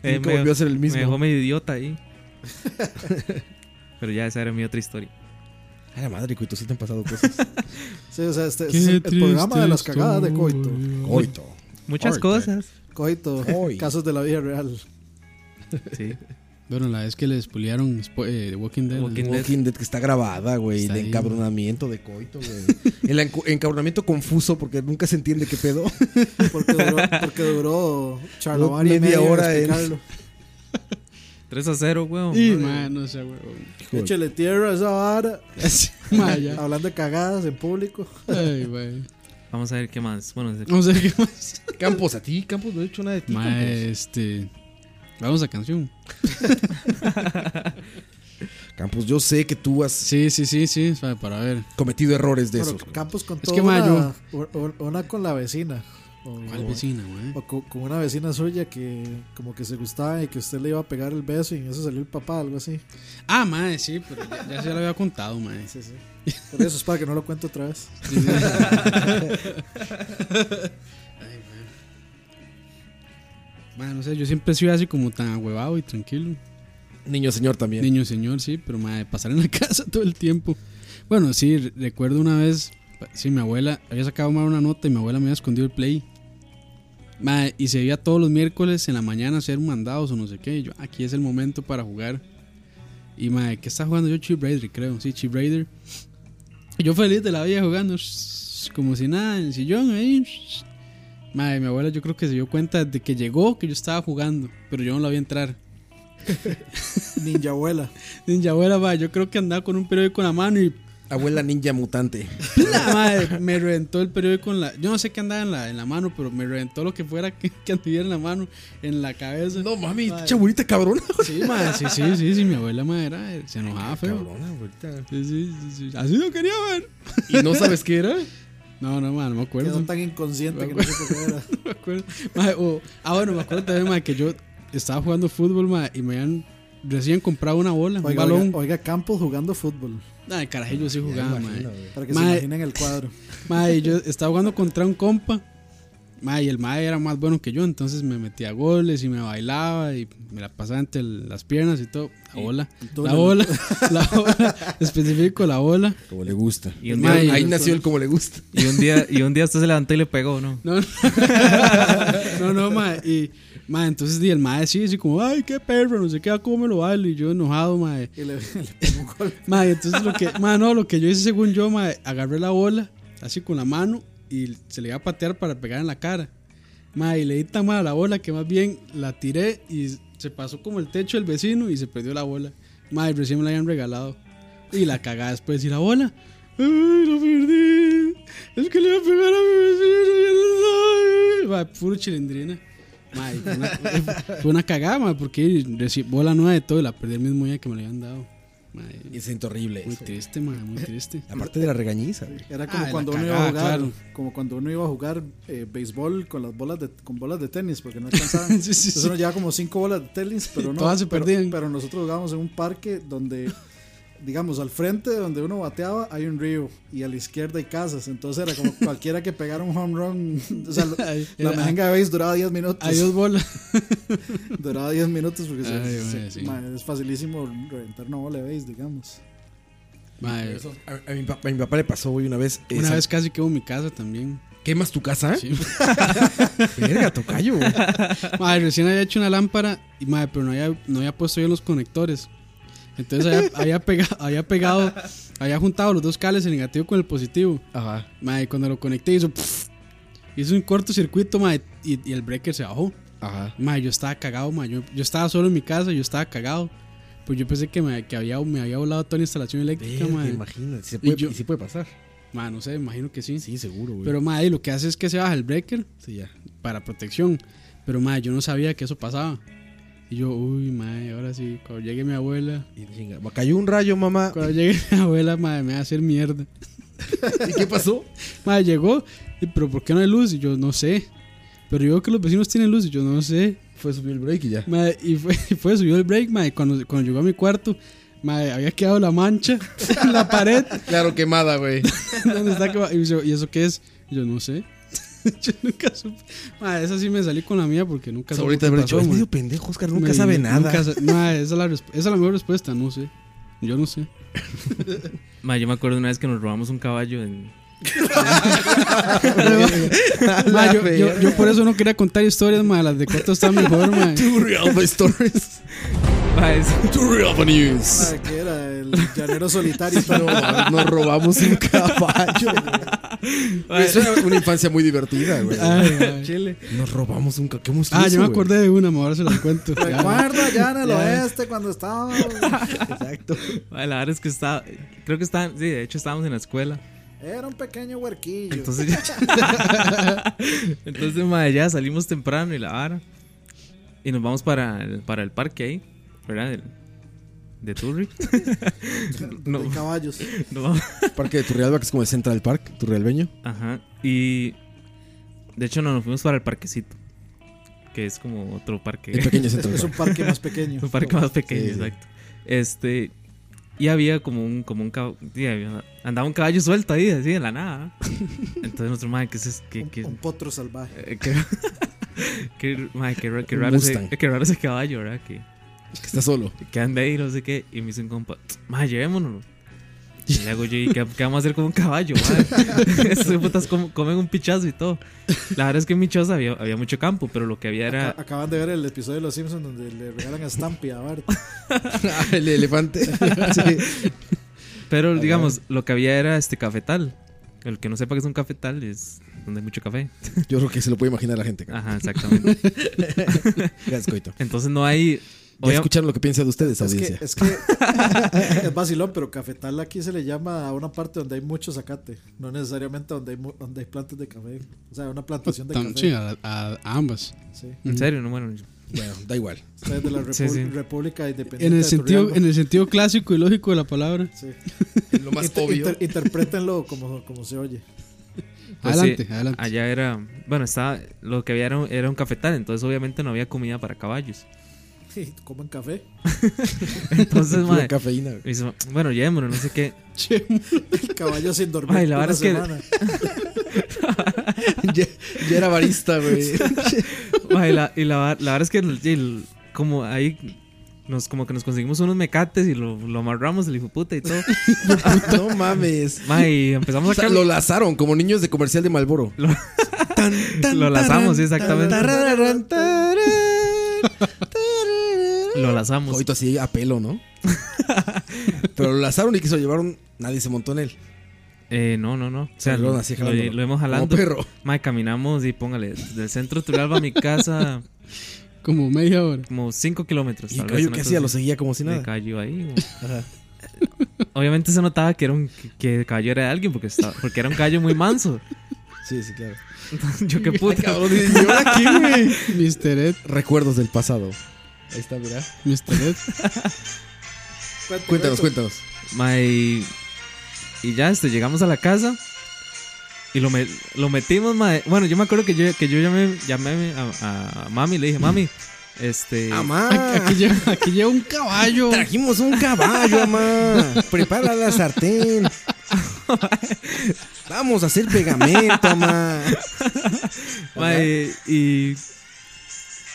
J: Eh,
I: Nunca
J: me-
I: volvió a ser el
J: Me dejó
I: mismo.
J: medio idiota ahí. [LAUGHS] Pero ya esa era mi otra historia.
I: Ay, la madre, coito, sí te han
J: [LAUGHS]
I: pasado cosas.
H: Sí, o sea, este,
G: Qué
H: es el, el
G: triste
H: programa de las cagadas de Coito.
I: coito.
J: Muchas
I: Ahorita.
J: cosas.
H: Coito,
I: [LAUGHS] Hoy.
H: casos de la vida real.
J: Sí.
G: Bueno, la vez que le spoilearon spo- eh, The Walking Dead.
J: Walking
G: ¿no?
I: Walking Dead que está grabada, güey.
G: Está
I: De
G: ahí,
I: encabronamiento de coito, güey. El encu- encabronamiento confuso porque nunca se entiende
J: [LAUGHS]
I: qué pedo.
H: Porque
G: [LAUGHS]
H: duró, porque duró charlavar y
I: Media
H: media
I: hora
H: hora
I: en-
H: explicarlo.
J: 3 a 0, weón.
G: Y, mae, no sé, huevón.
H: Échele tierra a esa vara.
G: Mae, ya.
H: Hablando de cagadas en público.
G: Ay, mae.
J: Vamos a ver qué más. Bueno, se-
G: Vamos a ver qué más.
I: Campos, a ti, Campos, no he hecho nada de ti,
G: Mae, este. Vamos a canción.
I: Campos. Campos, yo sé que tú has
G: Sí, sí, sí, sí. o sea, para ver.
I: cometido errores de
H: Pero
I: esos. güey.
H: Campos contó
G: que, mae,
H: una, u- u- una con la vecina. O-
G: ¿Cuál
H: o-
G: vecina, mae?
H: o co- con una vecina suya que como que se gustaba y que usted le iba a pegar el beso y en eso salió el papá, algo así.
G: Ah, mae, sí, pero ya, ya se lo había contado, mae.
H: Sí, sí. Por eso es para que no lo cuente otra vez.
G: Sí, sí. Mae, no sé, yo siempre soy así como tan ahuevado y tranquilo.
I: Niño señor también.
G: Niño señor, sí, pero mae, pasar en la [LAUGHS] casa todo el tiempo. Bueno, sí, re- recuerdo una vez, sí, mi abuela había sacado mal una nota y mi abuela me había escondido el play. Mae, y se iba todos los miércoles en la mañana a hacer mandados o no sé qué. Y yo, aquí es el momento para jugar. Y mae, ¿qué está jugando yo? Chip Raider, creo. Sí, Chip Raider. Y Yo feliz de la vida jugando, [LAUGHS] como si nada, en el sillón ahí. Mae, mi abuela yo creo que se dio cuenta de que llegó, que yo estaba jugando, pero yo no la vi entrar.
H: Ninja abuela.
G: Ninja abuela, mae, yo creo que andaba con un periódico en la mano y...
I: Abuela ninja mutante.
G: La madre, me reventó el periódico en la... Yo no sé qué andaba en la, en la mano, pero me reventó lo que fuera que, que anduviera en la mano, en la cabeza. No mami,
I: chaburita cabrona.
G: Sí, mae, sí, sí, sí, sí, mi abuela mae, era, eh, se enojaba feo. Sí, sí, sí, sí. Así lo quería ver.
I: ¿Y
J: [LAUGHS]
I: no sabes qué era?
G: No, no, ma, no me acuerdo. [LAUGHS]
H: Quedó tan inconsciente que no sé qué era.
G: No me acuerdo. Ma, o- ah, bueno, me acuerdo también, ma, que yo estaba jugando fútbol, ma, y me habían recién comprado una bola, un
H: Oiga,
G: balón.
H: oiga, oiga, Campos jugando fútbol.
G: Ay, carajillo, sí jugaba, ma.
H: Para que
G: Ma,
H: se imaginen el cuadro.
G: ma, y yo estaba jugando contra un compa, ma, y el ma era más bueno que yo, entonces me metía goles y me bailaba y me la pasaba entre el- las piernas y todo. La bola, la
J: [LAUGHS]
I: túnel.
G: bola, [LAUGHS] la bola, específico la bola.
I: Como le gusta.
J: Y un día-
G: Ma,
J: ahí nació el
I: como le gusta.
J: Y un día, y un día usted se levantó y le pegó, ¿no?
G: [LAUGHS] No, no. no, no, ma. Y, ma, entonces di, el ma sí, así como, ay, qué perro, no sé qué, cómo me lo bailo. Y yo enojado, ma.
H: Y le,
G: Ma, y entonces lo que, ma, no, lo que yo hice según yo, ma, agarré la bola, así con la mano, y se le iba a patear para pegar en la cara. Ma, y le di tan mal a la bola que más bien la tiré y se pasó como el techo del vecino y se perdió la bola. Ma, y recién me la habían regalado. Y la cagada después, y la bola. Ay, la perdí. Es que le iba a pegar a mi vecino. ya no sabe. Ma, puro chilindrina. Ma, y fue una, fue una cagada, ma, porque reci- bola nueva de todo y la perdí el mismo día que me la habían dado. Ma, y-
I: Es horrible.
G: Muy triste, ma, muy triste.
I: Aparte de la regañiza. güey.
H: Era como
G: Ah, la
H: cuando uno iba
G: cagada,
H: a jugar,
G: claro.
H: como cuando uno iba a jugar eh, béisbol con las bolas de con bolas de
G: [LAUGHS]
H: tenis porque no alcanzaban. Entonces uno llevaba como cinco bolas de tenis, pero no.
G: todas se
H: pero-
G: perdían.
H: Pero nosotros jugábamos en un parque donde digamos al frente de donde uno bateaba hay un río y a la izquierda hay casas, entonces era como cualquiera que pegara un home run, o sea, lo-
G: [LAUGHS] Ay,
H: la
G: era-
H: manga de béis duraba 10 minutos.
G: [LAUGHS] Adiós, [LAUGHS] bola.
H: [LAUGHS] duraba 10 minutos porque se-
G: Ay,
H: se-
G: mae, sí.
H: mae, es facilísimo reventar una bola de béis, digamos.
G: Mae.
I: A, a mi, pa- a mi papá le pasó, güey, una vez. eh,
G: Una
I: sal-
G: vez casi quemo mi casa también.
I: ¿Quemas tu casa?
G: Sí.
I: Verga, tocayo.
G: Madre, recién había hecho una lámpara, y madre, pero no había, no había puesto yo los conectores. Entonces había, [LAUGHS] había pega- había pegado, había juntado los dos cables, el negativo con el positivo.
I: Ajá.
G: Madre, cuando lo conecté hizo... pf, hizo un cortocircuito, madre, y, y el breaker se bajó.
I: Ajá.
G: Madre, yo estaba cagado, madre. Yo, yo estaba solo en mi casa, yo estaba cagado. Pues yo pensé que me, que había, me había volado toda la instalación eléctrica,
I: Verga,
G: madre.
I: imagínate, se
G: Y
I: puede-
G: yo-
I: y sí puede pasar.
G: Madre, no sé, imagino que sí.
I: Sí, seguro, güey.
G: Pero madre, lo que hace es que se baja el breaker
I: Sí, ya.
G: para protección. Pero madre, yo no sabía que eso pasaba. Y yo, uy, madre, ahora sí, cuando llegue mi abuela,
I: Y chinga, Cayó un rayo, mamá. [LAUGHS]
G: cuando llegue mi abuela, madre, me va a hacer mierda.
I: ¿Y qué pasó?
G: Madre, llegó, y, pero ¿por qué no hay luz? Y yo, no sé. Pero yo veo que los vecinos tienen luz, y yo, no sé.
I: [LAUGHS] Fue subir el break y ya.
G: Madre, y fue, [LAUGHS] y fue, subió el break, madre, cuando, cuando llegó a mi cuarto, madre, había quedado la mancha [LAUGHS] en la pared. [LAUGHS]
I: Claro, quemada, [LAUGHS] güey.
G: ¿Dónde está que va? Y, yo, ¿y eso qué es? Y yo, no sé. [LAUGHS] yo nunca supe. Madre, esa sí me salí con la mía porque nunca supe
I: Ahorita
G: qué
I: habré
G: pasó,
I: dicho, es
G: madre.
I: medio pendejo, Oscar, nunca
G: Me-
I: sabe nada. [LAUGHS]
G: nunca sa- madre, esa, es la resp- esa es la mejor respuesta, no sé. Yo no
H: [LAUGHS]
G: sé.
J: Ma, yo me acuerdo una vez que nos robamos un caballo en... [LAUGHS]
H: [LAUGHS]
G: Madre, yo, yo- yo por eso no quería contar historias, madre. Las de Coto están mejor,
H: [LAUGHS]
G: madre.
I: Too real for stories.
J: Ma, es-
M: Too real for news.
H: Mae, que era el
J: [LAUGHS]
H: llanero solitario.
I: No, nos robamos un caballo. güey. Eso era una infancia muy divertida, güey.
G: Ay, madre.
I: Nos robamos un caballo. ¿Qué hemos
G: Ah,
I: hecho,
G: yo me
I: güey?
G: acordé de una, ma, ahora se las cuento. Ya,
H: [LAUGHS] Recuerda ya en el
G: Ya.
H: oeste cuando estábamos.
I: Exacto.
J: ma, la verdad es que estaba... Creo que estaban... Sí, de hecho estábamos en la escuela.
H: Era un pequeño huerquillo.
J: Entonces ya... [LAUGHS] Entonces, ma, ya salimos temprano y la vara. Y nos vamos para el, para el parque ahí, ¿verdad? El- de Turri. [LAUGHS] no,
H: De caballos.
J: [LAUGHS] nos vamos-
I: Parque de Turrialba, que es como el Central Park, Turrialbeño.
J: Ajá. Y de hecho no, nos fuimos para el parquecito. Que es como otro parque. [LAUGHS]
I: [LAUGHS] El pequeño Central
H: Es un
I: Park.
H: parque más pequeño.
J: un parque más pequeño,
I: Sí, sí.
J: exacto. Este. Y había como un, como un caballo. Andaba un caballo suelto ahí, así de la
I: [LAUGHS]
J: nada. Entonces nuestro madre, ¿qué es eso? ¿Qué, qué,
H: Un potro salvaje.
J: [LAUGHS] eh, qué- [LAUGHS] qué- madre, qué ra- qué
I: Un
J: raro ese,
I: Mustang.
J: qué raro ese caballo, ¿verdad? Que,
H: [LAUGHS]
I: Que está solo.
J: que anda ahí, no sé qué. Y me dice un compa, "Tsk, madre, llevémonos. Y le hago yo, ¿y qué, qué vamos a hacer con un caballo? [LAUGHS] madre? Estos putas com- comen un pichazo y todo. La verdad es que en mi choza había, había mucho campo, pero lo que había era.
H: Ac- Acaban de ver el episodio de Los Simpsons donde le regalan a Stampy
J: [LAUGHS]
H: a Bart.
I: el
H: [LAUGHS]
I: elefante.
J: Pero digamos, lo que había era este cafetal. El que no sepa que es un cafetal es donde hay mucho café.
I: Yo creo que se lo puede imaginar la gente.
H: [LAUGHS]
I: cabrón.
J: Ajá, exactamente.
I: Gracias, Coito.
J: Entonces no hay.
I: Ya escucharon lo que piensa de ustedes,
H: Es que,
I: audiencia.
H: es
J: [LAUGHS]
H: que es vacilón, pero cafetal aquí se le llama a una parte donde hay mucho zacate, no necesariamente donde hay, mu- donde hay plantas de café, o sea, una plantación de
G: Tam-
H: café.
G: Sí, a, a- a ambas.
H: Sí.
J: En serio, no bueno. yo-
I: Bueno, da igual.
H: Esta es de la Repu-
J: Sí, sí.
H: República Independiente.
G: En el,
H: de
G: sentido,
H: Turrialba.
G: en el sentido clásico y lógico de la palabra.
I: Lo
H: Inter- inter- interprétenlo como, como se oye. [LAUGHS]
J: Pues
G: adelante,
J: sí,
G: adelante.
J: Allá era, bueno, estaba, lo que había era, un- era un cafetal, entonces obviamente no había comida para
G: [LAUGHS]
J: caballos.
H: Sí, coman café.
J: Entonces,
H: Pura
J: madre,
H: cafeína, güey.
J: me
H: [LAUGHS]
J: dice, bueno, llémonos, no sé qué.
H: El caballo sin dormir.
J: Ay, la
H: por
J: verdad es que-
H: una semana.
I: ya, ya era barista, güey. [LAUGHS]
J: Madre, y la, y la- la verdad es que el- el- como ahí nos como que nos conseguimos unos mecates y lo, lo amarramos el hijo puta y todo.
I: no mames.
J: Mae, y empezamos a
I: O sea,
J: cam-
I: Lo lazaron como niños de comercial de Malboro.
J: Lo lazamos, sí, exactamente.
H: [LAUGHS]
J: Lo lazamos.
I: Coito así a pelo, ¿no?
J: [LAUGHS]
I: Pero lo lazaron y que se lo llevaron. Nadie se montó en él.
J: Eh, no, no, no. O
I: sea,
J: sea,
I: lo-
J: lo,
I: así
J: lo-
I: jalándolo.
J: lo hemos jalando.
I: Como perro.
J: Mae, caminamos y póngale, del centro de Turalba a mi casa.
G: Como media hora.
J: Como 5 kilómetros.
I: ¿Y
J: tal
I: el caballo
J: vez, una
I: qué
J: cosa
I: hacía?
J: así.
I: ¿Lo seguía como si
J: De
I: nada?
J: caballo ahí. o- Obviamente se notaba que, era un, que el caballo era de alguien porque, estaba, porque era un caballo muy manso.
I: [LAUGHS] Sí, sí, claro.
J: Yo qué puta.
G: Mr. Ed.
I: Recuerdos del pasado. Ahí está, mira.
G: Mr. Ed.
I: Cuéntanos, cuéntanos.
J: Mae, y- y ya, este, llegamos a la casa y lo, me- lo metimos, mae. Bueno, yo me acuerdo que yo, que yo llamé, llamé a, a mami, le dije, mami, este...
I: Ah, Amá. Aquí
G: lleva, aquí lleva un caballo.
H: [LAUGHS]
I: Trajimos un
J: [LAUGHS]
I: caballo, amá. Prepara la sartén. Vamos a hacer pegamento, amá.
J: Mae, y,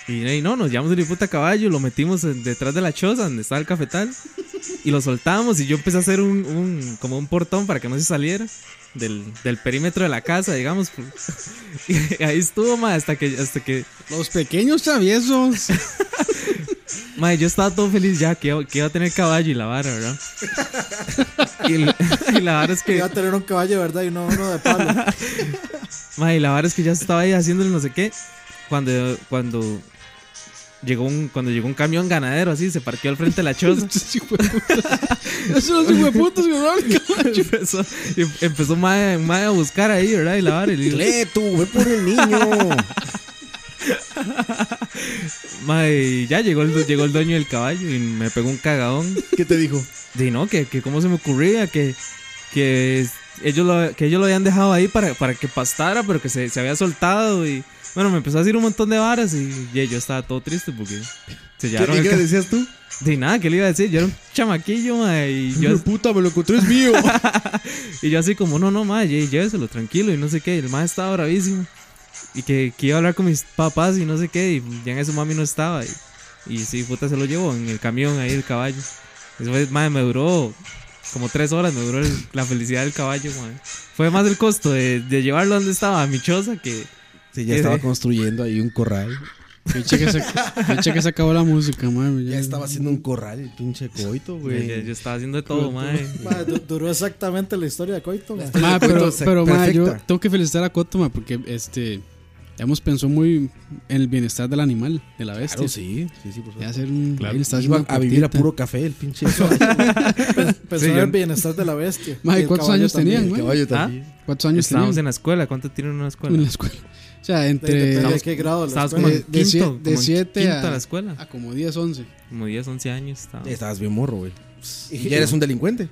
J: y, y no, nos llevamos el hijo puta caballo, lo metimos en- detrás de la choza donde estaba el cafetal y lo soltamos y yo empecé a hacer un, un- como un portón para que no se saliera del, del perímetro de la casa, digamos. [LAUGHS] Y ahí estuvo, mae, hasta que... Hasta que
G: Los pequeños traviesos.
J: Mae, yo estaba todo feliz ya que, iba- que iba a tener caballo y la vara, ¿verdad? [LAUGHS] Y, l- [LAUGHS] y la vara es que.
H: Iba a tener un caballo, ¿verdad? Y no uno de palo.
J: Mae, la vara es que ya estaba ahí haciéndole no sé qué. Cuando, cuando llegó un, cuando llegó un camión ganadero así, se parqueó al frente de la [LAUGHS] choza.
G: Esos hueputos me robaron el
J: caballo. empezó, em- empezó mae, mae a buscar ahí, ¿verdad? Y la vara. Y le digo,
I: Cletu, ve por el niño.
J: Mae, y ya llegó el, du- llegó el dueño del caballo y me pegó un cagadón.
I: ¿Qué te dijo?
J: Dije, no, que, que cómo se me ocurría que, que es- ellos, lo, que ellos lo habían dejado ahí para, para que pastara, pero que se, se había soltado. Y bueno, me empezó a decir un montón de varas y, y yo estaba todo triste porque se llevaron.
I: ¿Y
J: el
I: qué
J: ca-
I: le decías tú?
J: De nada, ¿qué le iba a decir? Yo era un chamaquillo, mae, y yo,
I: puta, me lo encontré, es mío.
J: [LAUGHS] y yo así como, no, no, mae, lle- lléveselo, tranquilo, y no sé qué. Y el mae estaba bravísimo. Y que, que iba a hablar con mis papás y no sé qué, y ya en eso mami no estaba. Y, y sí, puta, se lo llevó en el camión ahí, el caballo. Después, mae, me duró como tres horas, me duró el- la felicidad del caballo, mae. Fue más el costo de, de llevarlo donde estaba, a mi choza, que...
I: Sí, ya
J: que-
I: estaba construyendo ahí un corral.
G: Pinche que se, pinche que se acabó la música, mami.
I: Ya estaba haciendo un corral el pinche coito, güey.
J: Yo, yo estaba haciendo de todo, mae.
H: Ma, du- duró exactamente la historia de Coito. ma.
G: Ma, pero, pero ma, yo
H: Perfecta.
G: tengo que felicitar a Coto, ma, porque este, digamos, pensó muy en el bienestar del animal, de la bestia.
I: Claro, sí, sí, sí, por supuesto.
G: Ya hacer un-
I: Claro.
G: él está
I: Iba
G: haciendo
I: a vivir a
G: puntita.
I: puro café, el pinche.
H: Pensó en el bienestar de la bestia.
G: Ma, ¿y
H: Y el
G: ¿cuántos
H: caballo
G: años
H: también.
G: tenían, güey?
I: Ah,
G: ¿Cuántos años
J: Estábamos
G: tenían?
J: en la escuela, ¿cuánto tiene una escuela?
G: [LAUGHS] En la escuela. O sea, entre.
J: Depende de qué grado de la Estabas escuela. como en
G: De- de
J: quinto,
G: sie-
J: como
G: De
J: en
G: 7
J: quinto
G: a,
J: a la escuela.
G: A como 10, 11.
J: Como 10, 11 años estaba.
I: Estabas bien morro, güey.
H: Y-
I: Ya eres un delincuente.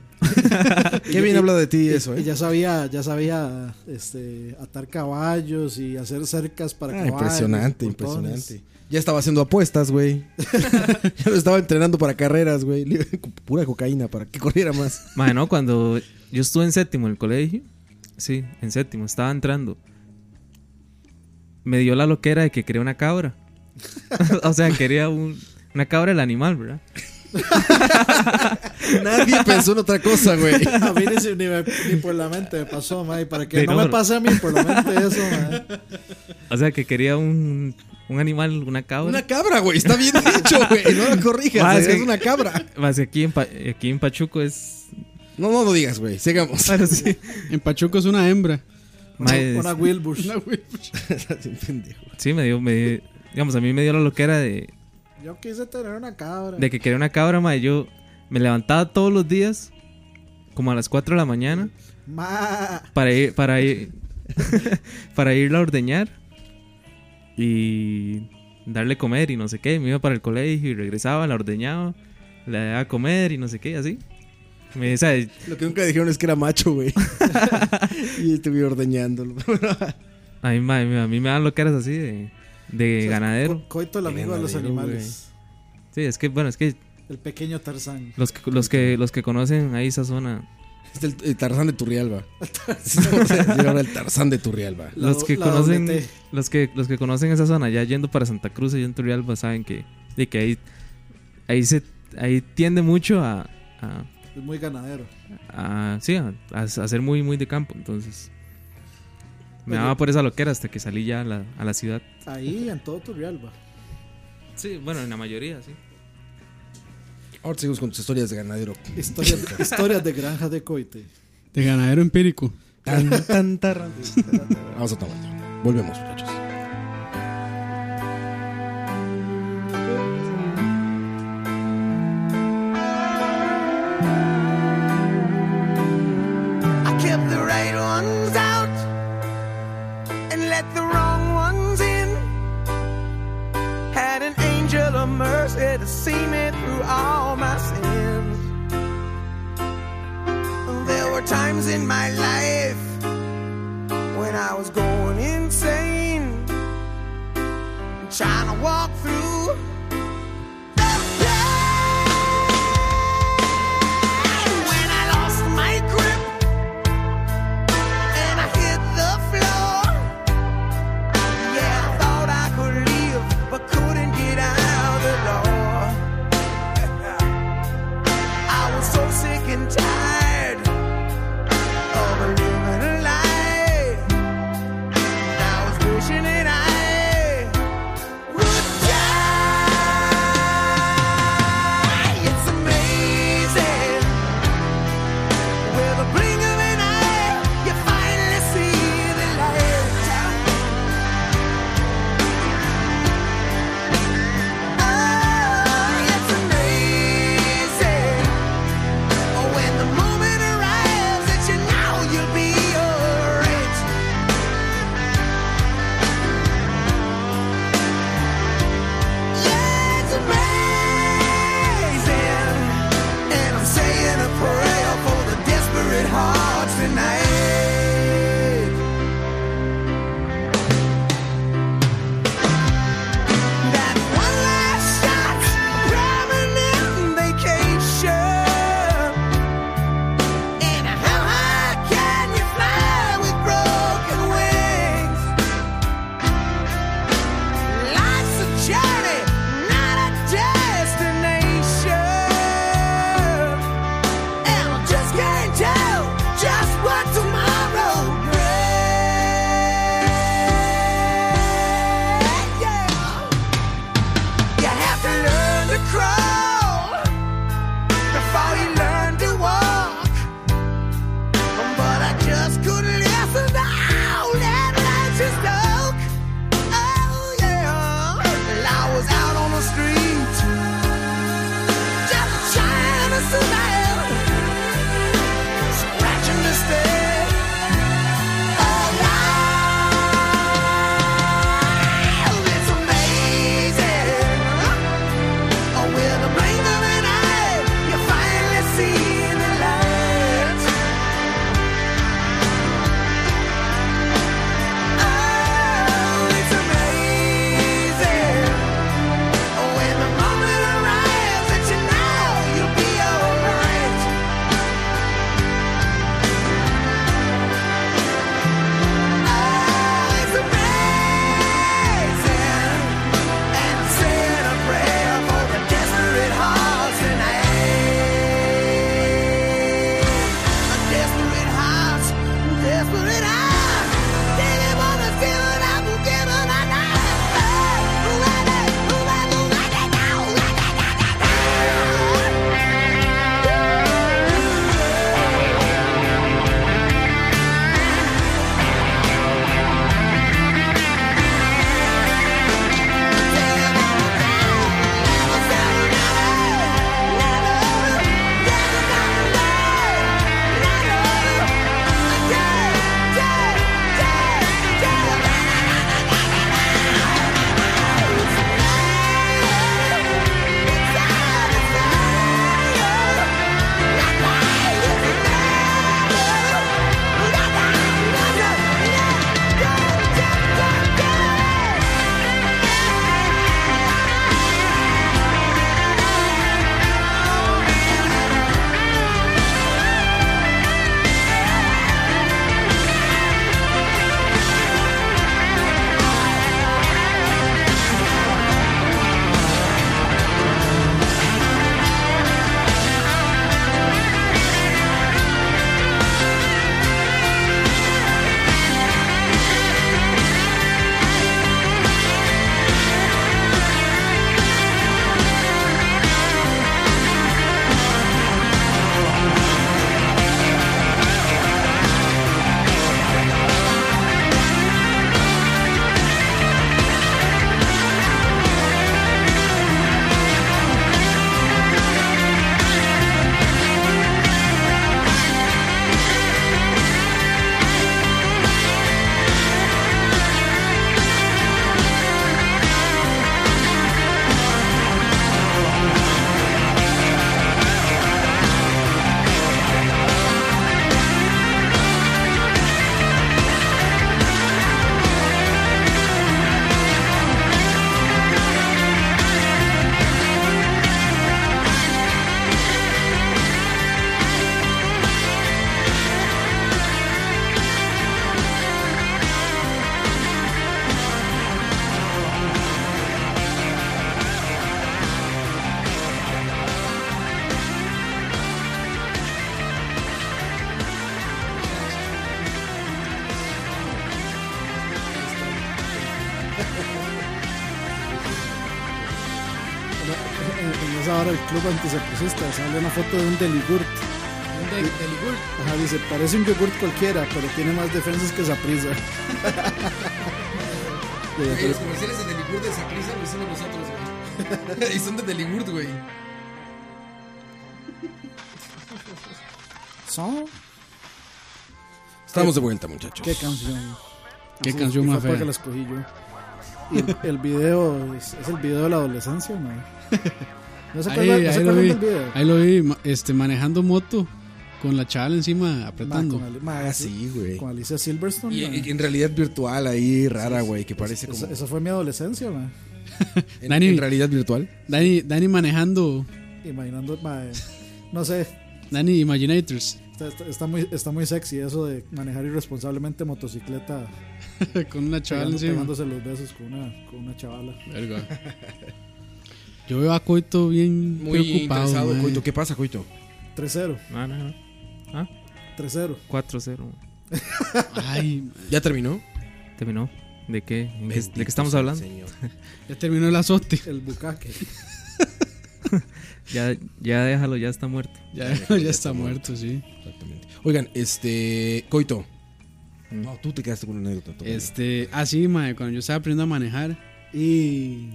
I: Qué bien
H: Y-
I: habla de ti
H: y-
I: eso,
H: Y
I: eh.
H: ya sabía, ya sabía este, atar caballos y hacer cercas para
I: Ah,
H: caballos.
I: impresionante,
H: portones.
I: impresionante. pues, Ya estaba haciendo apuestas, güey. ya lo estaba entrenando para carreras, güey. [LAUGHS] Pura cocaína para que corriera más.
J: Mae, no, cuando yo estuve en séptimo en el colegio, sí, en séptimo, estaba entrando. Me dio la [LAUGHS] loquera de que quería una cabra. o sea, quería un- una cabra el animal, ¿verdad?
I: Nadie pensó en otra cosa, güey.
H: A mí ni, se- ni me- ni por la mente me pasó, mae. Para que
J: De
H: no me
J: no-
H: pase a mí por la mente eso, mae.
J: O sea, que quería un, un animal, una cabra.
I: Una cabra, güey. Está bien dicho, güey. No lo corrijas.
J: Ma,
I: es,
J: es que-
I: una cabra.
J: Más que aquí en, Pa- aquí en Pachuco es.
I: No, no lo digas, güey. Sigamos.
J: Bueno, sí.
G: En Pachuco es una hembra.
J: Ma, es-
H: Una Wilbur.
G: Una Wilbur.
J: Sí, me dio, me dio- Digamos, a mí me dio la loquera de,
H: Yo quise tener una cabra.
J: de que quería una cabra, ma. Yo me levantaba todos los días, como a las 4 de la mañana,
H: Ma.
J: para ir, para ir, [LAUGHS] para irla a ordeñar y darle comer y no sé qué. Me iba para el colegio y regresaba, la ordeñaba, la daba a comer y no sé qué, y así. Me, o sea,
I: Lo que nunca dijeron es que era macho, güey. [LAUGHS] y estuve [LAUGHS] ordeñándolo.
J: a, mí, ma, a mí me dan loqueras así de, de ganadero.
H: Co- coito el amigo de los animales.
J: Sí, es que, bueno, es que
H: El pequeño Tarzán.
J: los que, los que, los que conocen ahí esa zona.
I: Es el, el Tarzán de Turrialba. Vamos a decir ahora el Tarzán de Turrialba.
H: La
J: los
H: do-
J: que
H: la
J: conocen
H: doble T.
J: los que los que conocen esa zona ya yendo para Santa Cruz y en Turrialba saben que de que ahí ahí se ahí tiende mucho a a,
H: Es muy ganadero.
J: a- sí, a, a- a ser muy muy de campo entonces me
H: Oye.
J: daba por esa loquera hasta que salí ya a la, a la ciudad
H: Ahí en todo Turrialba.
J: sí bueno en la mayoría sí
I: Ahora seguimos con tus historias de ganadero.
H: Historias, historias de granja de coite.
G: De ganadero empírico.
I: Tan, tan, tarra. Vamos a tomar. Volvemos, muchachos.
P: I kept the right ones out and let the wrong ones in. Had an angel of mercy to see me through all my sins. There were times in my life when I was going insane, trying to walk through. And when I lost my grip and I hit the floor, yeah, I thought I could live, but couldn't get out the door. [LAUGHS] I was so sick and tired of living a lie. I was wishing that I would die.
G: Oh, Oh, Oh, Oh,
H: en esa hora el club antiseprocista sale una foto de un deligurt.
Q: Un de- deligurt.
H: Ajá, dice, parece un yogurt cualquiera, pero tiene más defensas que Zaprisa.
Q: Güey, los comerciales de Deligur de Sacrisa lo hicimos nosotros,
I: [LAUGHS]
Q: güey. y son de Deligur, güey.
H: ¿Son?
I: Estamos de vuelta, muchachos.
H: Qué canción.
G: Qué
H: Así,
G: canción
H: y
G: más
H: fue porque
G: fea.
H: la escogí yo. Y el, el video es, es el video de la adolescencia, man. No se
G: Ahí,
H: acuerdan, no se
G: ahí lo
H: acuerdan
G: vi,
H: del video.
G: ahí lo vi, ma- este, manejando moto con la chaval encima apretando.
H: Ma, con Ali- ma,
I: Ah, sí, güey.
H: Con Alicia Silverstone.
I: Y,
H: man.
I: y en realidad virtual ahí, rara, güey, que parece como...
H: Esa, esa fue mi adolescencia, man.
I: en, en realidad virtual.
G: Dani, Dani manejando,
H: Imaginando, ma, eh, no sé,
G: Dani Imaginators
H: está, está- está muy, está muy sexy eso de manejar irresponsablemente motocicleta.
G: [LAUGHS] con una chaval
H: pegando-
G: encima.
H: Pegándose los besos con una, con una chavala.
G: Verga. Yo veo a Coito bien
I: Muy
G: preocupado.
I: interesado,
G: mae.
I: Coito. ¿Qué pasa, Coito?
H: 3-0.
J: No, no, no. ¿Ah?
H: 3-0.
J: 4-0.
G: Ay,
I: ¿Ya terminó?
J: ¿Terminó? ¿De qué? ¿En qué-
I: Bendito
J: ¿De qué estamos
I: sea el
J: hablando?
I: Señor.
G: ya terminó el azote.
H: El bucaque.
J: ya, ya déjalo, ya está muerto.
G: Ya, ya está muerto, sí.
I: Exactamente. Oigan, este. Coito. No, tú te quedaste con una anécdota. todavía.
G: Este, ah, sí, mae, cuando yo estaba aprendiendo a manejar.
H: Y.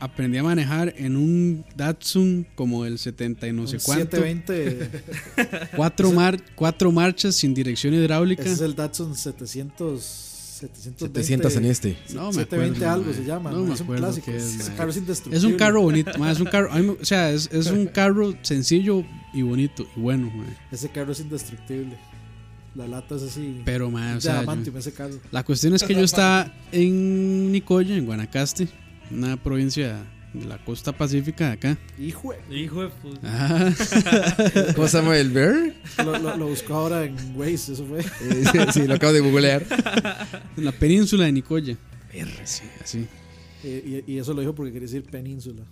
G: aprendí a manejar en un Datsun como el 70 y no sé
H: Un
G: cuánto.
H: 720.
G: [LAUGHS] Cuatro, mar- cuatro marchas sin dirección hidráulica.
H: Ese es el Datsun 700. 720,
G: 700 en este. No me
H: 720
G: acuerdo,
H: algo
G: mae.
H: se llama.
G: No
H: mae,
G: me
H: es un
G: acuerdo
H: clásico.
G: qué es,
H: Es,
G: mae.
H: carro es
G: Es
H: indestructible.
G: un carro bonito, mae, es un carro, a mí me- o sea, es, es un carro sencillo y bonito y bueno, mae.
H: Ese carro es indestructible. La lata es así.
G: Pero, [LAUGHS] mae, Ah, o
H: de
G: sea, yo-
H: adamantium ese carro.
G: La cuestión es que yo estaba en Nicoya, en Guanacaste, una provincia de la costa pacífica de acá.
H: Hijo de.
J: Hijo de puta.
G: Ajá.
I: ¿Cómo se llama el bear?
G: [LAUGHS]
H: Lo, lo, lo busco ahora en Waze, eso fue.
I: sí, lo acabo de googlear.
G: En Eh, la península de Nicoya. Sí, así.
H: Eh, y, y eso lo dijo porque quería decir
G: [LAUGHS]
H: península.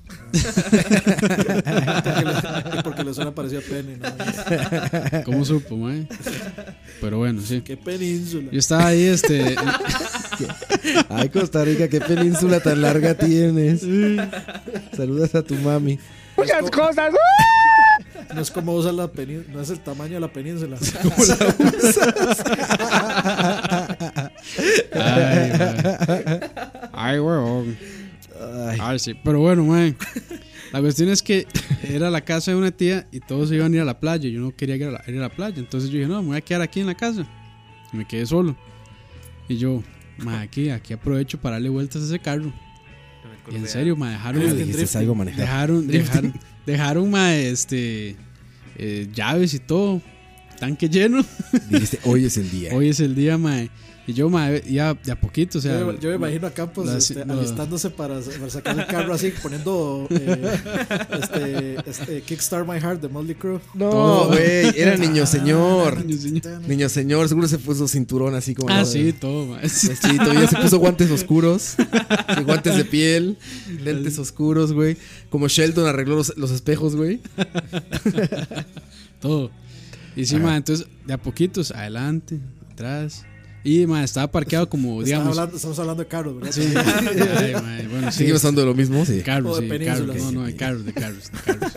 H: porque, le, porque le suena parecido a pene. nada más.
G: ¿Cómo supo, mae? Pero bueno, sí.
H: Qué península.
G: Yo estaba ahí, este.
I: Ay, Costa Rica, qué península tan larga tienes. Saludas a tu mami.
H: Muchas cosas.
I: [LAUGHS]
G: [LAUGHS]
H: No es como usas la península, no es el tamaño de la península.
I: ¿Cómo la usas?
G: Ay, mae. Ay, weón. Ay, sí. Pero bueno, mae. La cuestión es que era la casa de una tía y todos se iban a ir a la playa. Yo no quería ir a la, ir a la playa. Entonces yo dije, no, me voy a quedar aquí en la casa. Y me quedé solo. Y yo, mae, aquí, aquí aprovecho para darle vueltas a ese carro. Y en serio, mae, dejaron.
I: Ah, dijiste, Drifting. "Salgo a manejar".
G: Dejaron,
I: Drifting.
G: dejaron, dejaron, mae, este. eh, llaves y todo. Tanque lleno.
I: [LAUGHS] Dijiste, hoy es el día.
G: Hoy es el día, mae. Y yo, mae, ya de a poquito, o sea.
H: yo, yo me imagino a Campos
G: la-
H: este,
G: la-
H: alistándose para, para sacar el carro así, poniendo eh, este, este, Kickstart My Heart de Motley Crue.
I: No, güey,
G: [LAUGHS]
I: era niño señor.
G: Niño
I: señor. Niño señor, seguro se puso cinturón así como.
G: Ah, sí, todo, ma.
I: Sí, todavía se puso guantes oscuros, sí, guantes de piel, lentes oscuros, güey. Como Sheldon arregló los, los espejos, güey.
G: todo. Y sí,
I: Ajá.
G: mae, entonces, de a poquitos, adelante, atrás. Y, mae, estaba parqueado
J: Pues,
G: como,
H: Estaba
G: digamos.
H: hablando- estamos hablando de carros, ¿verdad?
G: Sí. Ay, mae, bueno, sí.
I: Seguimos hablando de lo mismo, sí.
G: Carros,
H: O de
G: sí,
H: penínsulas.
G: carros. No, no, de carros, de carros, de carros.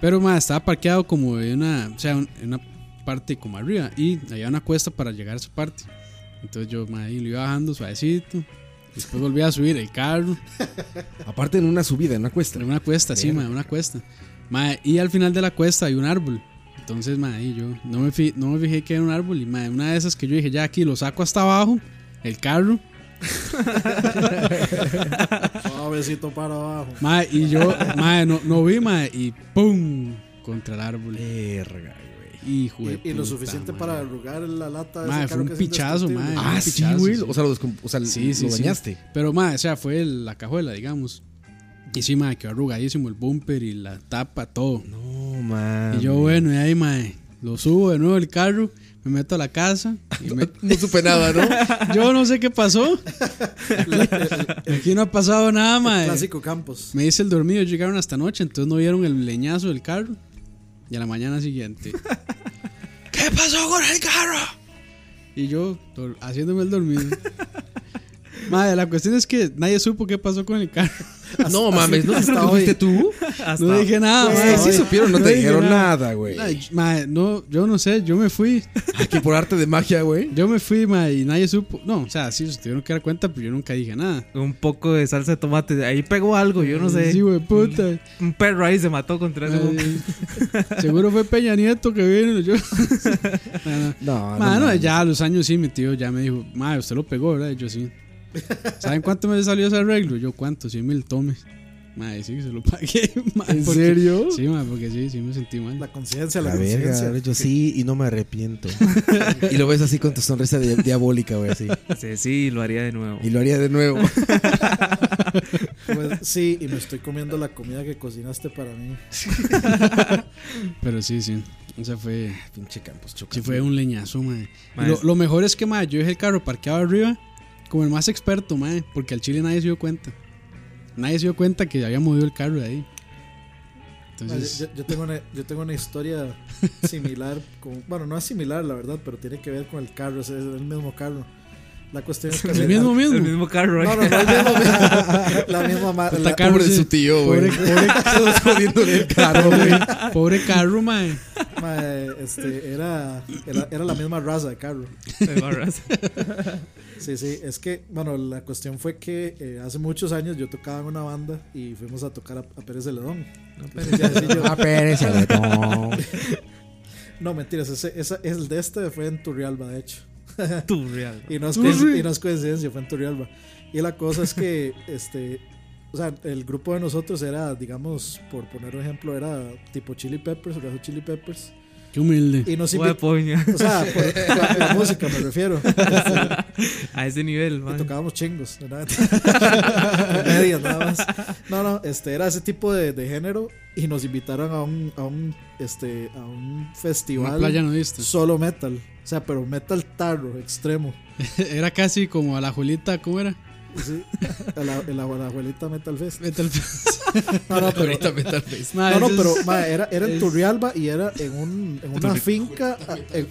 G: Pero, mae, estaba parqueado como en una, o sea, un- en una parte como arriba. Y había una cuesta para llegar a esa parte. Entonces yo, mae, ahí lo iba bajando suavecito. Después volví a subir el carro.
I: Aparte en una subida, en una cuesta.
G: En una cuesta, sí,
I: Verga.
G: ma, una cuesta. Ma, y al final de la cuesta hay un árbol. Entonces, ma, ahí yo no me, fi- no me fijé que era un árbol. Y ma, una de esas que yo dije, ya aquí lo saco hasta abajo, el carro.
H: [LAUGHS] Suavecito para abajo.
G: ma, y yo, ma, no, no vi, ma, y ¡pum! Contra el árbol. Hijo de
H: Y, y lo
G: puta,
H: suficiente
G: ma.
H: para arrugar la lata de
G: Ma, fue
H: ese carro
G: un
H: que es
G: pichazo, ma.
H: indestructible.
G: fue un pichazo, sí.
I: O sea, Ah, lo, descom- o sea,
G: Sí, sí,
I: lo
G: sí.
I: dañaste.
G: Pero, ma, o sea, fue el- la cajuela, digamos. Y sí, ma, quedó arrugadísimo el bumper y la tapa, todo.
I: No, man.
G: Y yo, bueno, y ahí, mae, lo subo de nuevo el carro, me meto a la casa. Y me...
I: [LAUGHS] No supe nada, ¿no?
G: yo no sé qué pasó. Aquí no ha pasado nada, mae.
H: Clásico Campos.
G: Me dice el dormido, llegaron hasta noche, entonces no vieron el leñazo del carro. Y a la mañana siguiente. [LAUGHS] ¿Qué pasó con el carro? Y yo, dor-
I: [LAUGHS]
G: haciéndome el dormido. Madre, la cuestión es que nadie supo qué pasó con el carro.
Q: No mames, ¿no
G: Hasta
Q: fuiste
G: hoy.
Q: tú?
G: No dije nada,
I: Güey,
G: mae.
I: sí supieron, no te
G: dije
I: dijeron nada, güey.
G: Ay, mae, no, yo no sé, yo me fui.
I: Aquí por arte de magia, güey.
G: Yo me fui, mae, y nadie supo. No, o sea, sí se tuvieron que dar cuenta, pero yo nunca dije nada.
J: Un poco de salsa de tomate. Ahí pegó algo, yo no sé.
G: Sí, güey, puta.
J: Un, un perro ahí se mató contra ese
G: Ay, [LAUGHS] Seguro fue Peña Nieto que vino. Yo...
I: [LAUGHS]
G: no,
I: no.
G: Ma,
J: no
G: no,
J: mames.
G: ya a los años sí, mi tío ya me dijo, madre, usted lo pegó, ¿verdad? Y Yo sí. ¿Saben cuánto me salió ese arreglo? Yo, ¿cuánto? 100 mil tomes. Madre, sí, se lo pagué. [LAUGHS] ma,
I: ¿En
G: porque-
I: serio?
G: Sí, madre, porque sí, sí me sentí mal. La
H: conciencia,
I: La verga, yo sí y no me arrepiento. [LAUGHS] y lo ves así con tu sonrisa di- diabólica, güey, así.
J: Sí, sí, lo haría de nuevo.
I: Y lo haría de nuevo.
H: Pues, sí, y me estoy comiendo la comida que cocinaste para mí.
G: Pero sí, sí. O sea, fue.
I: Pinche Campos Chocas.
G: [LAUGHS] Sí, fue un leñazo, mae.
I: Mae,
G: Lo,
I: es-
G: lo mejor es que, mae, yo dejé el carro parqueado arriba como el más experto, mae, porque al chile nadie se dio cuenta. Nadie se dio cuenta que había movido el carro de ahí. Entonces,
H: yo, yo- yo tengo una, yo tengo una historia similar, con- bueno, no es similar la verdad, pero tiene que ver con el carro, es es el mismo carro. La cuestión es que...
J: El mismo mismo. El mismo carro, ¿eh?
H: No, no, no, el mismo mismo. [LAUGHS] La misma marca.
I: Puta carro, Pobre sí.
H: [LAUGHS]
I: su tío, güey.
G: Pobre, pobre-
I: [LAUGHS]
G: [LAUGHS]
I: Todos jodiéndole el carro,
G: Pobre-
I: güey.
G: Pobre carro, mae.
H: Mae, este, era, era, era la misma raza de carro.
J: [LAUGHS]
G: La misma raza.
H: Sí, sí, es que, bueno, la cuestión fue que eh, hace muchos años yo tocaba en una banda y fuimos a tocar a, a Pérez Celedón.
I: Pérez Zeledón.
H: "Ah,
I: A Pérez Zeledón.
H: No, mentiras, ese, esa, es el de este fue en Turrialba, de hecho.
J: Turrialba.
H: Y pues no
I: Ah,
H: es,
J: Turri-
H: coinc- y no es coincidencia, fue en Turrialba. Y la cosa es que, [LAUGHS] este, o sea, el grupo de nosotros era, digamos, por poner un ejemplo, era tipo Chili Peppers, Red Hot Chili Peppers.
G: [LAUGHS] Qué humilde. [LAUGHS]
H: Y nos invi-
J: Hue poña.
H: O sea, por la, la música me refiero.
G: [LAUGHS]
H: Este,
J: [LAUGHS] A ese nivel, man.
H: Y tocábamos chingos, ¿no?
G: [LAUGHS]
H: Nada- medias nada más. No, no, este era ese tipo de, de género y nos invitaron a un, a un, este, a un festival
G: Una playa nudista.
H: solo metal. O sea, pero metal tarro, extremo.
G: Era casi como a la Julita, ¿cómo era?
H: Sí, a la, a la- a la abuelita Metal Fest.
G: Metal [LAUGHS] Fest.
H: No, no, pero,
G: Abuelita Metal Fest.
H: No, no,
G: Ma,
H: pero
G: Ah, es-
H: ma, era, era en
G: es-
H: Turrialba y era en, un, en una
J: Turri-
H: finca. a- en-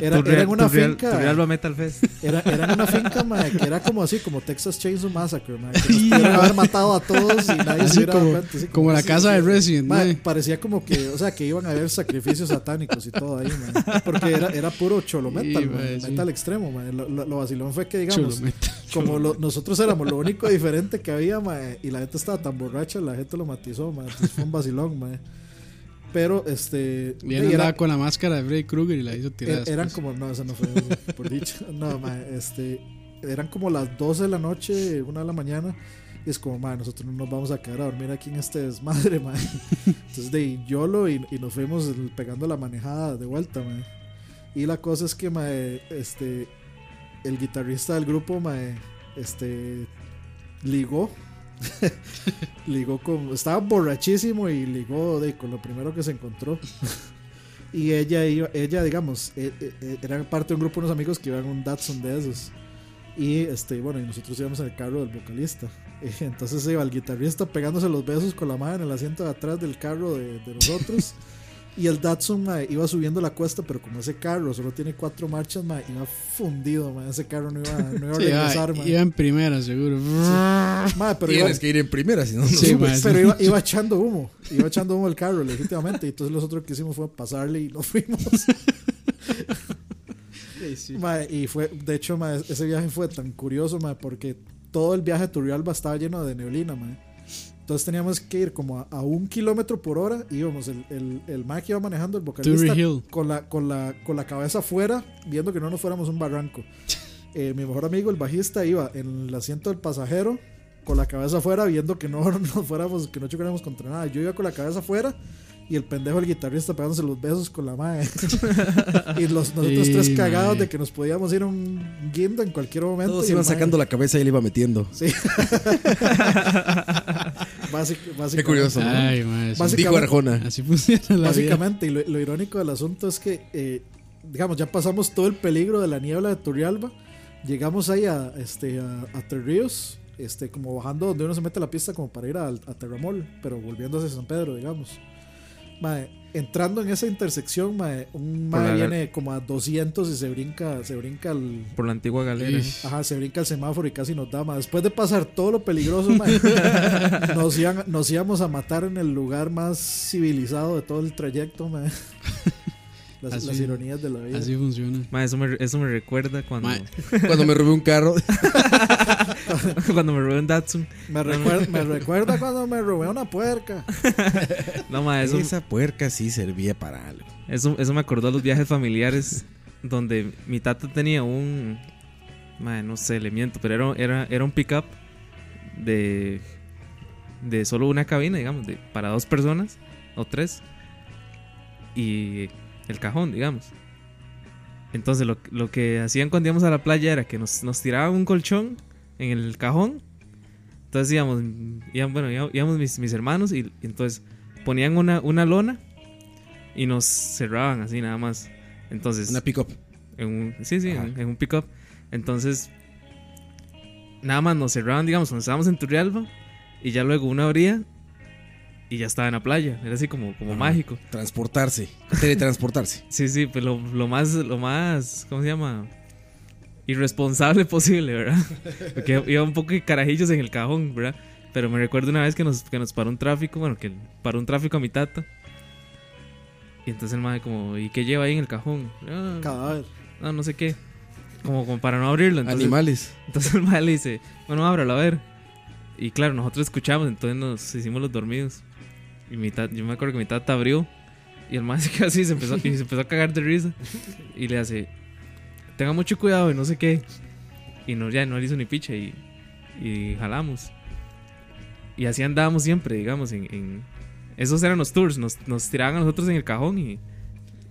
H: era,
J: Turrial-
H: era en una
J: Turrial-
H: finca.
J: Turrialba Metal Fest.
H: Era, era en una finca, ma, que era como así, como Texas Chainsaw Massacre, ma, que nos pudieron haber matado a todos y nadie
G: Así
H: se hubiera dado
G: como-
H: cuenta, así
G: como la casa de Resident,
H: Ma,
G: ma.
H: Parecía como que, o sea, que iban a haber sacrificios satánicos y todo ahí, ma, porque era, era puro cholo metal,
G: Sí,
H: ma,
G: ma, sí.
H: metal extremo, ma, lo, lo- lo vacilón fue que, digamos,
G: Cholo metal.
H: como lo- nosotros éramos lo único diferente que había, mae, y la gente estaba tan borracha, la gente lo matizó, mae, entonces fue un vacilón, mae. Pero, este...
G: Y él
H: era-
G: andaba con la máscara de Freddy Krueger y la hizo pues. tirar.
H: er- eran
G: después.
H: como... No, eso no fue, por dicho. No, mae, este... Eran como las 12 de la noche, una de la mañana, y es como, mae, nosotros no nos vamos a quedar a dormir aquí en este desmadre, mae. Entonces, de ahí, YOLO y, y nos fuimos pegando la manejada de vuelta, mae. Y la cosa es que, mae, este... El guitarrista del grupo, mae, este ligó. [LAUGHS] ligó con. Estaba borrachísimo y ligó de, con lo primero que se encontró. y ella iba, ella, digamos, e- e- e- era parte de un grupo de unos amigos que iban a un Datsun de esos. Y este, bueno, y nosotros íbamos en el carro del vocalista. [LAUGHS] Entonces iba el guitarrista pegándose los besos con la mano en el asiento de atrás del carro de, de nosotros. Y el Datsun mae, iba subiendo la cuesta, pero como ese carro solo tiene cuatro marchas, mae, iba fundido, mae, ese carro no iba, no iba a
G: Sí, iba-
H: regresar. mae.
G: iba en primera, seguro.
H: Mae, pero
I: Tienes
H: iba-
I: que ir en primera, si no, no
G: Sí,
I: subes.
G: mae,
H: pero
G: sí.
H: iba, iba echando humo, iba echando humo el carro legítimamente. Y entonces nosotros lo que hicimos fue pasarle y nos fuimos. Mae, y fue, de hecho, mae, ese viaje fue tan curioso, mae, porque todo el viaje a Turrialba estaba lleno de neblina, mae. Entonces teníamos que ir como a, a un kilómetro por hora. Íbamos, el, el, el mae que iba manejando, el vocalista,
G: Turri Hill.
H: con la, con, la, con la cabeza afuera, viendo que no nos fuéramos a
I: [LAUGHS]
H: un barranco. Eh, mi mejor amigo, el bajista, iba en el asiento del pasajero con la cabeza afuera, viendo que no [LAUGHS] nos fuéramos, que no chocáramos contra nada. Yo iba con la cabeza afuera y el pendejo, el guitarrista, pegándose los besos con
I: [LAUGHS]
H: la madre. y los, nosotros
I: Sí,
H: tres cagados
I: mae.
H: de que nos podíamos ir a un guindo en cualquier momento.
I: Todos
H: y el
I: iban
H: mae-
I: sacando la cabeza y le iba metiendo.
H: Sí. [LAUGHS] Básic- básicamente.
I: Qué curioso, ¿no? Ay, mae, sí. Dijo Arjona.
G: Así funciona la
H: Básicamente, y lo, lo irónico del asunto es que, eh, digamos, ya pasamos todo el peligro de la niebla de Turrialba. Llegamos ahí a, este, a, a Tres Ríos, este, como bajando donde uno se mete a la pista como para ir al- a, Terramol, pero volviendo hacia San Pedro, digamos. Mae, entrando en esa intersección, mae, un
J: Por
H: mae
J: la-
H: viene como a 200 y se brinca, se brinca el.
J: Por la antigua galera.
H: Ajá, se brinca el semáforo y casi nos da, mae. Después de pasar todo lo
G: [LAUGHS]
H: peligroso, mae, nos, iban- nos íbamos a matar en el lugar más civilizado de todo el trayecto, mae. Las,
G: Así-
H: las ironías de la vida.
G: Así funciona.
J: Ma, eso, me, eso me recuerda cuando.
G: Ma-
I: Cuando me robé un [LAUGHS] carro.
J: [LAUGHS] cuando me robé un Datsun.
H: Me recuerda,
G: [LAUGHS]
H: me recuerda cuando me robé una puerca.
J: No, ma, eso,
I: Esa puerca sí servía para algo.
J: eso, eso me acordó a los viajes familiares donde mi tata tenía un. ma, no sé, le miento, pero era, era, era un pickup de. de solo una cabina, digamos, de, para dos personas o tres. Y el cajón, digamos. Entonces lo, lo que hacían cuando íbamos a la playa era que nos, nos tiraban un colchón en el cajón. Entonces íbamos, íbamos- bueno, íbamos, íbamos mis, mis hermanos y, y entonces ponían una, una lona y nos cerraban así nada más. Entonces...
I: Una pick-up.
J: En un, sí, sí, en, en un pick-up. Entonces nada más nos cerraban, digamos, cuando estábamos en Turrialba y ya luego una abría y ya estaba en la playa. Era así como, como mágico.
I: Transportarse. Teletransportarse.
J: Sí, sí, pues lo, lo más, lo más, ¿cómo se llama? Irresponsable [LAUGHS] posible, ¿verdad? Porque iba un poco de carajillos en el cajón, ¿verdad? Pero me recuerdo una vez que nos, que nos paró un tráfico, bueno, que paró un tráfico a mi tata. Y entonces el madre como, ¿y qué lleva ahí en el cajón? Ah,
H: Cadáver.
J: No, no sé qué. Como, como para no abrirlo. Entonces,
I: Animales.
J: Entonces el madre le dice, bueno, ábralo, a ver. Y claro, nosotros escuchamos, entonces nos hicimos los dormidos. Y mi tata- yo me acuerdo que mi tata abrió. Y el madre [LAUGHS] se quedó así y se empezó, y se empezó a cagar de risa. Y le hace, tenga mucho cuidado y no sé qué. Y no, ya no le hizo ni picha y, y jalamos. Y así andábamos siempre, digamos. En, en- Esos eran los tours, nos, nos tiraban a nosotros en el cajón y...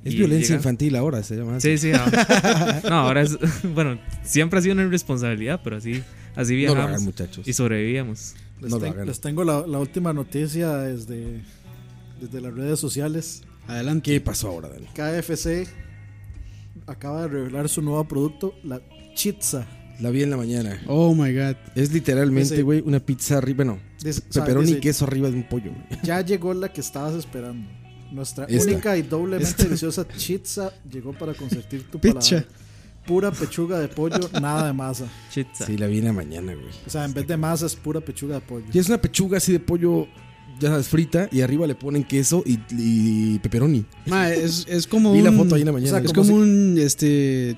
I: Es
J: y
I: violencia
J: llega-
I: infantil ahora, se llama.
J: Sí, sí.
I: así.
J: ahora- no, ahora es. [LAUGHS] Bueno, siempre ha sido una irresponsabilidad, pero así, así
I: No lo
J: viajamos.
I: hagan, muchachos.
J: Y sobrevivíamos.
H: Les, ten- les tengo la, la última noticia desde, desde las redes sociales.
G: Adelante.
I: ¿Qué pasó ahora, Dani?
H: KFC acaba de revelar su nuevo producto, la Chitza.
I: La vi en la mañana.
G: Oh my god.
I: Es literalmente,
H: Dice-
I: güey, una pizza arriba. Bueno,
H: Dice- o sea,
I: pepperoni
H: dice-
I: y queso arriba de un pollo. güey.
H: Ya llegó la que estabas esperando. Nuestra
I: Esta.
H: única y doblemente
I: Esta.
H: deliciosa Chitza llegó para consentir tu
I: Pizza.
H: paladar. Pura pechuga de pollo, nada de masa.
I: Sí, la vi en la mañana, güey.
H: O sea, en vez de masa es pura pechuga de pollo.
I: Y es una pechuga así de pollo, ya sabes, frita. Y arriba le ponen queso y, y pepperoni.
G: [LAUGHS] Ma, es, es como
I: Vi la
G: un-
I: foto ahí en la mañana.
G: es como un este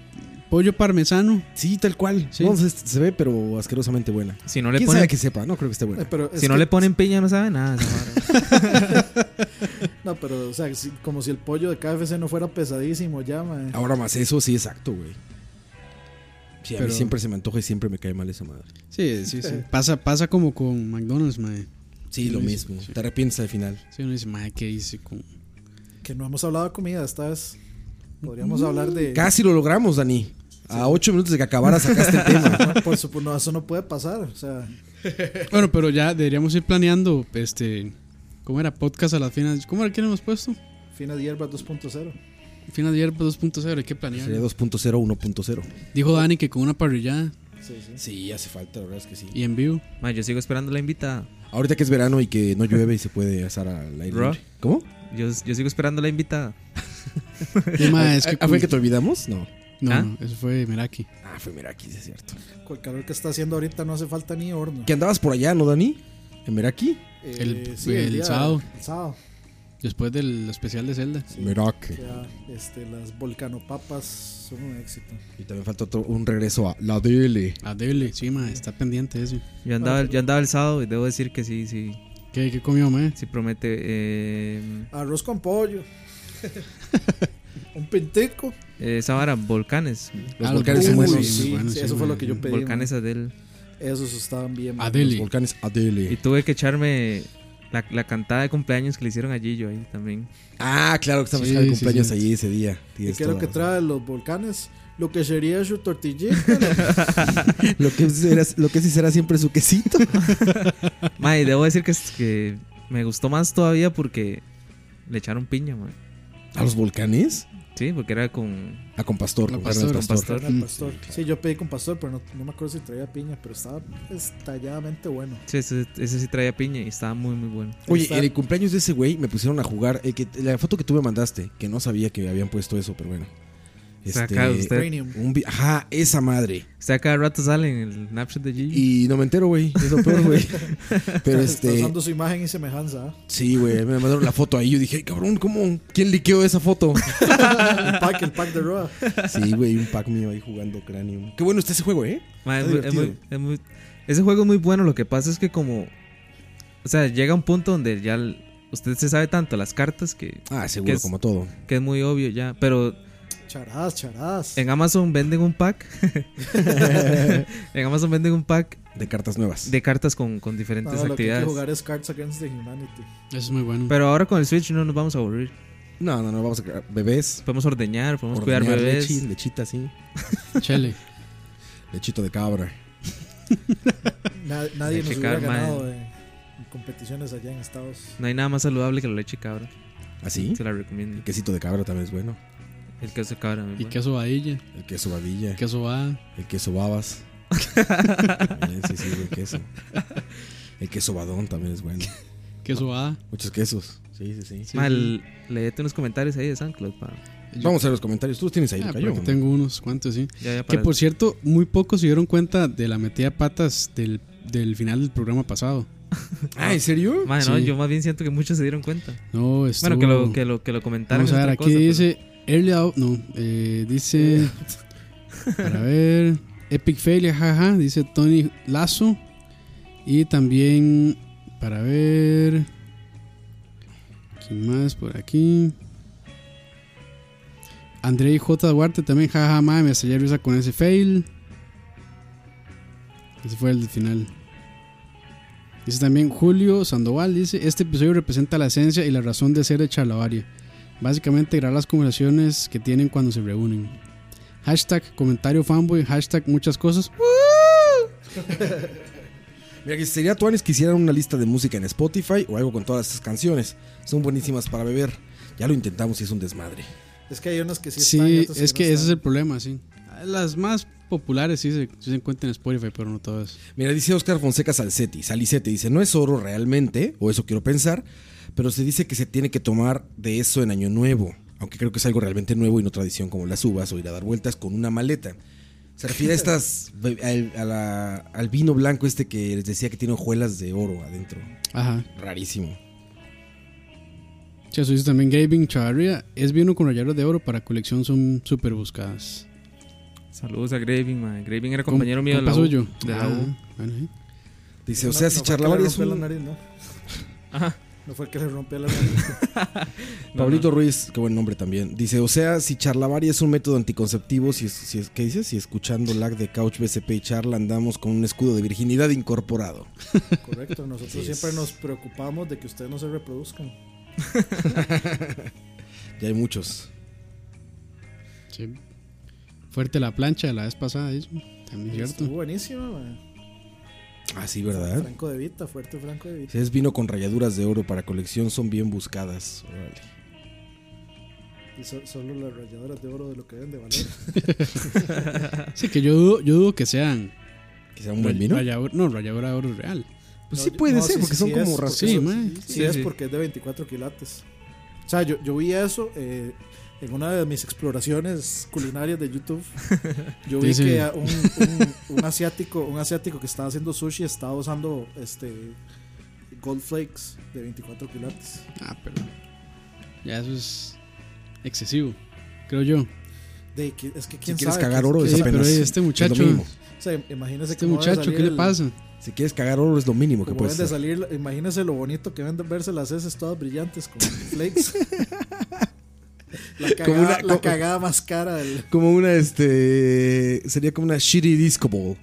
G: pollo parmesano.
I: Sí, tal cual. No, se, se ve, pero asquerosamente buena.
J: Si no le
I: ¿Quién
J: ponen-
I: sabe que sepa? No creo que esté buena.
H: Eh, pero es
J: Si no
H: que-
J: le ponen piña, no sabe nada. esa vara.
H: No, pero, o sea, si- como si el pollo de KFC no fuera pesadísimo ya, mae.
I: Ahora más eso, sí, exacto, güey. Sí, a
G: Pero-
I: mí siempre se me antoja y siempre me cae mal esa madre.
G: Sí, sí, sí. Pasa, pasa como con McDonald's, mae.
I: Sí, lo
G: Uno dice-
I: mismo. Te arrepientes al final.
G: Sí, uno dice, mae, ¿qué hice con...?
H: Que no hemos hablado de comida esta vez. Podríamos hablar de.
I: Casi lo logramos, Dani. A ocho minutos de que acabara sacaste el tema.
G: [LAUGHS]
H: Por supuesto, no, eso no puede pasar. O sea,
G: Bueno, pero ya deberíamos ir planeando, este... ¿Cómo era? Podcast a las finas... ¿Cómo era que le hemos puesto?
H: fina de hierbas 2.0.
G: Finas de pues, hierba 2.0, hay que planear.
I: Sería 2.0, 1.0.
G: Dijo Dani que con una parrillada
H: Sí, sí.
I: Sí, hace falta, la verdad es que sí.
G: y en vivo.
J: Ma, yo sigo esperando la invitada.
I: Ahorita que es verano y que no llueve y se puede asar al aire.
J: Bro.
I: libre. ¿Cómo?
J: Yo, yo sigo esperando la invitada.
G: Y, mae, es
I: [LAUGHS]
G: que... pues
I: ¿Ah, fue que te olvidamos? No.
G: No,
J: ¿Ah?
G: no, eso fue Meraki.
I: Ah, fue Meraki, sí es cierto.
H: Con el calor que está haciendo ahorita no hace falta ni horno.
I: Que andabas por allá, ¿no, Dani? ¿En Meraki?
H: Eh,
G: El-
H: sí,
G: el
H: día-
G: sábado.
H: el sábado.
G: Después del especial de Zelda.
I: Meraki.
H: Ya, este, las volcanopapas son un éxito.
I: Y también falta otro- un regreso a la DL.
G: A Dele, sí, mae, está pendiente eso.
J: Yo andaba, yo andaba el sábado y debo decir que sí, sí,
G: ¿Qué, qué comió, mae?
J: sí promete. eh,
H: Arroz con pollo. [LAUGHS] un pintico.
J: eh, esa vara, volcanes.
I: Los
G: Ah,
I: volcanes son
H: Uy,
I: buenos.
H: sí,
G: sí, bueno,
H: sí,
G: sí,
H: eso fue
G: bueno.
H: lo que yo pedí.
J: Volcanes Adel.
H: man. Esos estaban bien. man.
G: Adele.
I: Los volcanes ADL.
J: Y tuve que echarme la, la cantada de cumpleaños que le hicieron a Gillo ahí también.
I: Ah, claro que estaba
G: Sí,
I: el
G: sí,
I: cumpleaños
G: sí.
I: allí ese día.
H: ¿Y
I: Tienes
H: qué es lo
I: toda
H: que
I: la
H: trae los volcanes? Lo que sería
I: [LAUGHS]
H: su tortillita.
I: razón. lo que será, lo que sí será siempre su quesito.
J: Ma, y debo decir que, es- que me gustó más todavía porque le echaron piña, ma.
I: ¿A los volcanes?
J: Sí, porque era con.
I: Ah, con pastor.
J: Con
I: carne
J: pastor,
I: de
J: con pastor.
I: Mm.
H: Al pastor. Sí, yo pedí con pastor, pero no, no me acuerdo si traía piña, pero estaba estalladamente bueno.
J: Sí, ese, ese sí traía piña y estaba muy, muy bueno.
I: Oye, en el cumpleaños de ese güey me pusieron a jugar. el que- la foto que tú me mandaste, que no sabía que habían puesto eso, pero bueno. Este,
J: Sacado usted. Uranium.
I: un vi- ajá, esa madre.
J: Usted a cada rato sale en el Snapchat de Gigi.
I: Y no me entero, güey. Es lo peor, güey. Pero
H: [LAUGHS] Está
I: este.
H: usando su imagen y semejanza. ¿ah?
I: Sí, güey. Me mandaron la foto ahí. Yo dije, "Ay, cabrón, ¿cómo? ¿Quién liqueó esa foto?
H: el pack, el pack de Roa.
I: Sí, güey, un pack mío ahí jugando Cranium. Qué bueno está ese juego, ¿eh?
J: Ma, es
I: Está
J: muy- es
I: divertido.
J: muy- es muy- ese juego es muy bueno. Lo que pasa es que, como. O sea, llega un punto donde ya el- usted se sabe tanto las cartas que.
I: Ah, seguro,
J: que es-
I: como todo.
J: Que es muy obvio ya. Pero
H: Charadas, charadas.
J: en Amazon venden un pack. [LAUGHS] en Amazon venden un pack.
I: De cartas nuevas.
J: De cartas con, con diferentes
H: No, lo que hay que
J: actividades.
H: jugar es Cards Against the Humanity.
G: es muy bueno.
J: Pero ahora con el Switch no nos vamos a aburrir.
I: No, no, no, vamos a crear bebés.
J: Podemos ordeñar, podemos
I: Ordeñar
J: cuidar bebés.
I: leche, lechita, sí.
G: Chele.
I: [LAUGHS] Lechito de cabra.
H: Na- nadie
J: Hay
H: nos
J: que
H: hubiera
J: checar,
H: ganado de- en competiciones allá en Estados
J: No hay nada más saludable que la leche de cabra.
I: ¿Así?
J: Se la recomiendo.
I: El quesito de cabra también es bueno.
J: El queso de cabra. muy
G: Y
J: bueno.
G: queso vailla.
I: El queso babilla. El
G: queso va.
I: El queso babas. también, sí, sí, el queso. El queso badón también es bueno.
G: Queso va.
I: Muchos quesos. Sí, sí, sí.
J: Ma, el- Léete unos comentarios ahí de SoundCloud. Pa.
I: Vamos a ver los comentarios. Tú los tienes ahí,
G: Ah,
I: Tocayo,
G: por aquí
I: ¿no?
G: tengo unos cuantos, sí.
J: Ya, ya,
G: que
J: para-
G: por cierto, muy pocos se dieron cuenta de la metida de patas del, del final del programa pasado.
I: Ah, ¿en serio?
J: Ma, no,
G: Sí.
J: yo más bien siento que muchos se dieron cuenta.
G: No, estuvo-
J: Bueno, que lo, que lo, que lo comentaron.
G: Vamos
J: es
G: a ver,
J: otra
G: aquí
J: cosa, pero-
G: dice Early Out. No, eh,
J: [LAUGHS]
G: dice. para ver. Epic Failure, jaja. Dice Tony Lazo. Y también. Para ver. ¿Quién más por aquí? Andrei J. Duarte también, jaja, madre, me estallé de risa con ese fail. Ese fue el del final. Dice también Julio Sandoval, dice, este episodio representa la esencia y la razón de ser de Charlavaria. Básicamente grabar las conversaciones que tienen cuando se reúnen. Hashtag comentario fanboy, hashtag muchas cosas.
I: Mira, que sería tuanes que hicieran una lista de música en Spotify o algo con todas esas canciones. Son buenísimas para beber. Ya lo intentamos y es un desmadre.
H: Es que hay unas que sí,
G: Sí,
H: están y otras
G: es
H: no
G: que ese es
H: están.
G: el problema, sí. Las más populares sí se, sí se encuentran en Spotify, pero no todas.
I: Mira, dice Oscar Fonseca Salcetti. Salicete dice, no es oro realmente, o eso quiero pensar, pero se dice que se tiene que tomar de eso en Año Nuevo, aunque creo que es algo realmente nuevo y no tradición como las uvas o ir a dar vueltas con una maleta. Se refiere a estas, be- al, a la- al vino blanco este que les decía que tiene hojuelas de oro adentro.
G: Ajá.
I: Rarísimo.
G: Ya dice también Gavin Chavarría, es vino con rayados de oro para colección, son súper buscadas.
J: pues. Saludos a Graving, ma. Graving era compañero mío de la
G: compa
J: U.
G: suyo.
J: De la
G: Ah,
J: U.
G: bueno, sí.
I: Dice,
H: No-
I: o sea,
H: no
I: si
H: fue que le
I: charlaba es
H: rompió
I: un...
H: la nariz, ¿no? No fue el que le rompió la nariz.
I: Pablito Ruiz, qué buen nombre también. Dice, o sea, si charlavari es un método anticonceptivo, si es, si es- ¿qué dices? Si escuchando lag de Couch BCP y charla andamos con un escudo de virginidad incorporado.
H: Correcto,
G: [LAUGHS]
H: nosotros
I: Así es.
H: siempre nos preocupamos de que ustedes no se reproduzcan.
I: Ya hay muchos.
G: Sí. Fuerte la plancha de la vez pasada, dice. También cierto.
H: Estuvo buenísimo, man.
I: Ah, sí, ¿verdad?
H: Franco de Vita, fuerte Franco de Vita.
I: Si es vino con rayaduras de oro para colección, son bien buscadas. Órale.
H: Y so- solo las rayadoras de oro de lo que deben de valer.
G: Sí, que yo dudo, yo dudo que sean.
I: Que sea un buen vino.
G: rallador- no, ralladora de oro real.
I: Pues
H: No,
I: sí
H: yo-
I: puede
H: no,
I: ser,
H: sí,
I: porque
H: sí,
I: son
H: sí
I: como
H: es, porque
G: Sí,
I: racitos.
H: son-
G: mae.
H: Sí,
G: Sí,
H: es
G: sí.
H: porque es de 24 quilates. O sea, yo, yo vi eso eh, en una de mis exploraciones culinarias de
G: [LAUGHS]
H: YouTube. Yo vi
G: Sí, sí.
H: que a un, un- un asiático, un asiático que estaba haciendo sushi estaba usando este gold flakes de 24 quilates.
G: Ah, pero. Ya eso es excesivo, creo yo.
H: De que- es que
I: Si
H: quién
I: quieres
H: sabe
I: cagar
H: qué-
I: oro,
H: qué-
I: es
G: Sí, pero
I: apenas.
G: este muchacho-
I: es lo mínimo.
H: o sea, imagínese
G: Este
H: cómo debe
G: muchacho, ¿qué
H: salir
G: le
H: el-
G: pasa?
I: Si quieres cagar oro, es lo mínimo que
H: Como
I: puedes
H: deben de
I: hacer.
H: salir, imagínense lo bonito que deben de verse las heces todas brillantes con
I: [LAUGHS]
H: flakes. la, cagada,
I: Como una-
H: la
I: como-
H: cagada más cara del.
I: Como una, este. Sería como una shitty disco [LAUGHS] ball.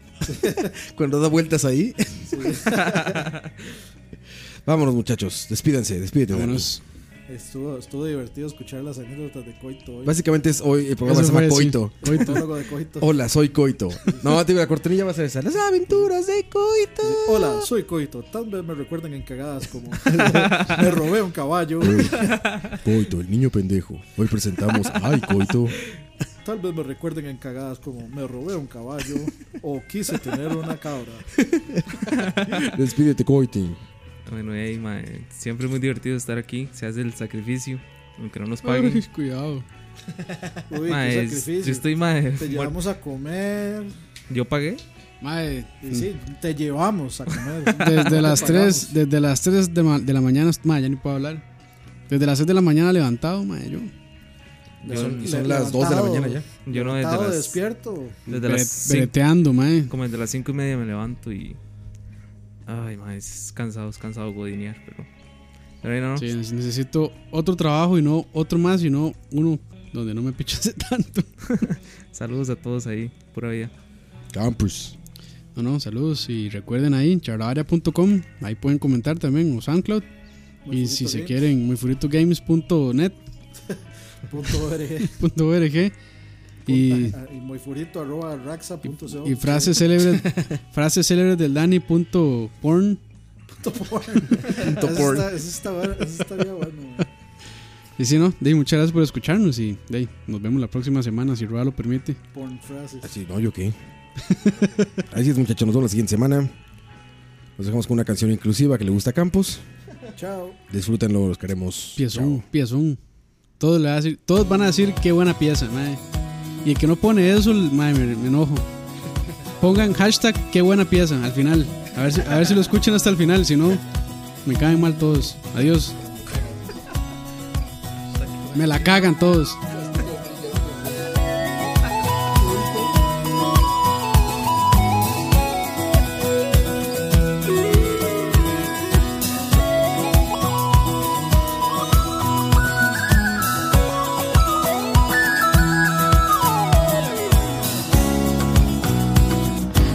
I: Cuando da vueltas ahí. [LAUGHS] Vámonos, muchachos. Despídanse, despídete. Dani.
G: Vámonos.
H: Estuvo, estuvo divertido escuchar las anécdotas de Coito hoy.
I: Básicamente es hoy el programa se llama Pues, Coito.
H: Monólogo de Coito.
I: Hola, soy Coito. No, te digo, la cortinilla va a ser esa. Las aventuras de Coito.
H: Hola, soy Coito. Tal vez me recuerden en
I: [LAUGHS]
H: cagadas como me robé un caballo.
I: Coito, el niño pendejo. Hoy presentamos Ay, [LAUGHS] Coito.
H: Tal vez me recuerden en cagadas como me robé un caballo o quise tener una cabra.
I: Despídete, Coito.
J: Bueno, hey, mae, siempre es muy divertido estar aquí. Se hace el sacrificio, aunque no nos paguen.
G: Ay, cuidado.
H: Uy,
J: Mae,
H: qué
J: es-
H: sacrificio.
J: yo estoy, mae,
H: Te
J: muerto.
H: llevamos a comer. eh,
J: ¿Yo pagué?
H: Y sí, te llevamos a comer. No
G: Desde
H: te
G: las
H: pagamos.
G: 3, desde las 3 de, ma- de la mañana, ma, ya ni puedo hablar. Desde las 6 de la mañana levantado, ma, yo.
J: Yo-
I: y son las dos de la mañana ya.
J: Yo no desde
H: Levantado,
J: las.
H: despierto.
J: Desde las.
G: Ve- vereteando, mae.
J: Como desde las 5 y media me levanto y. Ay, mae, es cansado, es cansado godinear, pero. Pero ahí no.
G: Sí, neces- necesito otro trabajo y no otro más, sino uno donde no me [LAUGHS] pichase tanto.
J: Saludos a todos ahí, pura vida.
I: Campus.
G: No, no, saludos. Y recuerden ahí, charlavaria.com. Ahí pueden comentar también, o SoundCloud. y si se quieren, muyfuritogames.net.
H: Punto
G: [LAUGHS]
H: org.
G: punto org. Y,
H: Ah, Y moifurito arroba raxa punto co.
G: y frases célebres frases célebres del Dani punto porn.
H: Punto porn. [LAUGHS] Eso
G: porn.
H: está- eso está bueno, eso estaría bueno.
G: Y si no, de ahí, muchas gracias por escucharnos y de ahí, nos vemos la próxima semana si Rueda lo permite.
H: Porn frases.
I: Así, no, yo qué. Así es, muchachos. Nos vemos la siguiente semana. Nos dejamos con una canción inclusiva que le gusta a Campos.
H: Chao.
I: Disfrútenlo, los queremos.
G: Piezón, piezón. Todos, le van a decir- todos van a decir qué buena pieza, mae. Y el que no pone eso, el- mae, me, me enojo. Pongan hashtag qué buena pieza al final. A ver si, a ver si lo escuchan hasta el final, si no, me caen mal todos. Adiós. Me la cagan todos.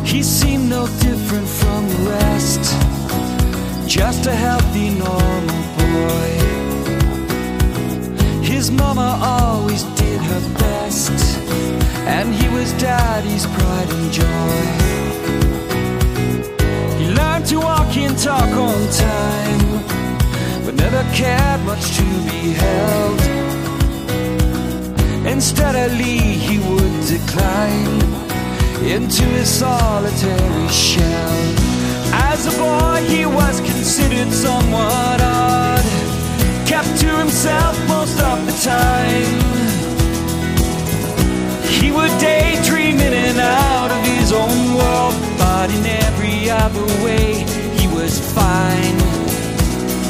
R: He seemed no different from the rest, just a healthy, normal boy. His mama always did her best, and he was daddy's pride and joy. He learned to walk and talk on time, but never cared much to be held. And steadily he would decline into his solitary shell. As a boy, he was considered somewhat odd, kept to himself most of the time. He would daydream in and out of his own world, but in every other way, he was fine.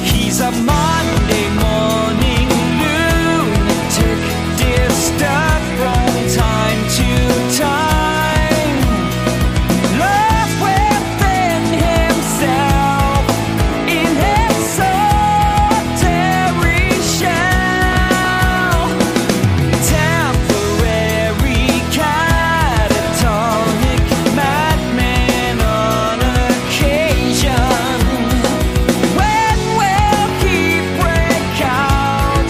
R: He's a Monday morning lunatic, distant from time to time. Lost within himself, in his solitary shell. Temporary catatonic madman on occasion. When will he break out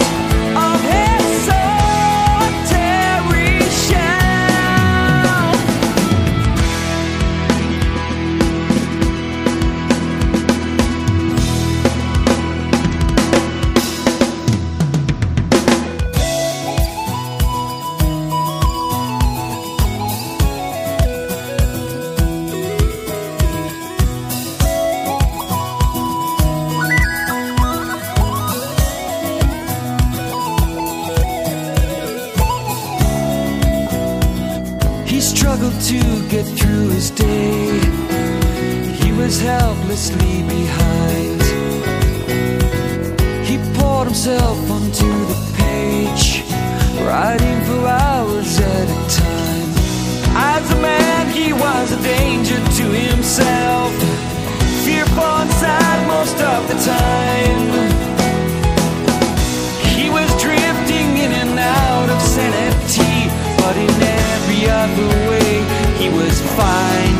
R: of his solitary shell? He struggled to get through his day. He was helplessly behind. He poured himself onto the page, writing for hours at a time. As a man, he was a danger to himself. Fearful and sad most of the time. He was drifting in and out of sanity, but in every other way, he was fine.